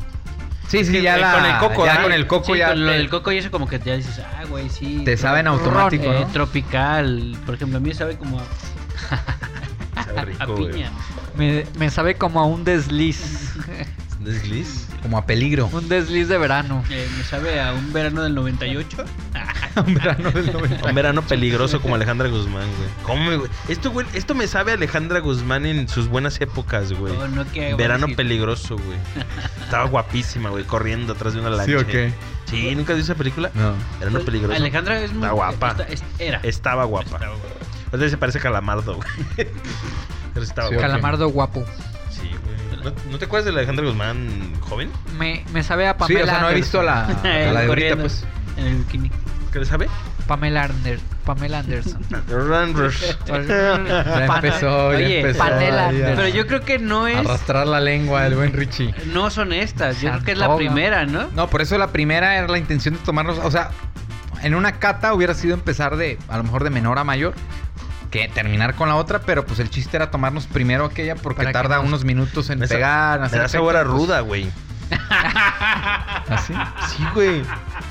Speaker 4: Eh,
Speaker 5: sí, sí,
Speaker 3: que eh,
Speaker 5: ya
Speaker 3: con
Speaker 5: la-
Speaker 3: el coco, ah,
Speaker 5: ya
Speaker 3: ¿no?
Speaker 5: con el coco
Speaker 4: Sí,
Speaker 5: ya
Speaker 4: con lo
Speaker 5: te-
Speaker 4: del coco y eso como que ya dices, ah, güey, sí.
Speaker 5: te saben
Speaker 4: Tro-
Speaker 5: automático,
Speaker 4: eh,
Speaker 5: ¿no?
Speaker 4: tropical. Por ejemplo, a mí sabe como a,
Speaker 3: Sabe
Speaker 4: a
Speaker 3: rico, güey.
Speaker 4: piña.
Speaker 2: Me, me sabe como a un desliz.
Speaker 3: ¿Desliz?
Speaker 5: Como a peligro.
Speaker 2: un desliz de verano.
Speaker 4: Eh, me sabe a un verano del 98.
Speaker 5: Un verano del 90.
Speaker 3: Un verano peligroso como Alejandra Guzmán, güey. ¿Cómo, me- güey? Esto, güey, esto me sabe a Alejandra Guzmán en sus buenas épocas, güey.
Speaker 4: Oh, no, ¿qué voy a
Speaker 3: Verano
Speaker 4: decir?
Speaker 3: peligroso, güey. Estaba guapísima, güey, corriendo atrás de una lancha.
Speaker 5: ¿Sí o qué?
Speaker 3: Sí, ¿nunca vi esa película?
Speaker 5: No.
Speaker 3: Verano
Speaker 4: Pues,
Speaker 3: peligroso.
Speaker 4: Alejandra es muy...
Speaker 3: Está guapa.
Speaker 4: está- es- era.
Speaker 3: Estaba guapa.
Speaker 4: Estaba guapa.
Speaker 3: Ahorita se parece a Calamardo, güey. Pero estaba
Speaker 5: Sí,
Speaker 3: guapa.
Speaker 2: Calamardo guapo.
Speaker 3: Sí, güey. ¿No, no te acuerdas de Alejandra Guzmán joven?
Speaker 2: Me, me sabe a
Speaker 5: Sí,
Speaker 2: Pamela
Speaker 5: o sea, no he
Speaker 2: Anderson.
Speaker 5: visto la, a la de ahorita,
Speaker 4: Corriendo
Speaker 5: pues.
Speaker 4: En el bikini.
Speaker 3: ¿Qué le sabe?
Speaker 2: Pamela, Ander- Pamela Anderson. Pues,
Speaker 3: Randers.
Speaker 5: Ya
Speaker 2: Pana-
Speaker 5: empezó, ya
Speaker 4: Oye,
Speaker 5: empezó.
Speaker 2: panela.
Speaker 5: ahí a-
Speaker 4: Pero yo creo que no es...
Speaker 5: Arrastrar la lengua el buen Richie.
Speaker 4: No son estas. Yo creo que es la
Speaker 2: Santoga.
Speaker 4: primera, ¿no?
Speaker 5: No, por eso la primera era la intención de tomarnos. O sea, en una cata hubiera sido empezar de, a lo mejor de menor a mayor, que terminar con la otra, pero pues el chiste era tomarnos primero aquella porque
Speaker 2: Para que
Speaker 5: tarda
Speaker 2: nos-
Speaker 5: unos minutos en
Speaker 3: Me sa-
Speaker 5: pegar. en
Speaker 3: Me
Speaker 5: hacer ¿Ah,
Speaker 3: da sabor a
Speaker 5: efecto, pues,
Speaker 3: ruda, güey.
Speaker 5: ¿Así?
Speaker 3: Sí, güey.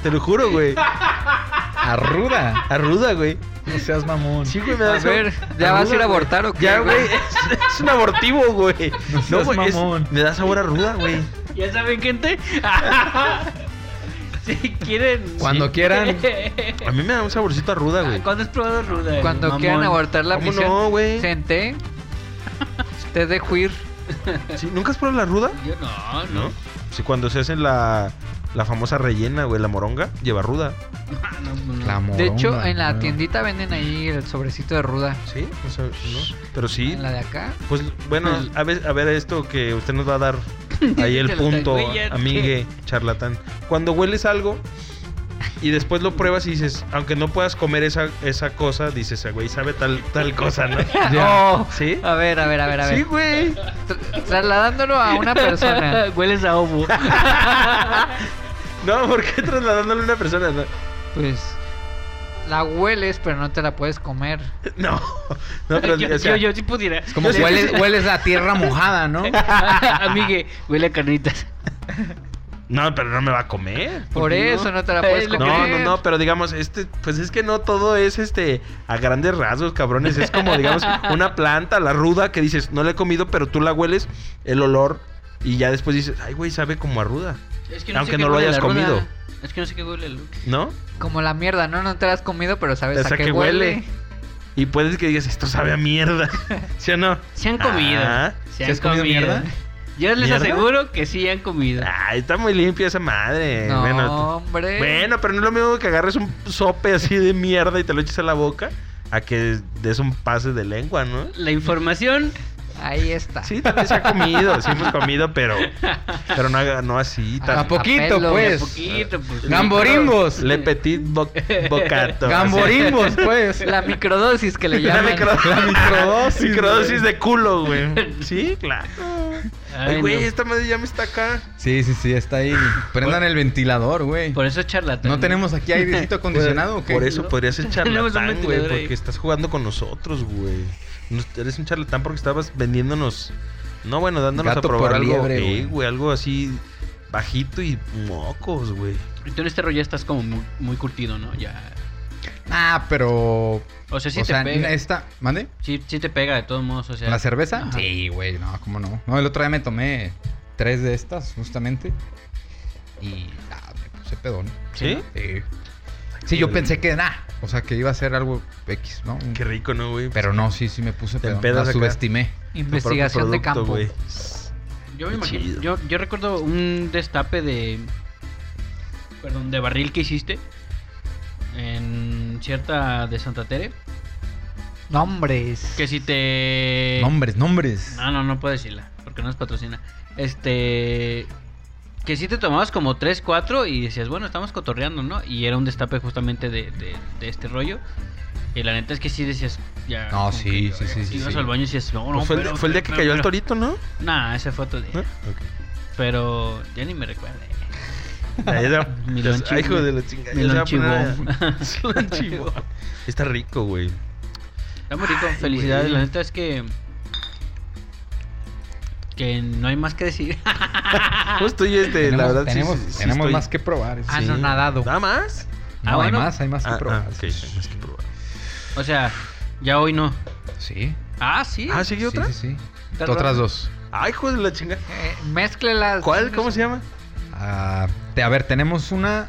Speaker 3: Te lo juro, güey.
Speaker 5: A ruda.
Speaker 3: A ruda, güey.
Speaker 5: No seas mamón.
Speaker 3: Sí, güey, me
Speaker 2: A
Speaker 3: da sabor-
Speaker 2: ver, ¿ya vas a ir a
Speaker 3: güey.
Speaker 2: abortar o qué,
Speaker 3: Ya,
Speaker 2: güey?
Speaker 3: güey. Es, es un abortivo, güey.
Speaker 5: No seas
Speaker 3: güey, es-
Speaker 5: mamón.
Speaker 3: me da sabor a ruda, güey.
Speaker 4: Ya saben, gente. si quieren.
Speaker 5: Cuando quieran.
Speaker 3: A mí me da un saborcito a ruda, güey.
Speaker 4: ¿Cuándo has probado ruda?
Speaker 2: Cuando
Speaker 4: mamón?
Speaker 2: quieran abortar la
Speaker 3: ¿Cómo
Speaker 2: misión.
Speaker 3: no, güey?
Speaker 2: Senté. Te de juir. Ah,
Speaker 3: Sí, ¿Nunca has probado la ruda?
Speaker 4: Yo no, no.
Speaker 3: ¿No? Sí, cuando se hace la, la famosa rellena, güey, la moronga, lleva ruda.
Speaker 4: no, no.
Speaker 5: La
Speaker 2: De hecho,
Speaker 5: moronga,
Speaker 2: en la
Speaker 5: güey.
Speaker 2: tiendita venden ahí el sobrecito de ruda.
Speaker 3: Sí, o sea, ¿no? Pero sí,
Speaker 2: En la de acá.
Speaker 3: pues bueno,
Speaker 4: El-
Speaker 3: a ver, a ver esto que usted nos va a dar ahí el
Speaker 4: Que lo
Speaker 3: punto,
Speaker 4: tengo ya,
Speaker 3: amigue, charlatán. Cuando hueles algo y después lo pruebas y dices, aunque no puedas comer esa, esa cosa, dices, "Ah, güey, sabe tal, tal cosa, ¿no?
Speaker 2: Oh,
Speaker 3: ¿Sí?
Speaker 2: A ver, a ver, a ver, a ver.
Speaker 3: Sí, güey.
Speaker 2: Tra- trasladándolo a una persona.
Speaker 4: Hueles a ovo.
Speaker 3: No, ¿por qué trasladándole a una persona? No.
Speaker 2: Pues la hueles, pero no te la puedes comer.
Speaker 3: No, no, pero,
Speaker 4: yo,
Speaker 3: o sea,
Speaker 4: yo, yo sí pudiera.
Speaker 5: Es como
Speaker 3: Yo sí-
Speaker 5: hueles, hueles la tierra mojada, ¿no?
Speaker 4: Amigue, huele a carnitas.
Speaker 3: no, pero no me va a comer.
Speaker 2: Por
Speaker 4: qué no?
Speaker 2: eso no? te la puedes
Speaker 4: Es lo
Speaker 2: comer.
Speaker 4: que
Speaker 3: No, no, no, pero digamos, este, pues es que no todo es este a grandes rasgos, cabrones. Es como, digamos, una planta, la ruda, que dices, no la he comido, pero tú la hueles, el olor, y ya después dices, ay, güey, sabe como a ruda,
Speaker 4: Es
Speaker 3: Aunque no lo
Speaker 4: huele
Speaker 3: hayas
Speaker 4: la ruda.
Speaker 3: comido.
Speaker 4: Es que no sé qué huele. el-
Speaker 3: ¿no?
Speaker 2: Como la mierda, ¿no? No te la has comido, pero sabes
Speaker 3: O sea,
Speaker 2: a qué
Speaker 3: que
Speaker 2: huele.
Speaker 3: huele. Y puedes que digas, esto sabe a mierda, ¿sí o no?
Speaker 4: Se han comido.
Speaker 3: Ah.
Speaker 4: se
Speaker 5: ¿Sí
Speaker 4: han
Speaker 5: has comido mierda?
Speaker 4: Yo les
Speaker 3: ¿Mierda? Ah.
Speaker 4: aseguro que sí han comido.
Speaker 3: Ay, está muy limpia esa madre.
Speaker 2: No,
Speaker 3: Bueno,
Speaker 2: hombre.
Speaker 3: bueno, pero no es lo mismo que agarres un sope así de mierda y te lo eches a la boca, a que des un pase de lengua, ¿no?
Speaker 4: La información
Speaker 2: Ahí está.
Speaker 3: Sí, también se ha comido, sí hemos comido, pero, pero no, haga- no así. tan-
Speaker 5: A poquito,
Speaker 2: pelo,
Speaker 5: pues.
Speaker 4: poquito, pues.
Speaker 5: Gamborimbos.
Speaker 3: Le petit bo- bocato.
Speaker 5: Gamborimbos, pues.
Speaker 2: La microdosis que le
Speaker 3: La,
Speaker 2: llaman.
Speaker 3: micro- la microdosis. de culo, güey. Sí, claro.
Speaker 4: Ay,
Speaker 3: Ay, güey,
Speaker 4: no.
Speaker 3: esta madre ya me está acá.
Speaker 5: Sí, sí, sí, está ahí. Prendan el ventilador, güey.
Speaker 4: Por eso es charlatán.
Speaker 5: ¿No tenemos aquí airecito acondicionado o qué?
Speaker 3: Por eso podrías ser
Speaker 4: Tenemos un
Speaker 3: charlatán, güey,
Speaker 4: ventilador ahí.
Speaker 3: porque estás jugando con nosotros, güey. No- Eres un charlatán porque estabas vendiéndonos. No, bueno, dándonos
Speaker 5: Gato
Speaker 3: a probar
Speaker 5: por
Speaker 3: algo,
Speaker 5: liebre,
Speaker 3: eh,
Speaker 5: güey.
Speaker 3: güey, algo así bajito y mocos, güey.
Speaker 4: Y Tú en este rollo ya estás como muy, muy curtido, ¿no? Ya.
Speaker 5: Ah, pero.
Speaker 4: O sea, sí
Speaker 5: o
Speaker 4: te
Speaker 5: sea,
Speaker 4: pega.
Speaker 5: esta. ¿Mande?
Speaker 4: Sí, sí te pega de todos modos, o sea.
Speaker 5: ¿La cerveza?
Speaker 4: Ajá.
Speaker 5: Sí, güey, no, cómo no. No, el otro día me tomé tres de estas, justamente. Y. Ah, me puse pedón.
Speaker 3: ¿Sí?
Speaker 5: Sí. Sí, yo pensé que nada. O sea, que iba a ser algo X, ¿no? Un-
Speaker 3: Qué rico, ¿no, güey?
Speaker 5: Pero no, sí, sí me puse
Speaker 3: Te
Speaker 5: pedón.
Speaker 3: empedas acá.
Speaker 5: La subestimé.
Speaker 2: Investigación de
Speaker 3: Producto,
Speaker 2: campo.
Speaker 3: güey.
Speaker 4: Yo me
Speaker 3: Qué
Speaker 4: imagino.
Speaker 3: chido.
Speaker 4: Yo, yo recuerdo un destape de. perdón, de barril que hiciste en cierta de Santa Tere.
Speaker 2: Nombres.
Speaker 4: Que si te...
Speaker 5: Nombres, nombres.
Speaker 4: No, no, no puedo decirla, porque no es patrocina. Este... Que si te tomabas como 3, 4 y decías, bueno, estamos cotorreando, ¿no? Y era un destape justamente de, de- de este rollo. Y la neta es que sí decías, ya...
Speaker 5: No,
Speaker 4: como
Speaker 5: sí,
Speaker 4: que,
Speaker 5: sí, sí, sí,
Speaker 4: Ibas
Speaker 5: sí.
Speaker 4: al baño y decías, no, no,
Speaker 3: Pues fue, el,
Speaker 4: pero-
Speaker 3: fue el día que
Speaker 4: pero-
Speaker 3: cayó el
Speaker 4: pero-
Speaker 3: torito, ¿Eh? ¿no?
Speaker 4: Nah, ese fue otro día.
Speaker 3: ¿No? Ok.
Speaker 4: Pero ya ni me recuerda.
Speaker 3: Ya, ya se va-
Speaker 4: Milón
Speaker 3: ya se- ay, hijo
Speaker 4: chivo.
Speaker 3: de la chingada. ya
Speaker 4: Milón
Speaker 3: se va a poner
Speaker 4: chivón.
Speaker 3: a- Milón chivón. Está rico, güey.
Speaker 4: Está muy rico, felicidades. La neta es que. Que no hay más que decir.
Speaker 3: Pues estoy, este, la verdad, sí,
Speaker 5: tenemos,
Speaker 3: sí, sí
Speaker 5: tenemos
Speaker 3: estoy-
Speaker 5: más que probar.
Speaker 2: Ah,
Speaker 5: sí.
Speaker 2: no, nadado.
Speaker 3: ¿Nada más?
Speaker 5: No,
Speaker 4: Ah,
Speaker 5: hay
Speaker 4: bueno.
Speaker 5: más, hay más que
Speaker 3: Ah,
Speaker 5: probar.
Speaker 3: ah, ok, hay más que probar.
Speaker 4: O sea, ya hoy no.
Speaker 5: Sí.
Speaker 4: Ah, sí.
Speaker 3: Ah, ¿sigue
Speaker 5: Sí,
Speaker 3: otra?
Speaker 5: sí, sí.
Speaker 4: Está
Speaker 5: Otras
Speaker 4: raro.
Speaker 5: dos.
Speaker 3: Ay, hijo de la chingada.
Speaker 2: Eh, mézclelas.
Speaker 3: ¿Cuál? ¿Cómo se llama?
Speaker 5: Ah, te- a ver, tenemos una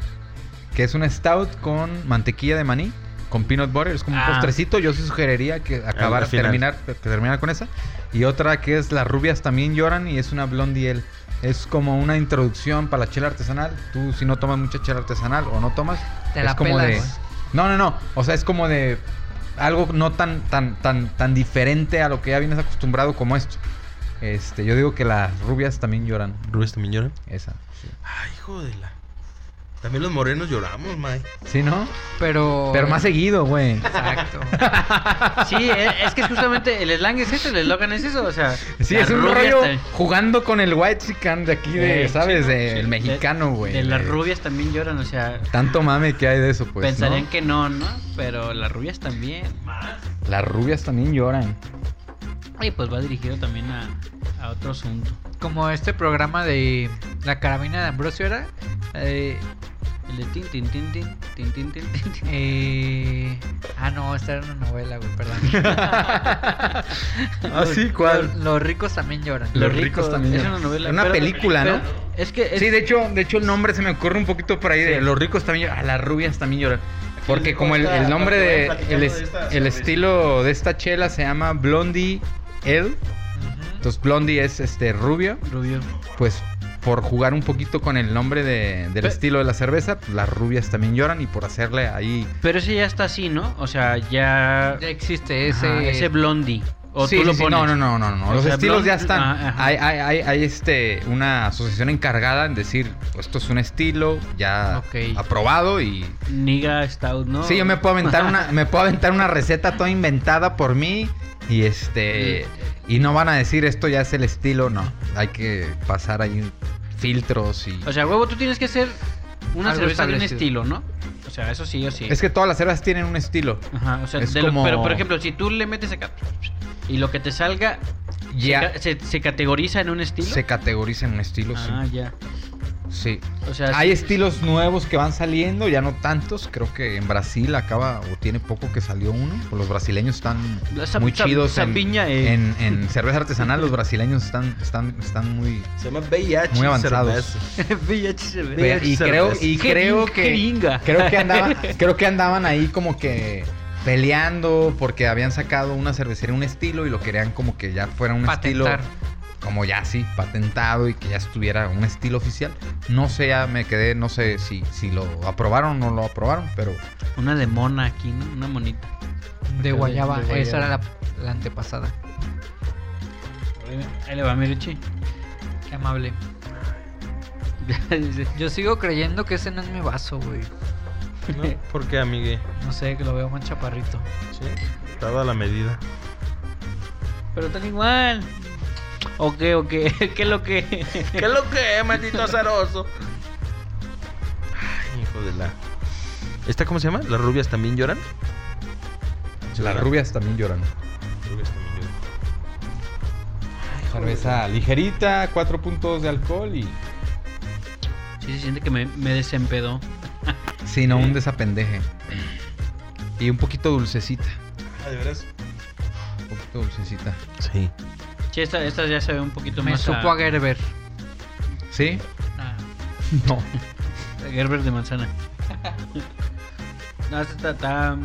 Speaker 5: que es una stout con mantequilla de maní, con peanut butter, es como
Speaker 4: Ah.
Speaker 5: un postrecito. Yo sí sugeriría que acabar,
Speaker 3: al final.
Speaker 5: terminar, que terminar con esa. Y otra que es las rubias también lloran y es una blondie ale. Es como una introducción para la chela artesanal. Tú si no tomas mucha chela artesanal o no tomas,
Speaker 2: Te
Speaker 5: es
Speaker 2: la
Speaker 5: como
Speaker 2: pelas.
Speaker 5: de No, no, no. O sea, es como de algo no tan tan tan tan diferente a lo que ya vienes acostumbrado como esto. Este, yo digo que las rubias también lloran.
Speaker 3: Rubén también llora.
Speaker 5: Esa. sí.
Speaker 3: Ay, hijo de la. También los morenos lloramos, Mike.
Speaker 5: ¿Sí, no?
Speaker 2: Pero.
Speaker 5: Pero más seguido, güey.
Speaker 2: Exacto.
Speaker 4: Sí, es, es que justamente el slang es eso, el eslogan es eso. O sea,
Speaker 5: Sí,
Speaker 4: la
Speaker 5: es un
Speaker 4: rubia
Speaker 5: rollo
Speaker 4: está-
Speaker 5: jugando con el white chican de aquí, de,
Speaker 4: Sí,
Speaker 5: ¿sabes?
Speaker 4: sí,
Speaker 5: De-
Speaker 4: sí,
Speaker 5: el
Speaker 4: de-
Speaker 5: mexicano, güey.
Speaker 4: De las
Speaker 5: De-
Speaker 4: rubias también lloran, o sea.
Speaker 5: Tanto mame que hay de eso, pues.
Speaker 4: pensarían
Speaker 5: ¿no?
Speaker 4: que no, ¿no? Pero las rubias también.
Speaker 5: Las rubias también lloran.
Speaker 4: Y pues va dirigido también a, a otro asunto.
Speaker 2: Como este programa de La Carabina de Ambrosio era. eh,
Speaker 4: El de tin, tin, tin, tin, tin, tin, tin, tin. tin.
Speaker 2: eh, Ah, no, esta era una novela, güey, perdón.
Speaker 5: Ah, sí, ¿cuál?
Speaker 2: Los, los ricos también lloran.
Speaker 5: Los ricos también
Speaker 4: Es
Speaker 5: lloran.
Speaker 4: una novela.
Speaker 5: Era una
Speaker 4: pero-
Speaker 5: película, ¿no?
Speaker 4: pero Es que. es-
Speaker 5: Sí, de hecho, de hecho el nombre se me ocurre un poquito por ahí de
Speaker 4: Sí.
Speaker 5: los ricos también lloran, ah, las rubias también lloran. Porque
Speaker 3: les
Speaker 5: como el,
Speaker 3: cuesta
Speaker 5: el nombre
Speaker 3: porque
Speaker 5: de
Speaker 3: vayan platicando
Speaker 5: el,
Speaker 3: de
Speaker 5: es-
Speaker 3: esta
Speaker 5: el
Speaker 3: cerveza.
Speaker 5: estilo de esta chela se llama Blondie L.
Speaker 2: Ujú.
Speaker 5: Entonces Blondie es este rubio,
Speaker 4: Rubio.
Speaker 5: pues por jugar un poquito con el nombre de- del
Speaker 4: Pe-
Speaker 5: estilo de la cerveza, pues, las rubias también lloran y por hacerle ahí
Speaker 4: Pero ese ya está así, ¿no? O sea, ya.
Speaker 2: Ya existe ese.
Speaker 4: Ajá, ese blondie. O
Speaker 5: Sí,
Speaker 4: tú
Speaker 5: sí,
Speaker 4: lo
Speaker 5: sí,
Speaker 4: pones.
Speaker 5: No, no, no, no, no.
Speaker 4: O
Speaker 5: Los
Speaker 4: sea,
Speaker 5: estilos
Speaker 4: blond-
Speaker 5: ya están.
Speaker 4: ah, ajá.
Speaker 5: Hay, hay, hay, hay, este, una asociación encargada en decir, esto es un estilo ya
Speaker 2: Ok.
Speaker 5: aprobado y
Speaker 4: Niga Stout, ¿no?
Speaker 5: Sí, yo me puedo aventar una, me puedo aventar una receta toda inventada por mí y este
Speaker 4: Mm.
Speaker 5: y no van a decir esto ya es el estilo, no. Hay que pasar ahí filtros y
Speaker 4: O sea, huevo, tú tienes que hacer una
Speaker 2: Algo
Speaker 4: cerveza de un
Speaker 2: establecido.
Speaker 4: estilo, ¿no? O sea, eso sí o sí.
Speaker 5: es que todas las cervezas tienen un estilo.
Speaker 4: Ajá, o sea,
Speaker 5: es
Speaker 4: de lo-
Speaker 5: como-
Speaker 4: pero por ejemplo, si tú le metes acá y lo que te salga se
Speaker 5: Ya
Speaker 4: ca- se, se categoriza en un estilo.
Speaker 5: se categorizan en estilos. sí.
Speaker 4: ah, ya.
Speaker 5: Sí.
Speaker 4: O sea,
Speaker 5: Hay
Speaker 4: sí-
Speaker 5: estilos nuevos que van saliendo, ya no tantos. Creo que en Brasil acaba o tiene poco que salió uno. pues Los brasileños están
Speaker 4: La zap-
Speaker 5: muy
Speaker 4: zap-
Speaker 5: chidos en,
Speaker 4: zapiña, eh.
Speaker 5: en- en cerveza artesanal. Los brasileños están, están, están muy
Speaker 3: Se llama VIH.
Speaker 5: Muy avanzados.
Speaker 3: cerveza.
Speaker 4: VHSB.
Speaker 5: Pero- y
Speaker 3: Cerveza.
Speaker 5: creo y
Speaker 4: Qué
Speaker 5: creo
Speaker 4: bien,
Speaker 5: que
Speaker 4: qué gringa.
Speaker 5: creo que andaban creo que andaban ahí como que peleando porque habían sacado una cervecería un estilo y lo querían como que ya fuera un
Speaker 2: Patentar.
Speaker 5: estilo como ya así patentado y que ya estuviera un estilo oficial no sé ya me quedé no sé si si lo aprobaron o no lo aprobaron pero
Speaker 4: Una de mona aquí, ¿no? Una monita.
Speaker 2: De guayaba.
Speaker 5: De guayaba.
Speaker 2: Esa era la, la antepasada.
Speaker 4: Ahí le va, mi Richie.
Speaker 2: Qué amable.
Speaker 4: Dice,
Speaker 2: Yo sigo creyendo que ese no es mi vaso, güey.
Speaker 3: ¿No? ¿Por qué, amigue?
Speaker 2: No sé, que lo veo más chaparrito.
Speaker 3: Sí. Estaba a la medida.
Speaker 4: Pero están igual. ¿O qué? ¿O qué? ¿Qué es lo que?
Speaker 3: ¿Qué es lo que es, maldito azaroso? Ay, hijo de la. ¿Esta cómo se llama? ¿Las rubias también lloran?
Speaker 5: las rubias también lloran
Speaker 3: Las rubias también lloran.
Speaker 5: cerveza ligerita cuatro puntos de alcohol y
Speaker 4: Sí, se siente que me, me desempedó.
Speaker 5: sí no un desapendeje y un poquito dulcecita
Speaker 3: Ah, ¿de veras?
Speaker 5: un poquito dulcecita
Speaker 3: Sí.
Speaker 4: Sí, esta, esta ya se ve un poquito
Speaker 2: Me
Speaker 4: más.
Speaker 2: supo a Gerber.
Speaker 5: sí
Speaker 2: Ah,
Speaker 5: no
Speaker 4: a Gerber de manzana. no, esta está. está-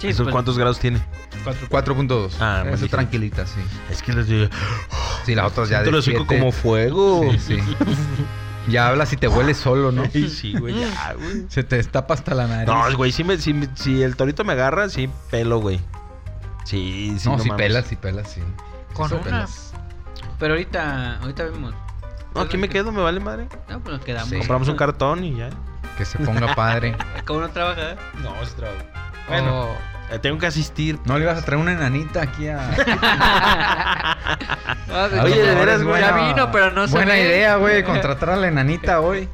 Speaker 4: sí,
Speaker 3: ¿Eso
Speaker 4: pues,
Speaker 3: ¿Cuántos grados tiene?
Speaker 5: 4.2.
Speaker 3: Ah,
Speaker 5: Ah,
Speaker 3: muy
Speaker 5: Eso
Speaker 3: ligero.
Speaker 5: tranquilita, sí.
Speaker 3: Es que les digo.
Speaker 5: Sí, las otras ya
Speaker 3: te
Speaker 5: de
Speaker 3: lo siento
Speaker 5: siete.
Speaker 3: como fuego.
Speaker 5: Sí, sí. Ya hablas y te hueles solo, ¿no?
Speaker 3: Ay, sí,
Speaker 4: Mm.
Speaker 3: güey, ya, güey.
Speaker 5: Se te destapa hasta la nariz.
Speaker 3: No, güey, si, me- si, me- si el torito me agarra, sí pelo, güey. Sí, sí,
Speaker 5: No, si
Speaker 3: mames.
Speaker 5: pelas, si pelas, sí. Sí
Speaker 2: Con
Speaker 5: se
Speaker 2: una.
Speaker 5: pelas.
Speaker 4: Pero ahorita, ahorita vemos.
Speaker 3: No, aquí me quedo, me vale madre.
Speaker 4: No, pues nos quedamos.
Speaker 5: Sí.
Speaker 3: Compramos un cartón y ya.
Speaker 5: Que se ponga padre.
Speaker 4: Cada uno trabaja. ¿eh?
Speaker 3: No, es trabajo. Bueno,
Speaker 2: O-
Speaker 3: eh, tengo que asistir.
Speaker 5: ¿No le ibas a traer una enanita aquí a...?
Speaker 2: Ah, de-
Speaker 3: Oye, de veras,
Speaker 5: es
Speaker 3: güey,
Speaker 2: Ya
Speaker 5: buena-
Speaker 2: vino, pero no se
Speaker 5: Buena
Speaker 2: ve.
Speaker 5: idea, güey, contratar a la enanita hoy.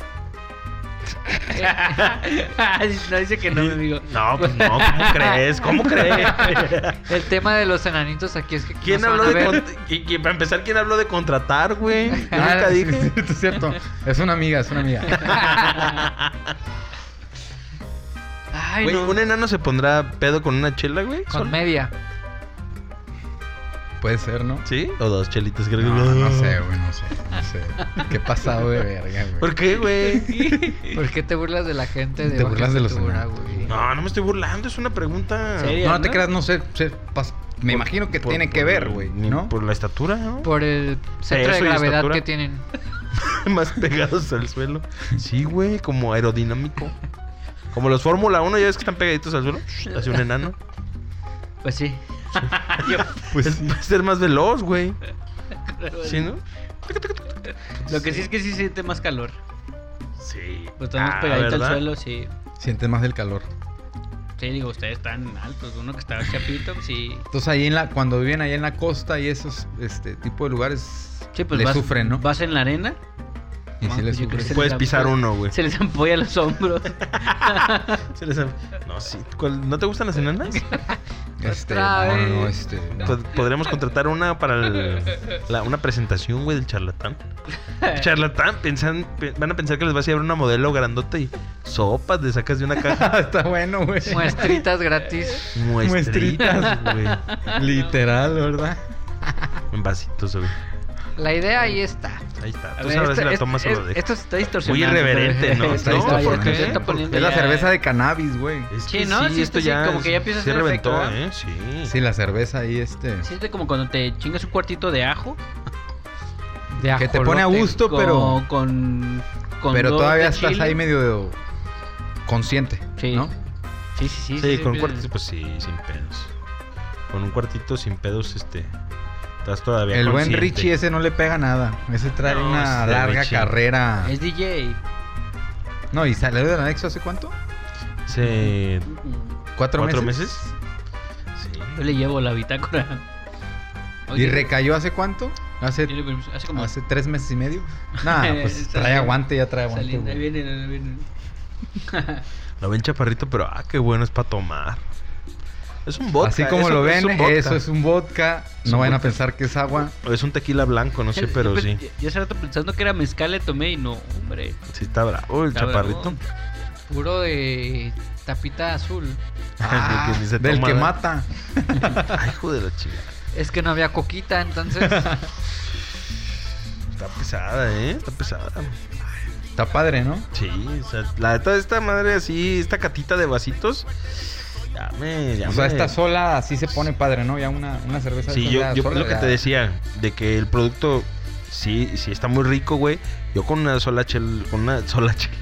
Speaker 4: no dice que no, amigo.
Speaker 3: No, pues no, ¿cómo crees? ¿Cómo crees?
Speaker 2: El tema de los enanitos aquí es que.
Speaker 3: ¿Quién
Speaker 2: no se van
Speaker 3: habló de
Speaker 2: a ver.
Speaker 3: con- y- y Para empezar, ¿quién habló de contratar, güey? Yo
Speaker 5: Ah,
Speaker 3: nunca
Speaker 5: sí,
Speaker 3: dije.
Speaker 5: sí, Es cierto. Es una amiga, es una amiga.
Speaker 4: Ay,
Speaker 3: Güey,
Speaker 4: no.
Speaker 3: ¿un enano se pondrá pedo con una chela, güey?
Speaker 2: Con
Speaker 3: ¿Solo?
Speaker 2: media.
Speaker 5: Puede ser, ¿no?
Speaker 3: ¿Sí? ¿O dos chelitas? Creo que
Speaker 5: No, no sé, güey, no sé. No sé. Qué pasado de verga, güey.
Speaker 3: ¿Por qué, güey?
Speaker 2: ¿Por qué te burlas de la gente de
Speaker 5: Te
Speaker 2: baja
Speaker 5: burlas de los
Speaker 2: cultura,
Speaker 5: enanos.
Speaker 2: güey?
Speaker 3: No, no me estoy burlando, es una pregunta.
Speaker 4: ¿Serio?
Speaker 5: No, no te
Speaker 4: ¿no?
Speaker 5: creas, no sé. sé, pas-
Speaker 3: Por-
Speaker 5: Me imagino que
Speaker 3: por-
Speaker 5: tiene que
Speaker 3: por-
Speaker 5: ver, güey,
Speaker 3: ni
Speaker 5: ¿no?
Speaker 3: Por la estatura, ¿no?
Speaker 2: Por el centro de
Speaker 3: Peso y
Speaker 2: gravedad
Speaker 3: estatura.
Speaker 2: que tienen.
Speaker 3: Más pegados al suelo. Sí, güey, como aerodinámico. Como los Fórmula 1, ya ves que están pegaditos al suelo. Hace un enano.
Speaker 4: Pues sí.
Speaker 3: Pues Va a ser más veloz, güey. ¿Sí, no?
Speaker 4: Lo que sí es que sí siente más calor.
Speaker 3: Sí.
Speaker 4: Pues estamos
Speaker 3: Ah,
Speaker 4: pegadito
Speaker 3: ¿verdad?
Speaker 4: al suelo, sí.
Speaker 5: Sientes más el calor.
Speaker 4: Sí, digo, ustedes están altos. Uno que está chapito, pues sí.
Speaker 5: Entonces ahí en la, cuando viven ahí en la costa y esos este tipo de lugares
Speaker 4: Sí, pues
Speaker 5: le
Speaker 4: vas,
Speaker 5: sufren, ¿no?
Speaker 4: Vas en la arena,
Speaker 5: y sí
Speaker 4: Ah,
Speaker 5: le
Speaker 4: yo creo
Speaker 5: sufren.
Speaker 4: que se-
Speaker 3: Puedes pisar uno, güey.
Speaker 4: se les ampolla los hombros.
Speaker 3: Se les- No, sí. ¿Cuál- ¿No te gustan las enanas?
Speaker 5: Este,
Speaker 2: Otra
Speaker 5: no, no, no,
Speaker 2: vez.
Speaker 5: este. no.
Speaker 3: Pod- Podríamos contratar una para el- la- una presentación, güey, del charlatán. Charlatán, pensan, pe- van a pensar que les vas a llevar una modelo grandota y sopas de sacas de una caja.
Speaker 5: Está bueno, güey.
Speaker 2: Muestritas gratis.
Speaker 3: Muestritas, güey.
Speaker 5: Literal, ¿verdad?
Speaker 3: En vasitos, güey.
Speaker 2: La idea ahí está. Este
Speaker 3: Ahí está.
Speaker 4: A
Speaker 3: Tú
Speaker 4: ver, este,
Speaker 3: sabrás
Speaker 4: esta-
Speaker 3: si la
Speaker 4: es-
Speaker 3: tomas
Speaker 4: es-
Speaker 3: o lo dejas.
Speaker 4: Esto se está
Speaker 3: Muy
Speaker 4: distorsionando.
Speaker 3: irreverente, ¿no?
Speaker 5: Está
Speaker 3: No,
Speaker 5: distorsionando.
Speaker 3: ¿por qué?
Speaker 5: Se está
Speaker 3: ¿Por qué?
Speaker 5: Es la
Speaker 4: eh.
Speaker 5: cerveza de cannabis, güey.
Speaker 3: Es
Speaker 4: Sí,
Speaker 3: que
Speaker 4: ¿no? Sí, este sí, como que ya empieza a
Speaker 3: se
Speaker 4: hacer
Speaker 3: reventó,
Speaker 4: efecto,
Speaker 3: ¿eh? Sí.
Speaker 5: Sí, la cerveza ahí, este.
Speaker 4: Siente como cuando te chingas un cuartito de ajo.
Speaker 2: De
Speaker 5: Que te pone a
Speaker 2: ajolote.
Speaker 5: gusto,
Speaker 4: con-
Speaker 5: pero.
Speaker 4: Con, con
Speaker 5: Pero
Speaker 4: dos
Speaker 5: todavía
Speaker 4: de
Speaker 5: estás
Speaker 4: chile.
Speaker 5: ahí medio consciente,
Speaker 4: Sí.
Speaker 5: ¿no?
Speaker 4: Sí, sí, sí.
Speaker 3: Sí, con un
Speaker 4: bien.
Speaker 3: cuartito, pues sí, sin pedos. Con un cuartito sin pedos, este. Estás todavía.
Speaker 5: El buen
Speaker 3: consciente.
Speaker 5: Richie ese no le pega nada. Ese trae
Speaker 3: No,
Speaker 5: una
Speaker 3: este
Speaker 5: larga
Speaker 3: Richie.
Speaker 5: carrera.
Speaker 4: Es DJ.
Speaker 5: No, y salió del anexo hace cuánto?
Speaker 3: Hace
Speaker 5: ¿Cuatro,
Speaker 3: cuatro
Speaker 5: meses?
Speaker 3: meses. Sí.
Speaker 4: Yo le llevo la bitácora.
Speaker 5: ¿Y Ah,
Speaker 4: Oye,
Speaker 5: recayó hace cuánto? Hace,
Speaker 4: yo le- Hace como.
Speaker 5: hace tres meses y medio. Nah, pues trae
Speaker 4: Salió-
Speaker 5: aguante, ya trae aguante.
Speaker 4: Saliendo, ahí
Speaker 5: güey.
Speaker 4: viene, ahí viene.
Speaker 3: Lo ven chaparrito, pero ah, qué bueno es para tomar. Es un vodka.
Speaker 5: Así como
Speaker 3: eso
Speaker 5: lo
Speaker 3: es
Speaker 5: ven,
Speaker 3: un vodka.
Speaker 5: eso es un vodka.
Speaker 3: Es
Speaker 5: no
Speaker 3: un
Speaker 5: van a
Speaker 3: vodka.
Speaker 5: pensar que es agua.
Speaker 3: O Es un tequila blanco, no sé, pero
Speaker 4: Yo-
Speaker 3: sí.
Speaker 4: Yo, yo hace rato pensando que era mezcal, le tomé y no, hombre.
Speaker 3: Sí, está bravo el
Speaker 4: Está
Speaker 3: chaparrito.
Speaker 4: bravo.
Speaker 2: Puro de tapita azul.
Speaker 5: Ah,
Speaker 3: que ni se
Speaker 5: del
Speaker 3: toma,
Speaker 5: que
Speaker 3: ¿verdad?
Speaker 5: mata.
Speaker 3: Ay, hijo de la chica.
Speaker 2: Es que no había coquita, entonces.
Speaker 3: Está pesada, ¿eh? Está pesada.
Speaker 5: Está padre, ¿no?
Speaker 3: Sí, o sea, la neta, esta madre así, esta catita de vasitos. Ya me. Ya
Speaker 5: O sea,
Speaker 3: me-
Speaker 5: esta sola así se pone padre, ¿no? Ya una, una cerveza.
Speaker 3: Sí,
Speaker 5: esta
Speaker 3: yo,
Speaker 5: ya
Speaker 3: yo
Speaker 5: sola,
Speaker 3: lo que
Speaker 5: ya-
Speaker 3: te decía, de que el producto sí, sí está muy rico, güey. Yo con una sola chela, con una sola chela.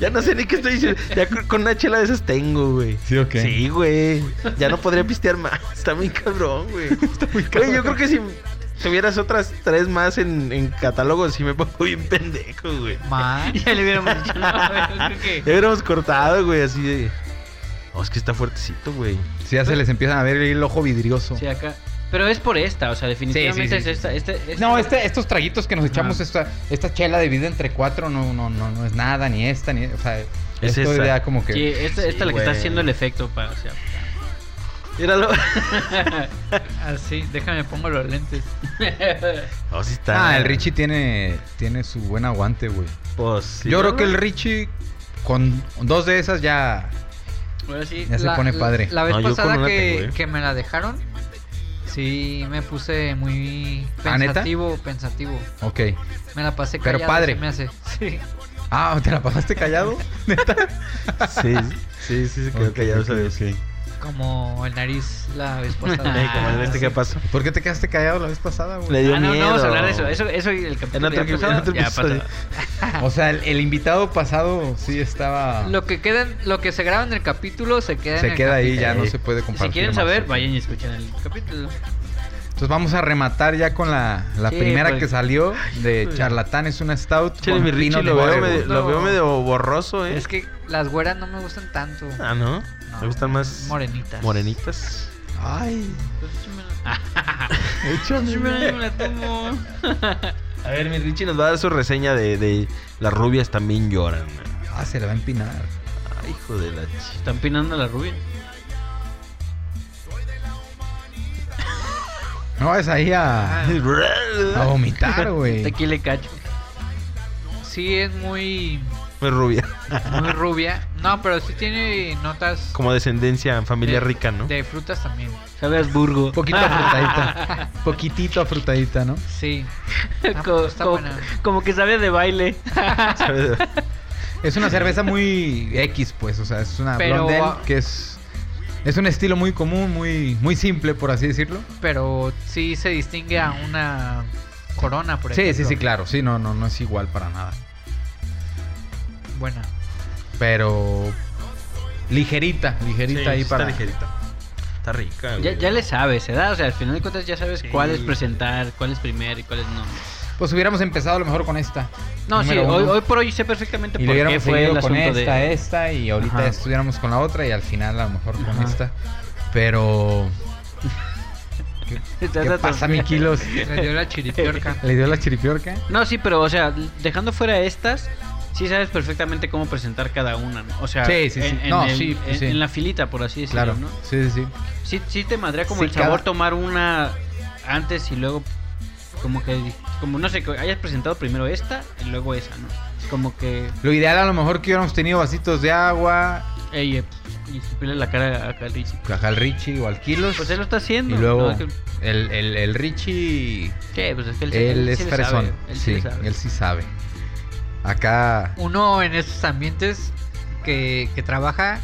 Speaker 3: Ya no sé ni qué estoy diciendo. Ya con con una chela de esas tengo, güey.
Speaker 5: Sí, ok.
Speaker 3: Sí, güey. Ya no podría pistear más. Está muy cabrón, güey. Güey, yo creo que si tuvieras otras tres más en, en catálogo, sí me pongo bien pendejo, güey.
Speaker 2: Man.
Speaker 4: Ya le hubiéramos dicho nada, yo creo
Speaker 3: Ya hubiéramos cortado, güey, así de. Oh, es que está fuertecito, güey.
Speaker 5: Sí, ya se les empiezan a ver el ojo vidrioso.
Speaker 4: que. Sí, acá. Pero es por esta, o sea, definitivamente
Speaker 5: Sí, sí, sí,
Speaker 4: es
Speaker 5: sí.
Speaker 4: esta. este- este-
Speaker 5: No, este, estos traguitos que nos
Speaker 4: Ajá.
Speaker 5: echamos, esta, esta chela de vida entre cuatro, no, no, no, no es nada, ni esta, ni. O sea,
Speaker 3: Es
Speaker 5: esto
Speaker 3: esa.
Speaker 5: ya como que.
Speaker 4: Sí, esta,
Speaker 3: Sí,
Speaker 4: esta es la que está
Speaker 3: güey.
Speaker 4: haciendo el efecto, pa, o sea.
Speaker 3: Míralo.
Speaker 2: Así, déjame pongo los lentes.
Speaker 3: Oh, sí está.
Speaker 5: Ah, el Richie tiene, tiene su buen aguante, güey.
Speaker 3: Pues, sí.
Speaker 5: Yo creo que el Richie con dos de esas ya.
Speaker 4: Ahora sí.
Speaker 5: Ya se pone padre.
Speaker 2: La vez
Speaker 3: No, yo con
Speaker 2: pasada
Speaker 3: una
Speaker 2: que,
Speaker 3: tengo, ¿eh?
Speaker 2: que me la dejaron, sí me puse muy
Speaker 5: ¿Ah, neta?
Speaker 2: pensativo, pensativo.
Speaker 5: Ok.
Speaker 2: Me la pasé
Speaker 5: Pero
Speaker 2: callado,
Speaker 5: padre.
Speaker 2: se me hace. Sí.
Speaker 5: Ah, ¿te la pasaste callado?
Speaker 3: Sí, sí, sí, se quedó
Speaker 5: Ok,
Speaker 3: callado.
Speaker 5: ok,
Speaker 3: ¿sabes?
Speaker 5: ok.
Speaker 2: Como el nariz la vez pasada.
Speaker 3: Ey, como en este, ¿qué pasó?
Speaker 5: ¿Por qué te quedaste callado la vez pasada, güey?
Speaker 3: Le dio
Speaker 4: Ah, no,
Speaker 3: miedo.
Speaker 4: no vamos a hablar de eso. Eso, eso y el capítulo
Speaker 3: otro
Speaker 4: ya
Speaker 3: que- en
Speaker 4: pasado,
Speaker 3: otro
Speaker 4: ya
Speaker 3: episodio.
Speaker 4: pasado.
Speaker 5: O sea, el, el invitado pasado sí estaba...
Speaker 2: Lo que queda, en- lo que se graba en el capítulo se queda en
Speaker 5: se
Speaker 2: el
Speaker 5: queda ahí,
Speaker 2: capítulo.
Speaker 5: ya no
Speaker 3: Ey.
Speaker 5: se puede
Speaker 4: Si
Speaker 5: compartir.
Speaker 4: quieren
Speaker 5: más.
Speaker 4: saber, vayan y escuchen el capítulo.
Speaker 5: Entonces vamos a rematar ya con la, la
Speaker 4: Sí,
Speaker 5: primera
Speaker 4: pues.
Speaker 5: que salió de Charlatán. Es una stout
Speaker 3: Chile,
Speaker 5: con
Speaker 3: mi Richie
Speaker 5: pino
Speaker 3: lo veo, medio,
Speaker 5: de
Speaker 3: lo veo medio borroso, ¿eh?
Speaker 2: Es que las güeras no me gustan tanto.
Speaker 3: Ah, ¿no?
Speaker 2: No,
Speaker 3: Me gustan más
Speaker 2: morenitas.
Speaker 3: morenitas.
Speaker 5: Ay,
Speaker 4: Yo me me la tomo.
Speaker 3: A ver, mi Richie nos va a dar su reseña de, de las rubias también lloran.
Speaker 5: ah, se la va a empinar.
Speaker 3: Ay, hijo de la ch...
Speaker 4: Están pinando a la rubia.
Speaker 5: No, es ahí a, a vomitar, güey.
Speaker 4: Aquí le cacho.
Speaker 2: Sí, es muy,
Speaker 3: Muy rubia.
Speaker 2: muy rubia. No, pero sí tiene notas
Speaker 3: Como descendencia, familia
Speaker 2: de-
Speaker 3: rica, ¿no?
Speaker 2: de frutas también.
Speaker 4: Sabe a Habsburgo.
Speaker 5: Poquito afrutadita. Poquitito afrutadita, ¿no?
Speaker 2: Sí. Ah,
Speaker 4: Co-
Speaker 2: pues está
Speaker 4: co-
Speaker 2: buena.
Speaker 4: Como que sabe de baile.
Speaker 3: ¿Sabes?
Speaker 5: Es una cerveza muy X, pues, o sea, es una
Speaker 2: Pero-
Speaker 5: blonde ale que es es un estilo muy común, muy muy simple por así decirlo.
Speaker 2: Pero sí se distingue a una corona, por
Speaker 5: Sí,
Speaker 2: ejemplo.
Speaker 5: sí, sí, claro, sí, no, no, no es igual para nada.
Speaker 2: Buena.
Speaker 5: Pero ligerita, ligerita
Speaker 3: Sí,
Speaker 5: ahí
Speaker 3: está
Speaker 5: para.
Speaker 3: ligerita. Está rica, güey.
Speaker 4: Ya, ya le sabes, ¿verdad? O sea, al final de cuentas ya sabes
Speaker 3: Sí.
Speaker 4: cuál es presentar, cuál es primero y cuál es no.
Speaker 5: Pues hubiéramos empezado a lo mejor con esta.
Speaker 4: No, sí,
Speaker 5: número uno,
Speaker 4: hoy, hoy por hoy sé perfectamente
Speaker 5: y
Speaker 4: por qué
Speaker 5: lo hubiéramos
Speaker 4: fue el
Speaker 5: seguido con
Speaker 4: asunto
Speaker 5: esta, ¿eh?
Speaker 4: de.
Speaker 5: esta y ahorita
Speaker 4: Ajá.
Speaker 5: estuviéramos con la otra y al final a lo mejor con
Speaker 4: Ajá.
Speaker 5: esta. Pero
Speaker 4: Estás
Speaker 5: ¿qué
Speaker 4: a tu-
Speaker 5: pasa, mi kilos?
Speaker 2: Le dio la chiripiorca.
Speaker 5: ¿Le dio la chiripiorca?
Speaker 4: No, sí, pero, o sea, dejando fuera estas, sí sabes perfectamente cómo presentar cada una, ¿no? O sea,
Speaker 5: Sí, sí, sí.
Speaker 4: En, en
Speaker 5: No,
Speaker 4: el-
Speaker 5: sí, pues,
Speaker 4: en-
Speaker 5: sí.
Speaker 4: en la filita, por así decirlo,
Speaker 5: Claro.
Speaker 4: ¿no?
Speaker 5: Sí, sí, sí.
Speaker 4: Sí, sí te madrea como
Speaker 5: Sí,
Speaker 4: el sabor
Speaker 5: cada-
Speaker 4: tomar una antes y luego como que como no sé, que hayas presentado primero esta y luego esa, ¿no? Como que
Speaker 5: Lo ideal a lo mejor que hubiéramos tenido vasitos de agua,
Speaker 4: ey, eh, y escupirle la cara a Calici.
Speaker 5: Ajá, al Richie o al Kilos.
Speaker 4: Pues él lo está haciendo.
Speaker 5: y luego
Speaker 4: ¿no? Es que-
Speaker 5: el, el, el Richie,
Speaker 4: ¿Qué? Pues es que él,
Speaker 5: él,
Speaker 4: sí- él
Speaker 5: es
Speaker 4: sí le
Speaker 5: fresón.
Speaker 4: sabe, Él sí,
Speaker 5: sí,
Speaker 4: le sabe.
Speaker 5: él sí sabe. Acá
Speaker 2: Uno en estos ambientes que, que trabaja,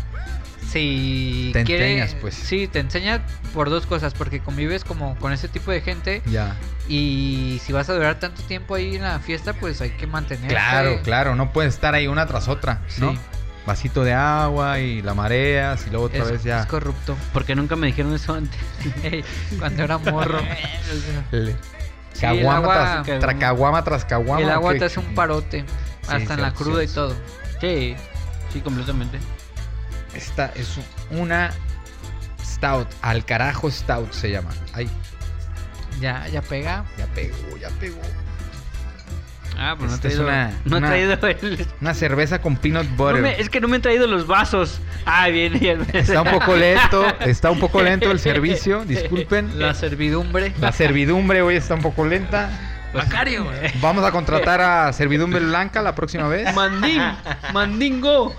Speaker 2: si
Speaker 5: Te
Speaker 2: quiere...
Speaker 5: enseñas, pues.
Speaker 2: Sí, te enseña por dos cosas. Porque convives como con ese tipo de gente.
Speaker 5: ya.
Speaker 2: Y si vas a durar tanto tiempo ahí en la fiesta, pues hay que mantener.
Speaker 5: Claro, claro, no puede estar ahí una tras otra, ¿no?
Speaker 2: Sí.
Speaker 5: Vasito de agua y la mareas y luego otra
Speaker 2: Es,
Speaker 5: vez ya.
Speaker 2: es corrupto.
Speaker 4: Porque nunca me dijeron eso antes.
Speaker 2: Cuando era morro.
Speaker 5: le-
Speaker 2: Sí, el
Speaker 5: Caguama
Speaker 2: agua,
Speaker 5: tras, tra- caguama tras caguama.
Speaker 2: el agua
Speaker 5: que-
Speaker 2: te hace un parote. hasta en la
Speaker 5: sí,
Speaker 2: cruda y
Speaker 5: sí.
Speaker 2: todo.
Speaker 4: Sí, sí, completamente.
Speaker 5: Esta es una stout, al carajo stout se llama. Ay,
Speaker 2: Ya, ya pega.
Speaker 5: ya pegó, ya pegó.
Speaker 4: Ah, pues no he
Speaker 5: Esta Este, es
Speaker 4: traído.
Speaker 5: una-
Speaker 4: no he
Speaker 5: una-
Speaker 4: traído el.
Speaker 5: Una cerveza con peanut butter.
Speaker 4: No me- es que no me han traído los vasos. Ah, bien, bien.
Speaker 5: Está un poco lento, está un poco lento el servicio, disculpen.
Speaker 2: La
Speaker 5: La,
Speaker 2: servidumbre.
Speaker 5: servidumbre hoy está un poco lenta.
Speaker 4: Pues,
Speaker 2: Macario.
Speaker 4: eh,
Speaker 5: Vamos a contratar a servidumbre blanca la próxima vez.
Speaker 4: Mandín, mandingo.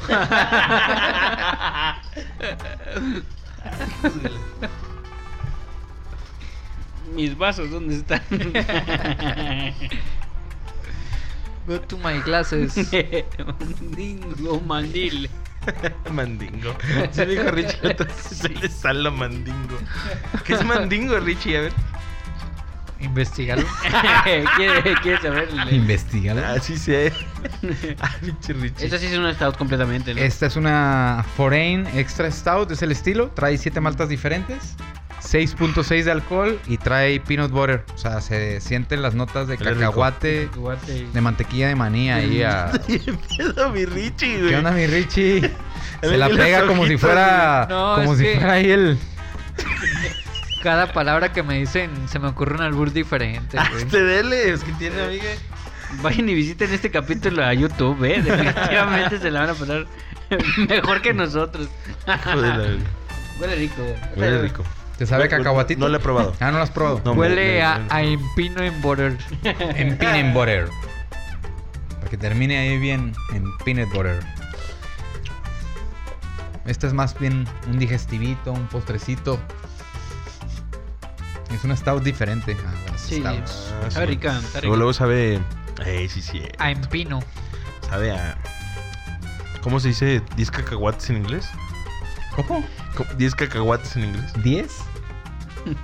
Speaker 4: Mis vasos, ¿dónde están?
Speaker 2: Go to my classes.
Speaker 4: mandingo, mandil.
Speaker 3: Mandingo. Sí, dijo Richie, entonces se le sale mandingo. ¿Qué es mandingo, Richie? A ver.
Speaker 2: Investigalo.
Speaker 4: ¿Quieres quiere saber?
Speaker 5: Investígala.
Speaker 3: Así se. eh. Ah, Richie, Richie.
Speaker 4: Esta sí es una stout completamente, ¿no?
Speaker 5: Esta es una Foreign Extra Stout, es el estilo. Trae 7 maltas diferentes, 6.6 de alcohol y trae peanut butter. O sea, se sienten las notas de
Speaker 3: Huele rico.
Speaker 5: cacahuate,
Speaker 4: Guate.
Speaker 5: de mantequilla de maní ahí a...
Speaker 3: ¿Qué pedo, mi Richie, güey?
Speaker 5: ¿Qué onda, mi Richie? Se
Speaker 3: Le
Speaker 5: la
Speaker 3: vi
Speaker 5: pega
Speaker 3: las
Speaker 5: como si
Speaker 3: hojitas,
Speaker 5: fuera...
Speaker 2: güey. No,
Speaker 5: como
Speaker 2: es
Speaker 5: si
Speaker 2: que-
Speaker 5: fuera ahí el...
Speaker 2: Cada palabra que me dicen se me ocurre un albur diferente,
Speaker 3: Ah,
Speaker 2: güey.
Speaker 3: Este dele, es que tiene, amiga.
Speaker 4: Vayan y visiten este capítulo a YouTube, ¿eh? Definitivamente se la van a pasar mejor que nosotros.
Speaker 3: Joder,
Speaker 4: Huele rico.
Speaker 3: Huele rico.
Speaker 5: ¿Te sabe a
Speaker 3: No, no,
Speaker 5: cacahuatito?
Speaker 3: No lo he probado.
Speaker 5: Ah, no lo has probado.
Speaker 3: No,
Speaker 2: Huele
Speaker 3: me-
Speaker 2: a,
Speaker 3: me-
Speaker 2: a empino en butter.
Speaker 5: En peanut butter. Para que termine ahí bien en peanut butter. Esta es más bien un digestivito, un postrecito. Es una stout diferente a las
Speaker 4: Sí.
Speaker 5: stouts.
Speaker 3: Ah,
Speaker 4: Está
Speaker 3: sí.
Speaker 4: rica, está rica.
Speaker 3: Luego, luego sabe. Eh, sí, sí. eh.
Speaker 2: A empino.
Speaker 3: Sabe Sabe a. ¿Cómo se dice 10 cacahuates en inglés?
Speaker 6: ¿Cómo?
Speaker 3: Co- 10 cacahuates en inglés.
Speaker 6: ¿10?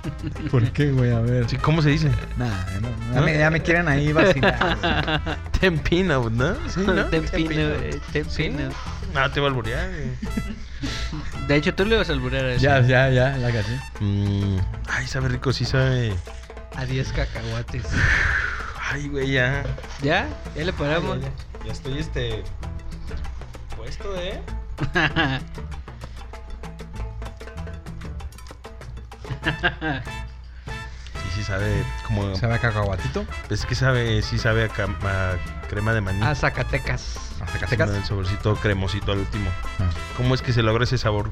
Speaker 6: ¿Por qué, güey? A ver.
Speaker 3: Sí, ¿Cómo se dice?
Speaker 6: Nah, no,
Speaker 5: Ya
Speaker 6: no.
Speaker 5: me, ya me quieren ahí vacilar.
Speaker 3: Tempina, ¿no? Sí, ¿no?
Speaker 4: Te empino, eh, te
Speaker 3: Sí.
Speaker 4: empino.
Speaker 3: Ah, te va a alborear. eh.
Speaker 4: De hecho, tú le vas a alburear a eso.
Speaker 6: Ya, ya, ya, la caché.
Speaker 3: Mm, Ay, sabe rico, sí sabe.
Speaker 2: A 10 cacahuates.
Speaker 3: Ay, güey, ya.
Speaker 4: ¿Ya? ¿Ya le paramos?
Speaker 3: Ya, ya. Ya estoy este. puesto, ¿eh? Sí, sí sabe como.
Speaker 5: ¿Sabe a cacahuatito?
Speaker 3: Es que sabe, sí sabe a, cam- a crema de
Speaker 5: Ah,
Speaker 3: maní.
Speaker 2: A Zacatecas.
Speaker 5: ¿A
Speaker 3: Sí,
Speaker 5: Zacatecas?
Speaker 3: El saborcito cremosito al último.
Speaker 5: Ah.
Speaker 3: ¿Cómo es que se logra ese sabor?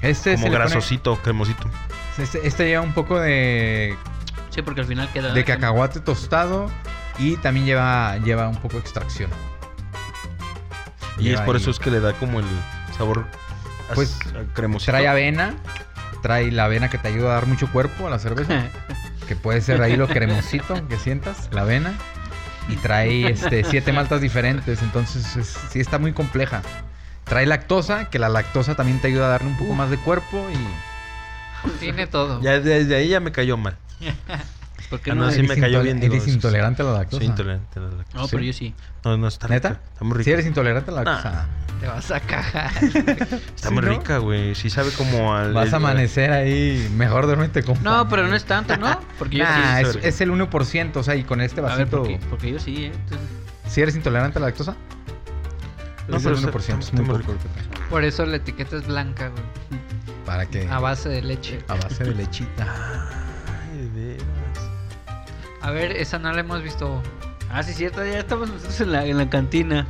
Speaker 5: Este se
Speaker 3: como
Speaker 5: le pone-
Speaker 3: grasosito, cremosito.
Speaker 5: este, este lleva un poco de,
Speaker 4: Sí, porque al final queda.
Speaker 5: de cacahuate tostado y también lleva, lleva un poco de extracción.
Speaker 3: Y es
Speaker 5: Lleva
Speaker 3: por
Speaker 5: ahí-
Speaker 3: eso es que le da como el sabor as-
Speaker 5: Pues,
Speaker 3: a cremosito.
Speaker 5: Trae avena, trae la avena que te ayuda a dar mucho cuerpo a la cerveza, que puede ser ahí lo cremosito que sientas, la avena. Y trae este, siete maltas diferentes, entonces es- sí está muy compleja. Trae lactosa, que la lactosa también te ayuda a darle un poco más de cuerpo y...
Speaker 2: Tiene todo.
Speaker 3: Ya desde ahí ya me cayó mal.
Speaker 4: ¿Por qué
Speaker 3: Ah,
Speaker 4: no?
Speaker 3: no, sí
Speaker 5: Eres
Speaker 3: me cayó
Speaker 5: intol-
Speaker 3: bien, digo,
Speaker 5: Eres
Speaker 3: sí, sí.
Speaker 5: intolerante a la
Speaker 3: Soy
Speaker 5: lactosa.
Speaker 3: intolerante a la lactosa.
Speaker 4: No, pero yo sí.
Speaker 3: No, no, está
Speaker 5: ah. ¿Neta?
Speaker 3: rica. Está muy rica.
Speaker 5: Si eres intolerante a la
Speaker 3: Nah.
Speaker 5: lactosa,
Speaker 2: Te vas a cagar.
Speaker 3: Está
Speaker 5: ¿Sí,
Speaker 3: muy
Speaker 5: no?
Speaker 3: rica, güey. Sí sabe como al...
Speaker 5: vas
Speaker 3: el-
Speaker 5: a amanecer ahí, mejor duérmete con...
Speaker 4: No, pero no es tanto, ¿no? Porque yo
Speaker 5: Nah,
Speaker 4: sí.
Speaker 5: es, es el 1%, o sea, y con este
Speaker 4: A ver,
Speaker 5: vasito...
Speaker 4: porque, porque yo sí, ¿eh? Entonces,
Speaker 5: Si eres intolerante a la lactosa,
Speaker 3: No,
Speaker 5: es
Speaker 3: pero
Speaker 5: el
Speaker 3: está-
Speaker 5: 1%, es
Speaker 3: está
Speaker 5: muy
Speaker 3: muy
Speaker 5: poco.
Speaker 2: Por eso la etiqueta es blanca, güey.
Speaker 5: Para que
Speaker 4: Ah,
Speaker 2: A base de leche.
Speaker 5: a base de lechita.
Speaker 3: Ay, de veras.
Speaker 2: A ver, esa no la hemos visto.
Speaker 4: Ah, sí, cierto, ya estamos nosotros en la, en la cantina.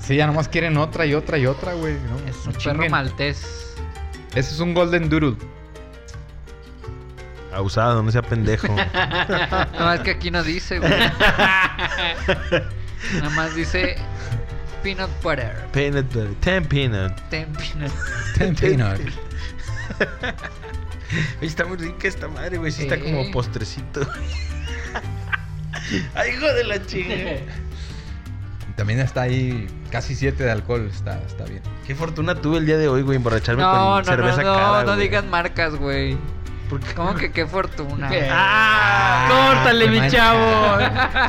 Speaker 5: Sí, ya nomás quieren otra y otra y otra, güey. ¿no?
Speaker 2: Es
Speaker 5: No
Speaker 2: un perro
Speaker 5: chinguen.
Speaker 2: maltés.
Speaker 5: Ese es un Golden Doodle.
Speaker 3: Abusado, no sea pendejo.
Speaker 2: Nada más que aquí no dice, güey. Nada más dice peanut butter.
Speaker 3: peanut butter. Ten peanut.
Speaker 2: Ten peanut.
Speaker 5: Tempino.
Speaker 3: Oye, está muy rica esta madre, güey. Sí está
Speaker 2: Sí.
Speaker 3: como postrecito. Ay, hijo de la chinga.
Speaker 5: También está ahí casi 7 de alcohol. Está, está bien.
Speaker 3: Qué fortuna tuve el día de hoy, güey, emborracharme
Speaker 2: No, no,
Speaker 3: con cerveza
Speaker 2: no, no,
Speaker 3: cara,
Speaker 2: no
Speaker 3: güey.
Speaker 2: digas marcas, güey.
Speaker 3: ¿Por qué?
Speaker 2: ¿Cómo que qué fortuna?
Speaker 4: ¡Ah! ¡Córtale,
Speaker 5: qué
Speaker 4: mi
Speaker 5: mancha.
Speaker 4: chavo!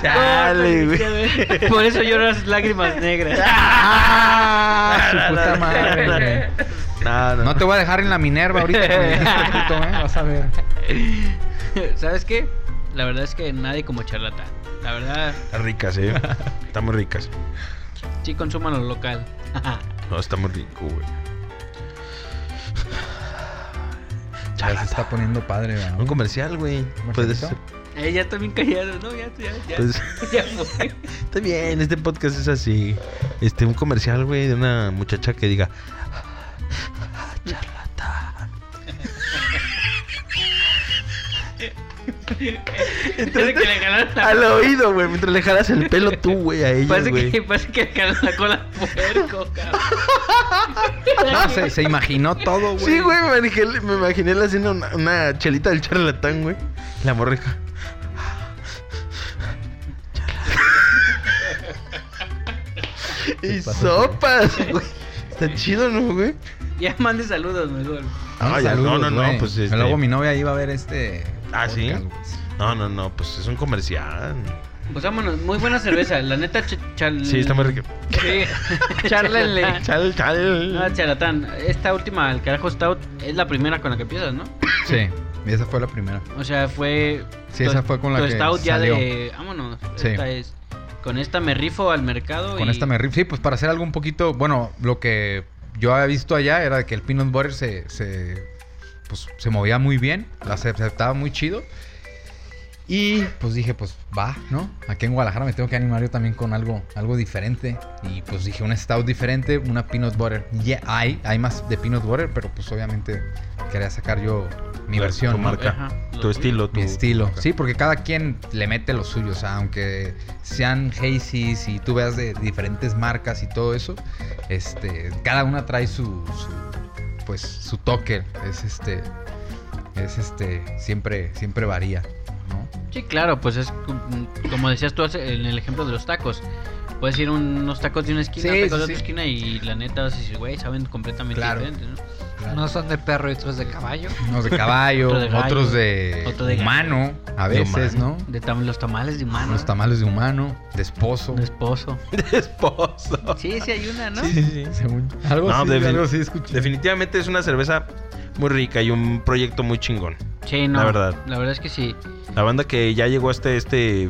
Speaker 3: Chale, güey.
Speaker 4: Córtale. Por eso lloras lágrimas negras.
Speaker 5: ¡Ah! Su puta madre, güey.
Speaker 3: No, no.
Speaker 5: No te voy a dejar en la Minerva ahorita. güey. Este puto, ¿eh? Vas a ver.
Speaker 4: ¿Sabes qué? La verdad es que nadie como charlata. La verdad,
Speaker 3: Están ricas, eh. Están muy ricas.
Speaker 4: sí consuman lo local.
Speaker 3: No, está muy rico, güey.
Speaker 5: Ya se está poniendo padre, ¿verdad?
Speaker 3: Un comercial, güey. Puedes.
Speaker 5: ¿Comercialito?
Speaker 4: Eh, ya está bien callado, ¿no? Ya, ya, ya.
Speaker 3: Pues-
Speaker 4: ya fue.
Speaker 3: Está bien, este podcast es así. Este, un comercial, güey, de una muchacha que diga.
Speaker 4: Entonces que le jalaron la
Speaker 3: Al oído, güey, mientras le jalas el pelo tú, güey, a ella,
Speaker 4: Parece
Speaker 3: güey.
Speaker 4: que, parece que le jalaron la cola al puerco, cabrón.
Speaker 5: No, Ah, se, se imaginó todo, güey.
Speaker 3: Sí, güey, me imaginé, me imaginé la haciendo una, una chelita del charlatán, güey. La morreja. y sopas, güey. Está chido, ¿no, güey?
Speaker 4: Ya mande saludos mejor.
Speaker 3: Ah,
Speaker 5: Ah,
Speaker 3: ya,
Speaker 5: saludos,
Speaker 3: no, no, no,
Speaker 5: güey.
Speaker 3: pues, este-
Speaker 5: Luego mi novia iba a ver este.
Speaker 3: Ah, ¿sí? Mm.
Speaker 5: podcast, güey.
Speaker 3: No, no, no, pues es un comercial.
Speaker 4: Pues vámonos, muy buena cerveza. La neta, ch- chal...
Speaker 3: Sí, está muy rico.
Speaker 4: Sí. Charlenle.
Speaker 3: Chal,
Speaker 4: No,
Speaker 3: chal.
Speaker 4: charlatán. Esta última, el carajo stout, es la primera con la que empiezas, ¿no?
Speaker 5: Sí, esa fue la primera.
Speaker 4: O sea, fue.
Speaker 5: Sí,
Speaker 4: tu-
Speaker 5: esa fue con la
Speaker 4: tu
Speaker 5: que
Speaker 4: stout ya
Speaker 5: salió.
Speaker 4: de. Vámonos.
Speaker 5: Sí.
Speaker 4: Esta es. Con esta me rifo al mercado.
Speaker 5: Con
Speaker 4: y-
Speaker 5: esta me rifo. Sí, pues para hacer algo un poquito. Bueno, lo que yo había visto allá era que el peanut butter se, se, pues, se movía muy bien, la aceptaba muy chido. Y pues dije, pues va, ¿no? Aquí en Guadalajara me tengo que animar yo también con algo, algo diferente. Y pues dije, un stout diferente, una peanut butter. Ya hay, hay más de peanut butter, pero pues obviamente quería sacar yo mi
Speaker 3: Tu
Speaker 5: versión. ¿no?
Speaker 3: marca.
Speaker 4: Ajá.
Speaker 3: Tu estilo, tu
Speaker 5: mi estilo. Sí, porque cada quien le mete lo suyo. O sea, aunque sean Hazy's y tú veas de diferentes marcas y todo eso, este, cada una trae su, su, pues, su toque. Es este, es este, siempre, siempre varía, ¿no?
Speaker 4: Sí, claro, pues es com- como decías tú hace- en el ejemplo de los tacos. Puedes ir unos tacos de una esquina, tacos
Speaker 5: Sí,
Speaker 4: de
Speaker 5: sí,
Speaker 4: otra
Speaker 5: sí.
Speaker 4: esquina y la neta, si güey, saben completamente
Speaker 5: Claro.
Speaker 4: diferente, ¿no?
Speaker 2: Unos son de perro y otros de caballo.
Speaker 5: Unos de caballo,
Speaker 4: Otro de gallo,
Speaker 5: otros de,
Speaker 4: otro de gallo.
Speaker 5: humano, a
Speaker 3: De
Speaker 5: veces,
Speaker 3: humano.
Speaker 5: ¿no?
Speaker 4: De tam- los tamales de humano.
Speaker 5: Los tamales de humano, de esposo.
Speaker 4: De esposo.
Speaker 3: Esposo.
Speaker 4: Sí, Ah, sí hay una, ¿no?
Speaker 6: Sí, sí, sí. Según. Algo
Speaker 3: No,
Speaker 6: así,
Speaker 3: defin-
Speaker 6: algo así escuché.
Speaker 3: Definitivamente es una cerveza muy rica y un proyecto muy chingón.
Speaker 4: Sí, no.
Speaker 3: La verdad.
Speaker 4: La verdad es que sí.
Speaker 3: La banda que ya llegó hasta este,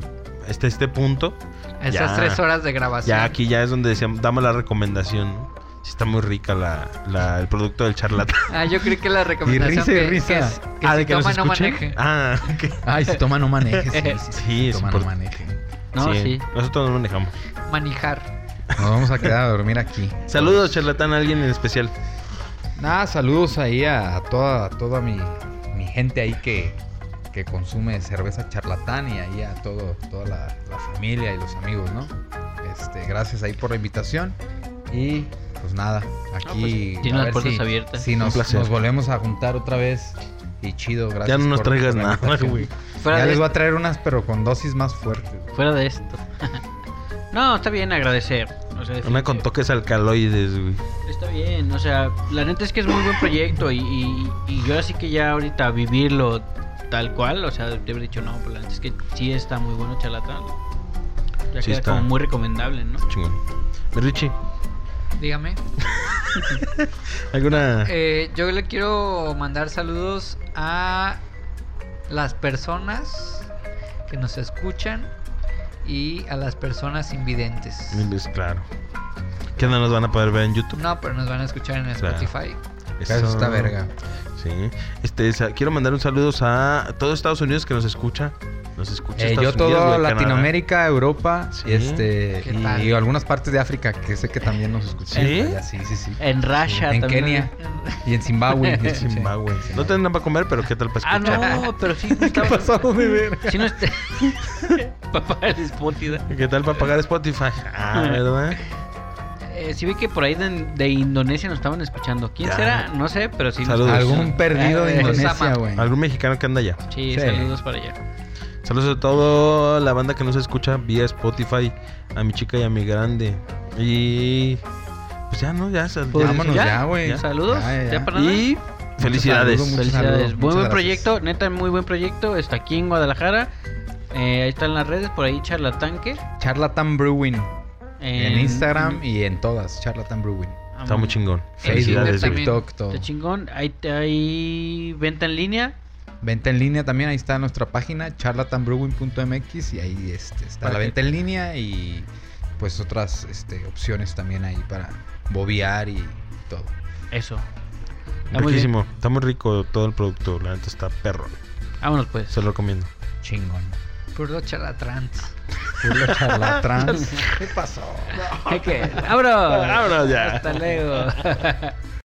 Speaker 3: este, este punto,
Speaker 2: Esas
Speaker 3: Ya.
Speaker 2: tres horas de grabación.
Speaker 3: ya aquí ya es donde decíamos, damos la recomendación. ¿no? Sí está muy rica la, la- el producto del charlatán.
Speaker 2: Ah, yo creí que la recomendación
Speaker 6: risa y
Speaker 2: que,
Speaker 6: risa.
Speaker 2: que es- que si toma no maneje.
Speaker 3: Ah, ok.
Speaker 5: Ay, si toma no maneje. Sí, sí, sí,
Speaker 3: Sí,
Speaker 5: si
Speaker 3: es
Speaker 5: toma no
Speaker 3: import-
Speaker 5: maneje.
Speaker 4: No, sí.
Speaker 3: Nosotros no manejamos.
Speaker 2: Manejar.
Speaker 5: Nos vamos a quedar a dormir aquí.
Speaker 3: Saludos, charlatán, a alguien en especial.
Speaker 5: Nada, saludos ahí a, a toda, a toda mi, mi gente ahí que, que consume cerveza charlatán y ahí a todo, toda la, la familia y los amigos, ¿no? Este, gracias ahí por la invitación. Y pues nada, aquí.
Speaker 4: pues, tiene
Speaker 5: a
Speaker 4: las
Speaker 5: ver
Speaker 4: puertas
Speaker 5: si-
Speaker 4: abiertas.
Speaker 5: Si nos,
Speaker 3: placer.
Speaker 5: nos volvemos a juntar otra vez. Y chido, gracias.
Speaker 3: ya no nos
Speaker 5: por-
Speaker 3: traigas
Speaker 5: por la
Speaker 3: nada,
Speaker 5: invitación.
Speaker 3: güey.
Speaker 4: Fuera
Speaker 5: Ya
Speaker 4: de
Speaker 5: les voy a traer unas, pero con dosis más fuertes.
Speaker 4: Fuera de esto. no, está bien agradecer. O sea,
Speaker 3: Una
Speaker 4: definitivamente.
Speaker 3: con toques alcaloides, güey.
Speaker 4: Está bien, o sea, la neta es que es muy buen proyecto y, y, y yo así que ya ahorita vivirlo tal cual, o sea, te habré dicho, no, pues la neta es que sí está muy bueno charlatán. Ya
Speaker 3: Sí
Speaker 4: queda
Speaker 3: está.
Speaker 4: como muy recomendable, ¿no?
Speaker 3: Chingón. Mi Richie,
Speaker 2: Dígame.
Speaker 3: ¿alguna...?
Speaker 2: Eh, yo le quiero mandar saludos a las personas que nos escuchan y a las personas invidentes.
Speaker 3: Pues, claro. ¿Qué no nos van a poder ver en YouTube?
Speaker 2: No, pero nos van a escuchar en
Speaker 3: Claro.
Speaker 2: Spotify.
Speaker 5: Eso está verga.
Speaker 3: Sí. Este, sa- quiero mandar un saludo a todo Estados Unidos que nos escucha. Nos escucha.
Speaker 5: Eh, yo
Speaker 3: Estados Unidos,
Speaker 5: todo
Speaker 3: güey, Canadá.
Speaker 5: Latinoamérica, Europa
Speaker 3: Sí.
Speaker 5: y este
Speaker 2: ¿Qué tal?
Speaker 5: y, algunas partes de África que sé que también nos escuchan.
Speaker 3: ¿Sí?
Speaker 5: Allá, sí, sí, sí.
Speaker 4: En Russia
Speaker 5: en
Speaker 4: también.
Speaker 5: Kenia y en Zimbabue.
Speaker 3: En Zimbabue. No tendrán para comer, pero ¿qué tal para
Speaker 4: Ah,
Speaker 3: escuchar?
Speaker 4: no, pero sí, no estaba-
Speaker 5: de ver.
Speaker 4: sí no está... Papá el Spotify.
Speaker 3: ¿Qué tal para pagar Spotify? Ah, ¿verdad?
Speaker 4: Eh, sí vi que por ahí de, de Indonesia nos estaban escuchando. ¿Quién
Speaker 3: Ya.
Speaker 4: será? No sé, pero sí. nos
Speaker 3: Saludos.
Speaker 5: Algún perdido de
Speaker 4: Eh,
Speaker 5: Indonesia,
Speaker 2: Osama.
Speaker 5: güey.
Speaker 3: Algún mexicano que anda allá.
Speaker 4: Sí,
Speaker 5: Sí.
Speaker 4: saludos para allá.
Speaker 3: Saludos a toda la banda que nos escucha vía Spotify. A mi chica y a mi grande. Y. Pues ya, ¿no? Ya. sal-
Speaker 5: Pues,
Speaker 3: ya.
Speaker 5: vámonos ya, güey.
Speaker 3: ya.
Speaker 4: Saludos.
Speaker 5: Ya, ya,
Speaker 4: ya
Speaker 5: ya.
Speaker 4: para nada.
Speaker 3: Y. Felicidades.
Speaker 5: saludos, muchos
Speaker 4: Felicidades.
Speaker 5: saludos,
Speaker 4: muy
Speaker 5: muchas
Speaker 4: buen
Speaker 5: gracias.
Speaker 4: proyecto, neta, muy buen proyecto. Está aquí en Guadalajara. Eh, ahí están las redes, por ahí Charlatanque.
Speaker 5: Charlatan Brewing en Instagram y en todas. Charlatan Brewing.
Speaker 3: Está muy chingón.
Speaker 5: Facebook,
Speaker 3: Felicidades, güey.
Speaker 2: también.
Speaker 5: TikTok, todo.
Speaker 4: Está chingón. Ahí, ahí venta en línea.
Speaker 5: Venta en línea también, ahí está nuestra página charlatanbrewing.mx y ahí este, está
Speaker 4: Para
Speaker 5: la
Speaker 4: que-
Speaker 5: venta en línea y pues otras este, opciones también ahí para bobear y todo.
Speaker 4: Eso. Está muy bien.
Speaker 3: Riquísimo, está muy rico todo el producto, la neta está perro,
Speaker 4: Vámonos pues.
Speaker 3: se lo recomiendo.
Speaker 5: Chingón.
Speaker 2: Puro charlatrans.
Speaker 5: Puro charlatán. ¿Qué pasó?
Speaker 4: Ok, ¡Vámonos!
Speaker 3: Vámonos ya.
Speaker 4: Hasta luego.